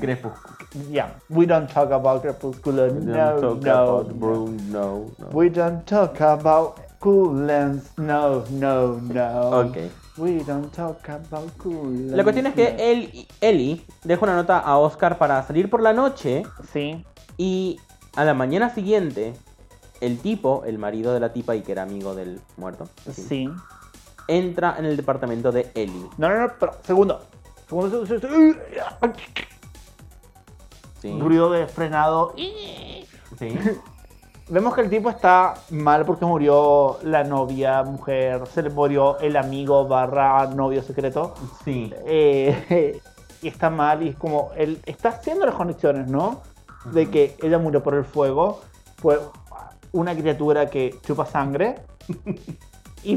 Crepúsculo. yeah, we don't talk about Crepúsculo, We no, don't talk no, about no. Bruno, no, no. We don't talk about coolants, no, no, no. Ok. We don't talk about coolants. La cuestión es que no. él, Eli deja una nota a Oscar para salir por la noche Sí, y a la mañana siguiente el tipo, el marido de la tipa y que era amigo del muerto, en fin, sí. entra en el departamento de Eli. No, no, no, pero, segundo. Segundo, segundo, segundo. ¿sí? Ruido de frenado. Sí. Vemos que el tipo está mal porque murió la novia, mujer, se le murió el amigo barra novio secreto. Sí. Eh, y está mal y es como, él está haciendo las conexiones, ¿no? De Ujú. que ella murió por el fuego fue una criatura que chupa sangre y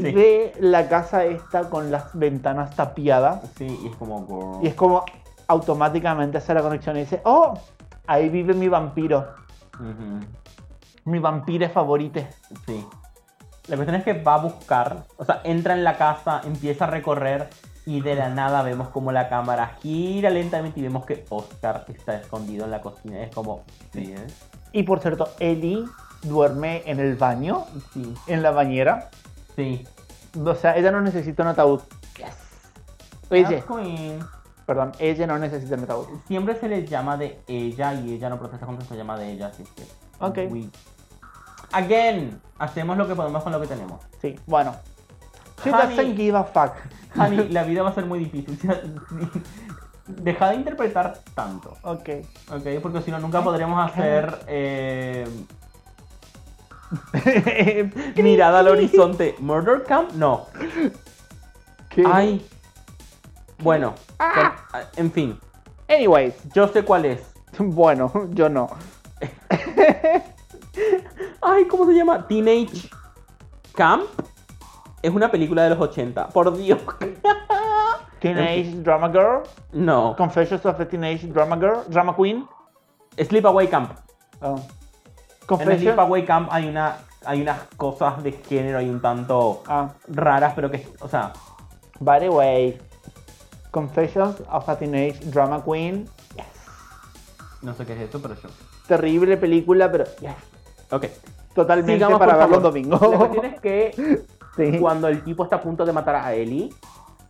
Sí. ve la casa esta con las ventanas tapiadas Sí, y es como. girl. y es como automáticamente hace la conexión y dice, oh, ahí vive mi vampiro, Ujú. mi vampira favorita. Sí. La cuestión es que va a buscar, o sea, entra en la casa, empieza a recorrer y de la nada vemos como la cámara gira lentamente y vemos que Oscar está escondido en la cocina. Es como, sí, ¿eh? Y por cierto, Ellie duerme en el baño, Sí, en la bañera. sí. O sea, ella no necesita un ataúd. Oye, Drag queen. perdón, ella no necesita un ataúd. Siempre se les llama de ella y ella no protesta contra se llama de ella, así que. Ok. we- Again, hacemos lo que podemos con lo que tenemos. Sí, bueno. She Honey. doesn't give a fuck. Honey, la vida va a ser muy difícil. Deja de interpretar tanto. Ok. Ok, porque si no, nunca podremos hacer eh, mirada al horizonte. ¿Murder Camp? No. ¿Qué? Ay. Bueno, con- en fin, Anyways, yo sé cuál es. bueno, yo no. Ay, ¿cómo se llama? Teenage Camp. Es una película de los 80. Por Dios. Teenage Em, Drama Girl, No. Confessions of a Teenage Drama Girl, Drama Queen. Sleepaway Camp. Oh. En Confessions. Sleepaway Camp hay, una, hay unas cosas de género, hay un tanto Ah, raras, pero que, o sea, by the way, Confessions of a Teenage Drama Queen. no sé qué es eso, pero yo. Terrible película, pero yes, Ok. totalmente Sigamos, para por ver los favor. domingos. La cuestión es que Sí. cuando el tipo está a punto de matar a Ellie,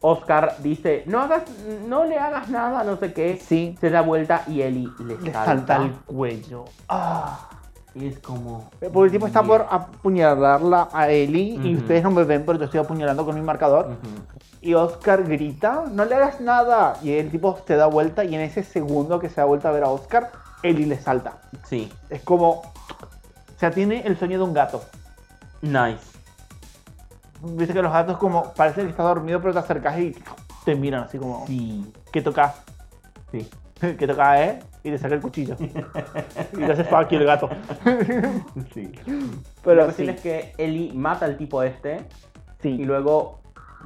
Oscar dice, no hagas, no le hagas nada, no sé qué. Sí. Se da vuelta y Ellie le, Le salta. salta el cuello. Ah. Y es como... Porque el tipo está Eh, por apuñalarla a Ellie y Ujú. ustedes no me ven, pero yo estoy apuñalando con mi marcador. Ujú. Y Oscar grita, no le hagas nada. Y el tipo se da vuelta y en ese segundo que se da vuelta a ver a Oscar, Ellie le salta. Sí, Es como... O sea, tiene el sueño de un gato. nice. Viste que los gatos como parece que está dormido, pero te acercas y te miran así como... Sí, ¿Qué tocas? sí. ¿Qué tocas, eh? Y le saca el cuchillo. y le hace aquí el gato. sí. la Pero cuestión sí, es que Ellie mata al tipo este y sí. luego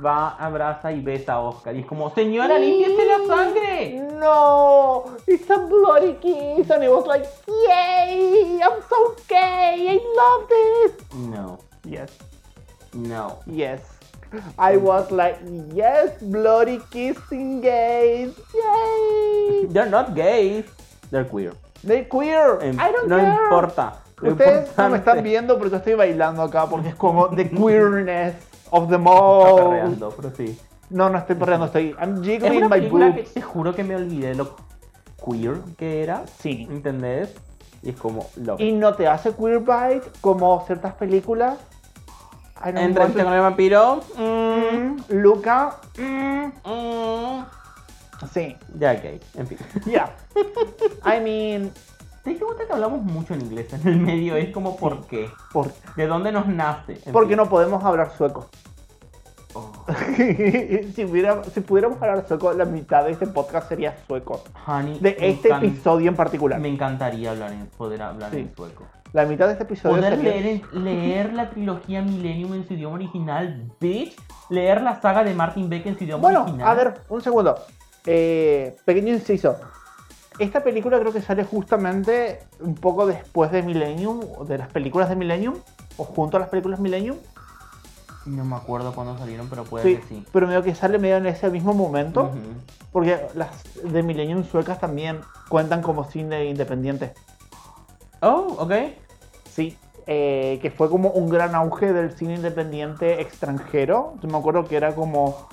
va, abraza y besa a Oscar. Y es como, señora, límpiese la sangre. Mm. No, it's a bloody kiss, and it was like, yay, I'm so gay, I love this. No, Yes, no. yes. I was like, yes, bloody kissing gays, yay. They're not gays. They're queer. They're queer. Em, I don't no care. importa. Lo Ustedes no me importante- están viendo, pero yo estoy bailando acá porque es como the queerness of them all. Perreando, pero sí. No, no estoy perreando, estoy. I'm Es jiggling una my película que boobs. te juro que me olvidé lo queer que era. Sí. ¿Entendés? Y es como lo. Y no te hace queer bite como ciertas películas. I don't want Entrevista to- con el vampiro. Mm, Mm, Luca. mm, mm. Sí, Ya, gay. En fin. yeah. I mean, ¿Te diste cuenta que hablamos mucho en inglés en el medio? Es como, ¿por qué? ¿por, ¿De dónde nos nace? En porque fin. no podemos hablar sueco? Oh. si, hubiera- si pudiéramos hablar sueco, la mitad de este podcast sería sueco. Honey, De me este encan- episodio en particular. Me encantaría hablar en- poder hablar Sí. en sueco. La mitad de este episodio Poder sería... leer, en- leer la trilogía Millennium en su idioma original, bitch. Leer la saga de Martin Beck en su idioma Bueno, original. a ver, un segundo. Eh, pequeño inciso. Esta película creo que sale justamente un poco después de Millennium, o de las películas de Millennium, o junto a las películas Millennium. No me acuerdo cuándo salieron, pero puede Sí, que sí. pero medio que sale medio en ese mismo momento, Ujú. porque las de Millennium suecas también cuentan como cine independiente. Oh, ok. Sí, eh, que fue como un gran auge del cine independiente extranjero. Yo me acuerdo que era como.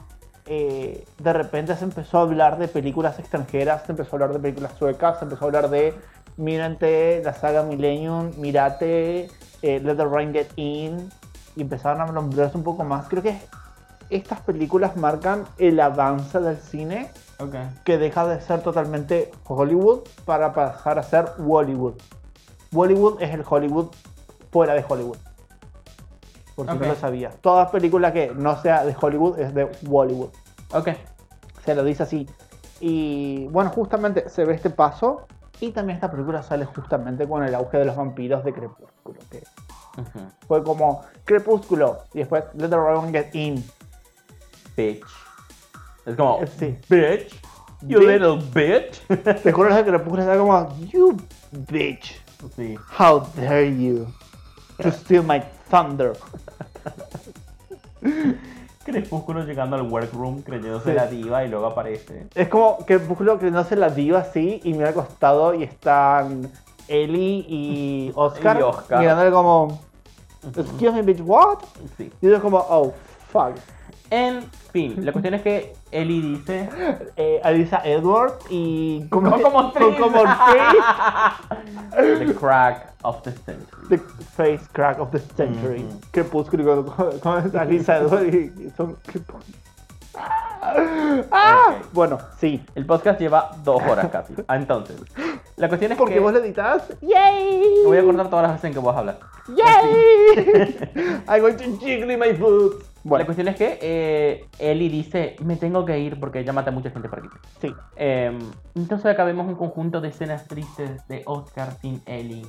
eh, de repente se empezó a hablar de películas extranjeras, se empezó a hablar de películas suecas, se empezó a hablar de. Mírate la saga Millennium, mirate eh, Let the Rain Get In. Y empezaron a nombrarse un poco más. Creo que estas películas marcan el avance del cine Ok. que deja de ser totalmente Hollywood para pasar a ser Wollywood. Wollywood es el Hollywood fuera de Hollywood. Por si Ok. no lo sabía. Toda película que no sea de Hollywood es de Wollywood. Ok. Se lo dice así. Y bueno, justamente se ve este paso Y también esta película sale justamente con el auge de los vampiros de Crepúsculo, que fue como Crepúsculo y después Let the Dragon Get In. Bitch. Es como, Sí. bitch. You Bitch. little bitch. Te juro que Crepúsculo está como, You bitch, sí. how dare you to steal my thunder. Crepúsculo llegando al workroom creyéndose Sí. la diva y luego aparece. Es como Crepúsculo que no se la dio así y mira al costado y están Ellie y Oscar, Y Oscar. mirándole como, Excuse me, bitch, what? Sí. Y ellos como, oh, fuck. En fin, la cuestión es que Ellie dice. Eh, Alisa Edwards y... como Como- como como- como Tris. The crack of the century. The face crack of the century. Mhm. Crepúsculo con, con Alisa Edwards y, y son crepúsculos. Ok. Bueno, sí. El podcast lleva dos horas casi. Ah, Entonces, la cuestión es Porque que. vos lo editas. ¡Yay! Voy a cortar todas las veces en que vos hablas. ¡Yay! I'm going to jiggle my boots. La Bueno, cuestión es que eh, Ellie dice: Me tengo que ir porque ya maté a mucha gente por aquí. sí. Eh, entonces acá vemos un conjunto de escenas tristes de Oscar sin Ellie.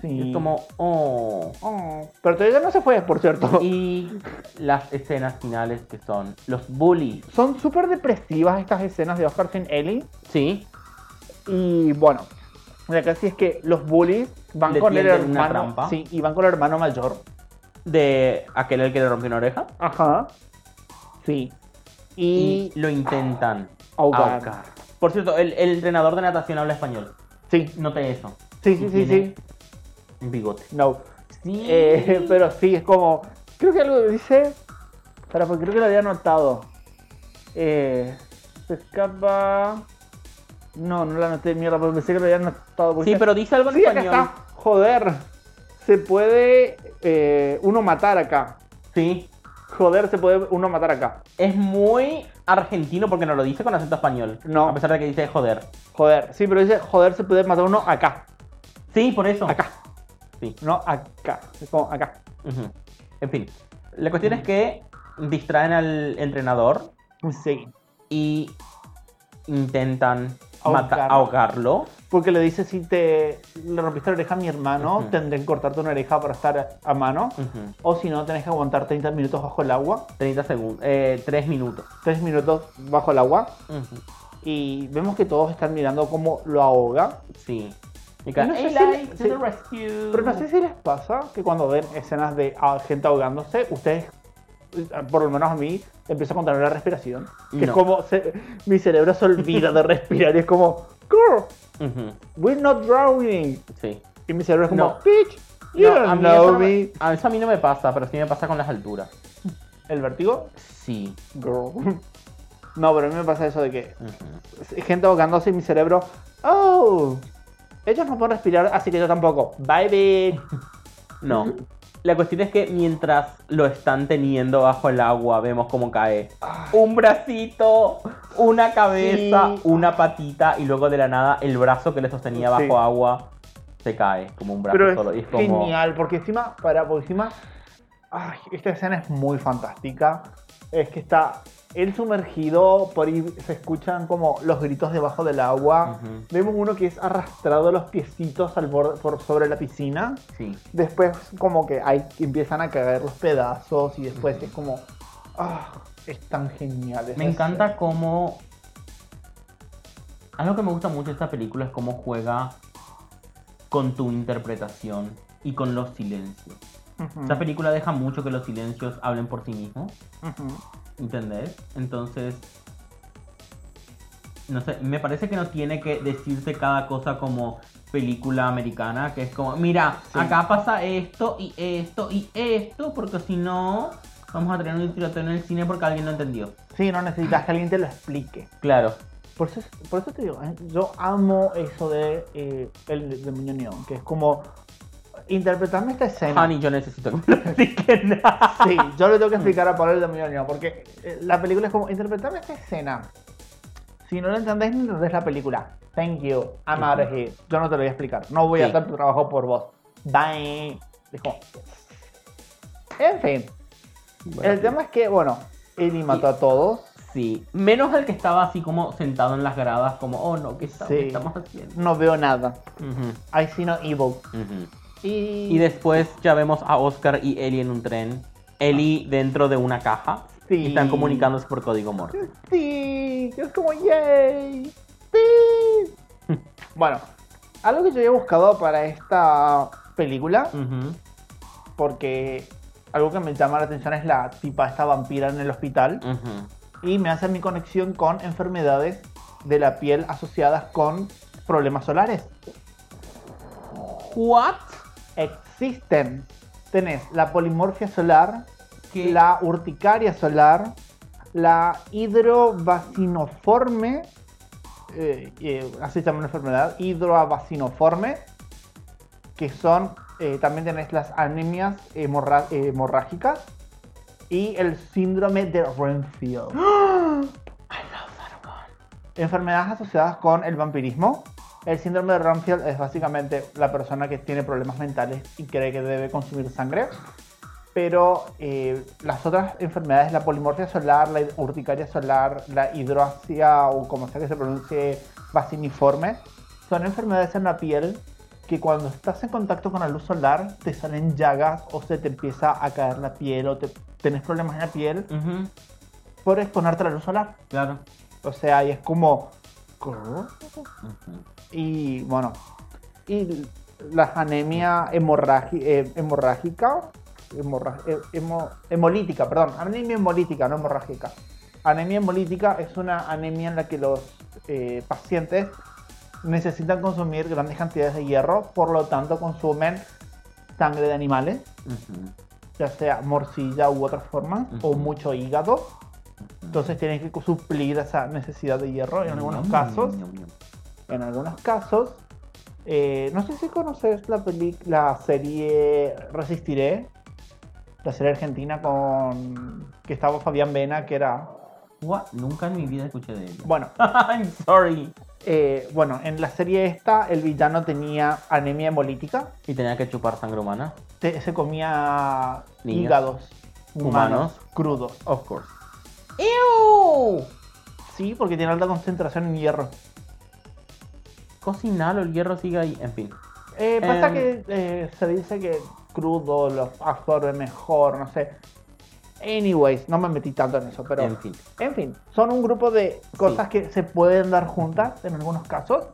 sí. Es como, oh. Oh, pero todavía no se fue, por cierto. Y las escenas finales que son los bullies. Son súper depresivas estas escenas de Oscar sin Ellie. Sí, Y bueno, la casi es que los bullies van Le con el tienden una hermano. trampa. Sí, y van con el hermano mayor. de aquel al que le rompió una oreja. Ajá. Sí. Y Y. lo intentan ahogar. ahogar. Por cierto, el, el entrenador de natación habla español. Sí. Noté eso. Sí, sí, Y sí, tiene sí. Un bigote. No. Sí. Eh, pero sí, es como. Creo que algo dice. Para, porque creo que lo había anotado. Eh, se escapa. No, no la anoté, mierda, porque pensé que lo había anotado. porque Sí, ya- pero dice algo en Sí, acá español. está. Joder. Se puede eh, uno matar acá. Sí. Joder, se puede uno matar acá. Es muy argentino porque no lo dice con acento español. No. A pesar de que dice joder. Joder. Sí, pero dice, joder, se puede matar uno acá. Sí, por eso. Acá. Sí. No acá. Es como acá. Ujú. En fin. La cuestión es que distraen al entrenador Sí. y intentan Ahogarlo. mata- ahogarlo. Porque le dice, si te le rompiste la oreja a mi hermano, Ujú. tendré que cortarte una oreja para estar a mano. Ujú. O si no, tenés que aguantar 30 minutos bajo el agua. 30 segundos. Eh, 3 minutos. 3 minutos bajo el agua. Ujú. Y vemos que todos están mirando cómo lo ahoga. Sí. Y acá, No sé "Hey, si Light, le- to sí. the rescue". Pero no sé si les pasa que cuando ven escenas de ah, gente ahogándose, ustedes, eh, por lo menos a mí, empiezo a contener la respiración. Que es No. como se- mi cerebro se olvida de respirar y es como, girl, Ujú. we're not drowning. Sí. Y mi cerebro es como, No. bitch, you No, a, don't mí eso know no me- me. a eso a mí no me pasa, pero sí me pasa con las alturas. ¿El vértigo? Sí. Girl. No, pero a mí me pasa eso de que Ujú. gente ahogándose y mi cerebro, oh, ellos no pueden respirar, así que yo tampoco. Bye, bitch. No. La cuestión es que mientras lo están teniendo bajo el agua, vemos cómo cae un bracito, una cabeza, Sí. una patita y luego de la nada el brazo que le sostenía bajo Sí. agua se cae como un brazo Pero solo. Y es es como, genial, porque encima, para, porque encima, ay, esta escena es muy fantástica. Es que está él sumergido, por ahí se escuchan como los gritos debajo del agua. Ujú. Vemos uno que es arrastrado los piecitos al borde, por sobre la piscina. Sí. Después como que hay, que empiezan a caer los pedazos y después es como, ah, es tan genial. esa Me encanta cómo. Algo que me gusta mucho de esta película es cómo juega con tu interpretación y con los silencios. escena. Ujú, Esta película deja mucho que los silencios hablen por sí mismos, ujú. ¿entendés? Entonces. No sé, me parece que no tiene que decirte cada cosa como película americana, que es como, mira, Sí. acá pasa esto y esto y esto, porque si no, vamos a tener un tiroteo en el cine porque alguien no entendió. Sí, no necesitas que alguien te lo explique. Claro. Por eso, por eso te digo, eh, yo amo eso de eh, el demonio neón, que es como interpretarme esta escena. Honey, yo necesito que me lo expliquen. Sí, yo le tengo que explicar a Pablo el demonio neón, porque eh, la película es como interpretarme esta escena. Si no la entendés, no entendés la película. Thank you, I'm out of here. Yo no te lo voy a explicar, no voy a Sí. hacer tu trabajo por vos. Bye. Es como- En fin, el tema es que, bueno, Eli mató a todos. Sí, menos el que estaba así como sentado en las gradas, como, oh no, ¿qué, está- qué Sí. estamos haciendo? No veo nada. Ujú, I see no evil. ujú. Y, Y después ya vemos a Oscar y Ellie en un tren. Ellie dentro de una caja. Sí. Y están comunicándose por código Morse. Sí, es como yay. Sí. bueno, algo que yo había buscado para esta película, Ujú. porque algo que me llama la atención es la tipa, esta vampira en el hospital, Ujú. y me hace mi conexión con enfermedades de la piel asociadas con problemas solares. ¿What? Existen. Tenés la polimorfia solar, ¿Qué? la urticaria solar, la hidrovacinoforme, eh, eh, así se llama una enfermedad, hidrovacinoforme, que son, eh, también tenés las anemias hemorra- hemorrágicas y el síndrome de Renfield. Enfermedades asociadas con el vampirismo. El síndrome de Renfield es básicamente la persona que tiene problemas mentales y cree que debe consumir sangre pero eh, las otras enfermedades, la polimorfia solar, la urticaria solar, la hidroasia o como sea que se pronuncie, vaciniforme, son enfermedades en la piel que cuando estás en contacto con la luz solar te salen llagas o se te empieza a caer la piel o te, tenés problemas en la piel Ujú, por exponerte a la luz solar. Claro. O sea, y es como... Ujú. Y bueno, y la anemia hemorragi- eh, hemorrágica, hemorra- eh, hemo- hemolítica, perdón, anemia hemolítica, no hemorrágica. Anemia hemolítica es una anemia en la que los eh, pacientes necesitan consumir grandes cantidades de hierro, por lo tanto consumen sangre de animales, Ujú. ya sea morcilla u otras formas, o Ujú. mucho hígado. Entonces tienen que suplir esa necesidad de hierro en algunos Ñam, casos. ñam, ñam. En algunos casos, eh, no sé si conoces la, peli- la serie Resistiré, la serie argentina con que estaba Fabián Vena, que era... What? Nunca en mi vida escuché de ella. Bueno, I'm sorry. eh, bueno, en la serie esta el villano tenía anemia hemolítica, Y tenía que chupar sangre humana. te- se comía Niños. hígados humanos, Humanos. crudos. Of course. Sí, porque tiene alta concentración en hierro. Cocinalo, el hierro sigue ahí. En fin. Eh, pasa Em. que eh, se dice que crudo lo absorbe mejor, no sé. Anyways, no me metí tanto en eso, pero... En fin. En fin, son un grupo de cosas que se pueden dar juntas en algunos casos.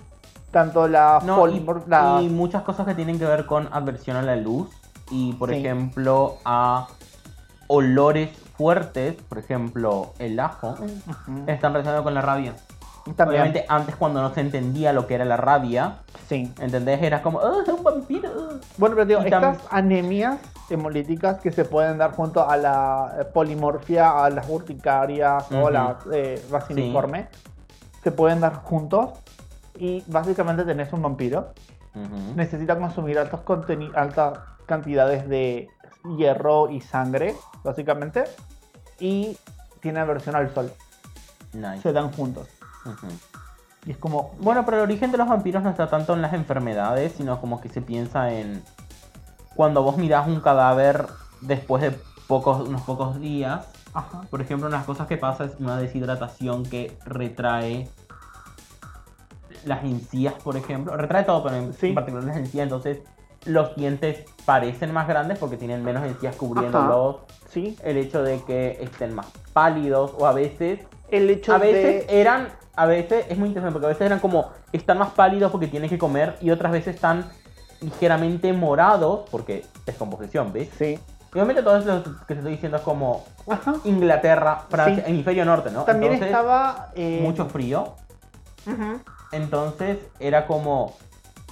Tanto la No, y, polimor- la- y muchas cosas que tienen que ver con adversión a la luz y, por Sí. ejemplo, a olores fuertes, por ejemplo, el ajo, Ujú, están relacionados con la rabia. también. Obviamente, antes cuando no se entendía lo que era la rabia, Sí. ¿entendés? Era como, ¡ah, es un vampiro! ah". Bueno, pero digo, Y tam- estas anemias hemolíticas que se pueden dar junto a la eh, polimorfia, a las urticarias o Ujú. la eh, vaciniforme, se pueden dar juntos. Y básicamente tenés un vampiro. Ujú. necesita consumir altos conteni- altas cantidades de hierro y sangre, básicamente, y tiene aversión al sol. Nice. Se dan juntos. Ujú. Y es como, Bueno, pero el origen de los vampiros no está tanto en las enfermedades, sino como que se piensa en cuando vos mirás un cadáver después de pocos, unos pocos días. ajá, Por ejemplo, una de las cosas que pasa es una deshidratación que retrae las encías, por ejemplo. Retrae todo, pero en, Sí. en particular las encías. Entonces, los dientes parecen más grandes porque tienen menos encías cubriéndolos. sí. El hecho de que estén más pálidos o a veces El hecho a veces de... eran, a veces, es muy interesante porque a veces eran como, están más pálidos porque tienen que comer y otras veces están ligeramente morados porque descomposición, ¿ves? Sí. Y obviamente todo eso que te estoy diciendo es como Ajá. Inglaterra, Francia, Sí. hemisferio norte, ¿no? También Entonces, estaba... eh, mucho frío. ujú. Entonces era como,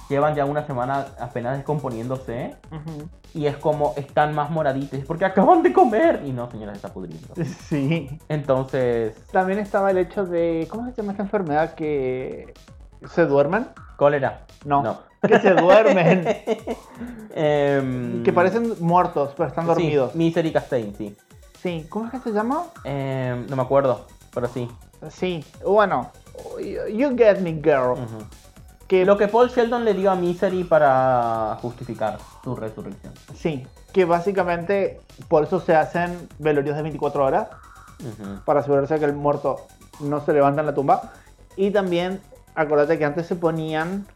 llevan ya una semana apenas descomponiéndose Ujú. y es como, están más moraditos porque acaban de comer. Y no, señora, se está pudriendo. Sí. Entonces, También estaba el hecho de... ¿Cómo se llama esta enfermedad que... ¿Se duermen? cólera. No. Que se duermen. Em, que parecen muertos, pero están dormidos. Sí, Misery Castain, sí. Sí. ¿Cómo es que se llama? Em, no me acuerdo, pero sí. Sí, bueno, you you get me, girl. Ujú. Que Lo que Paul Sheldon le dio a Misery para justificar su resurrección. sí, que básicamente por eso se hacen velorios de 24 horas Ujú. para asegurarse que el muerto no se levanta en la tumba. Y también, acordate que antes se ponían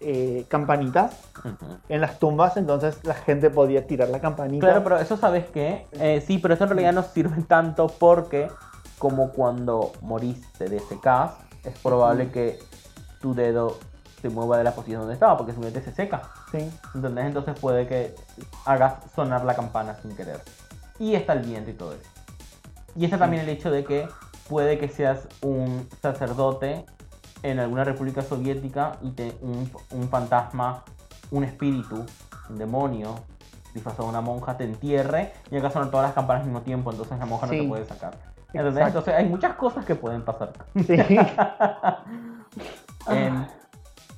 eh, campanitas Ujú. en las tumbas, entonces la gente podía tirar la campanita. Claro, pero eso sabes qué. Eh, sí, pero eso en realidad no sirve tanto porque como cuando moriste de secas, es probable que tu dedo se mueva de la posición donde estaba porque simplemente se seca. Sí. ¿Entendés? Entonces puede que hagas sonar la campana sin querer. Y está el viento y todo eso. Y está también el hecho de que puede que seas un sacerdote en alguna república soviética y te, un, un fantasma, un espíritu, un demonio, disfrazado de una monja, te entierre y acá sonar todas las campanas al mismo tiempo, entonces la monja no Sí. te puede sacar. ¿Entendés? Exacto. Entonces hay muchas cosas que pueden pasar. Sí. En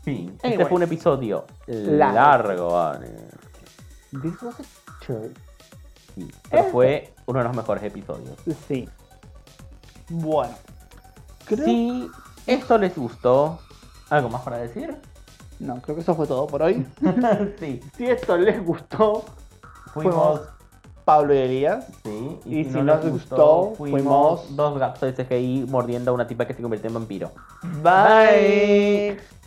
fin, este Ah. Anyway. fue un episodio Largo. largo, Vane. This was a choice. Sí, pero Este. fue uno de los mejores episodios. Sí. Bueno. Creo- Si esto les gustó, ¿algo más para decir? No, creo que eso fue todo por hoy. sí, si esto les gustó, fuimos. fuimos Pablo y Elías. Sí, y si no les gustó, fuimos dos gatos de CGI mordiendo a una tipa que se convirtió en vampiro. Bye.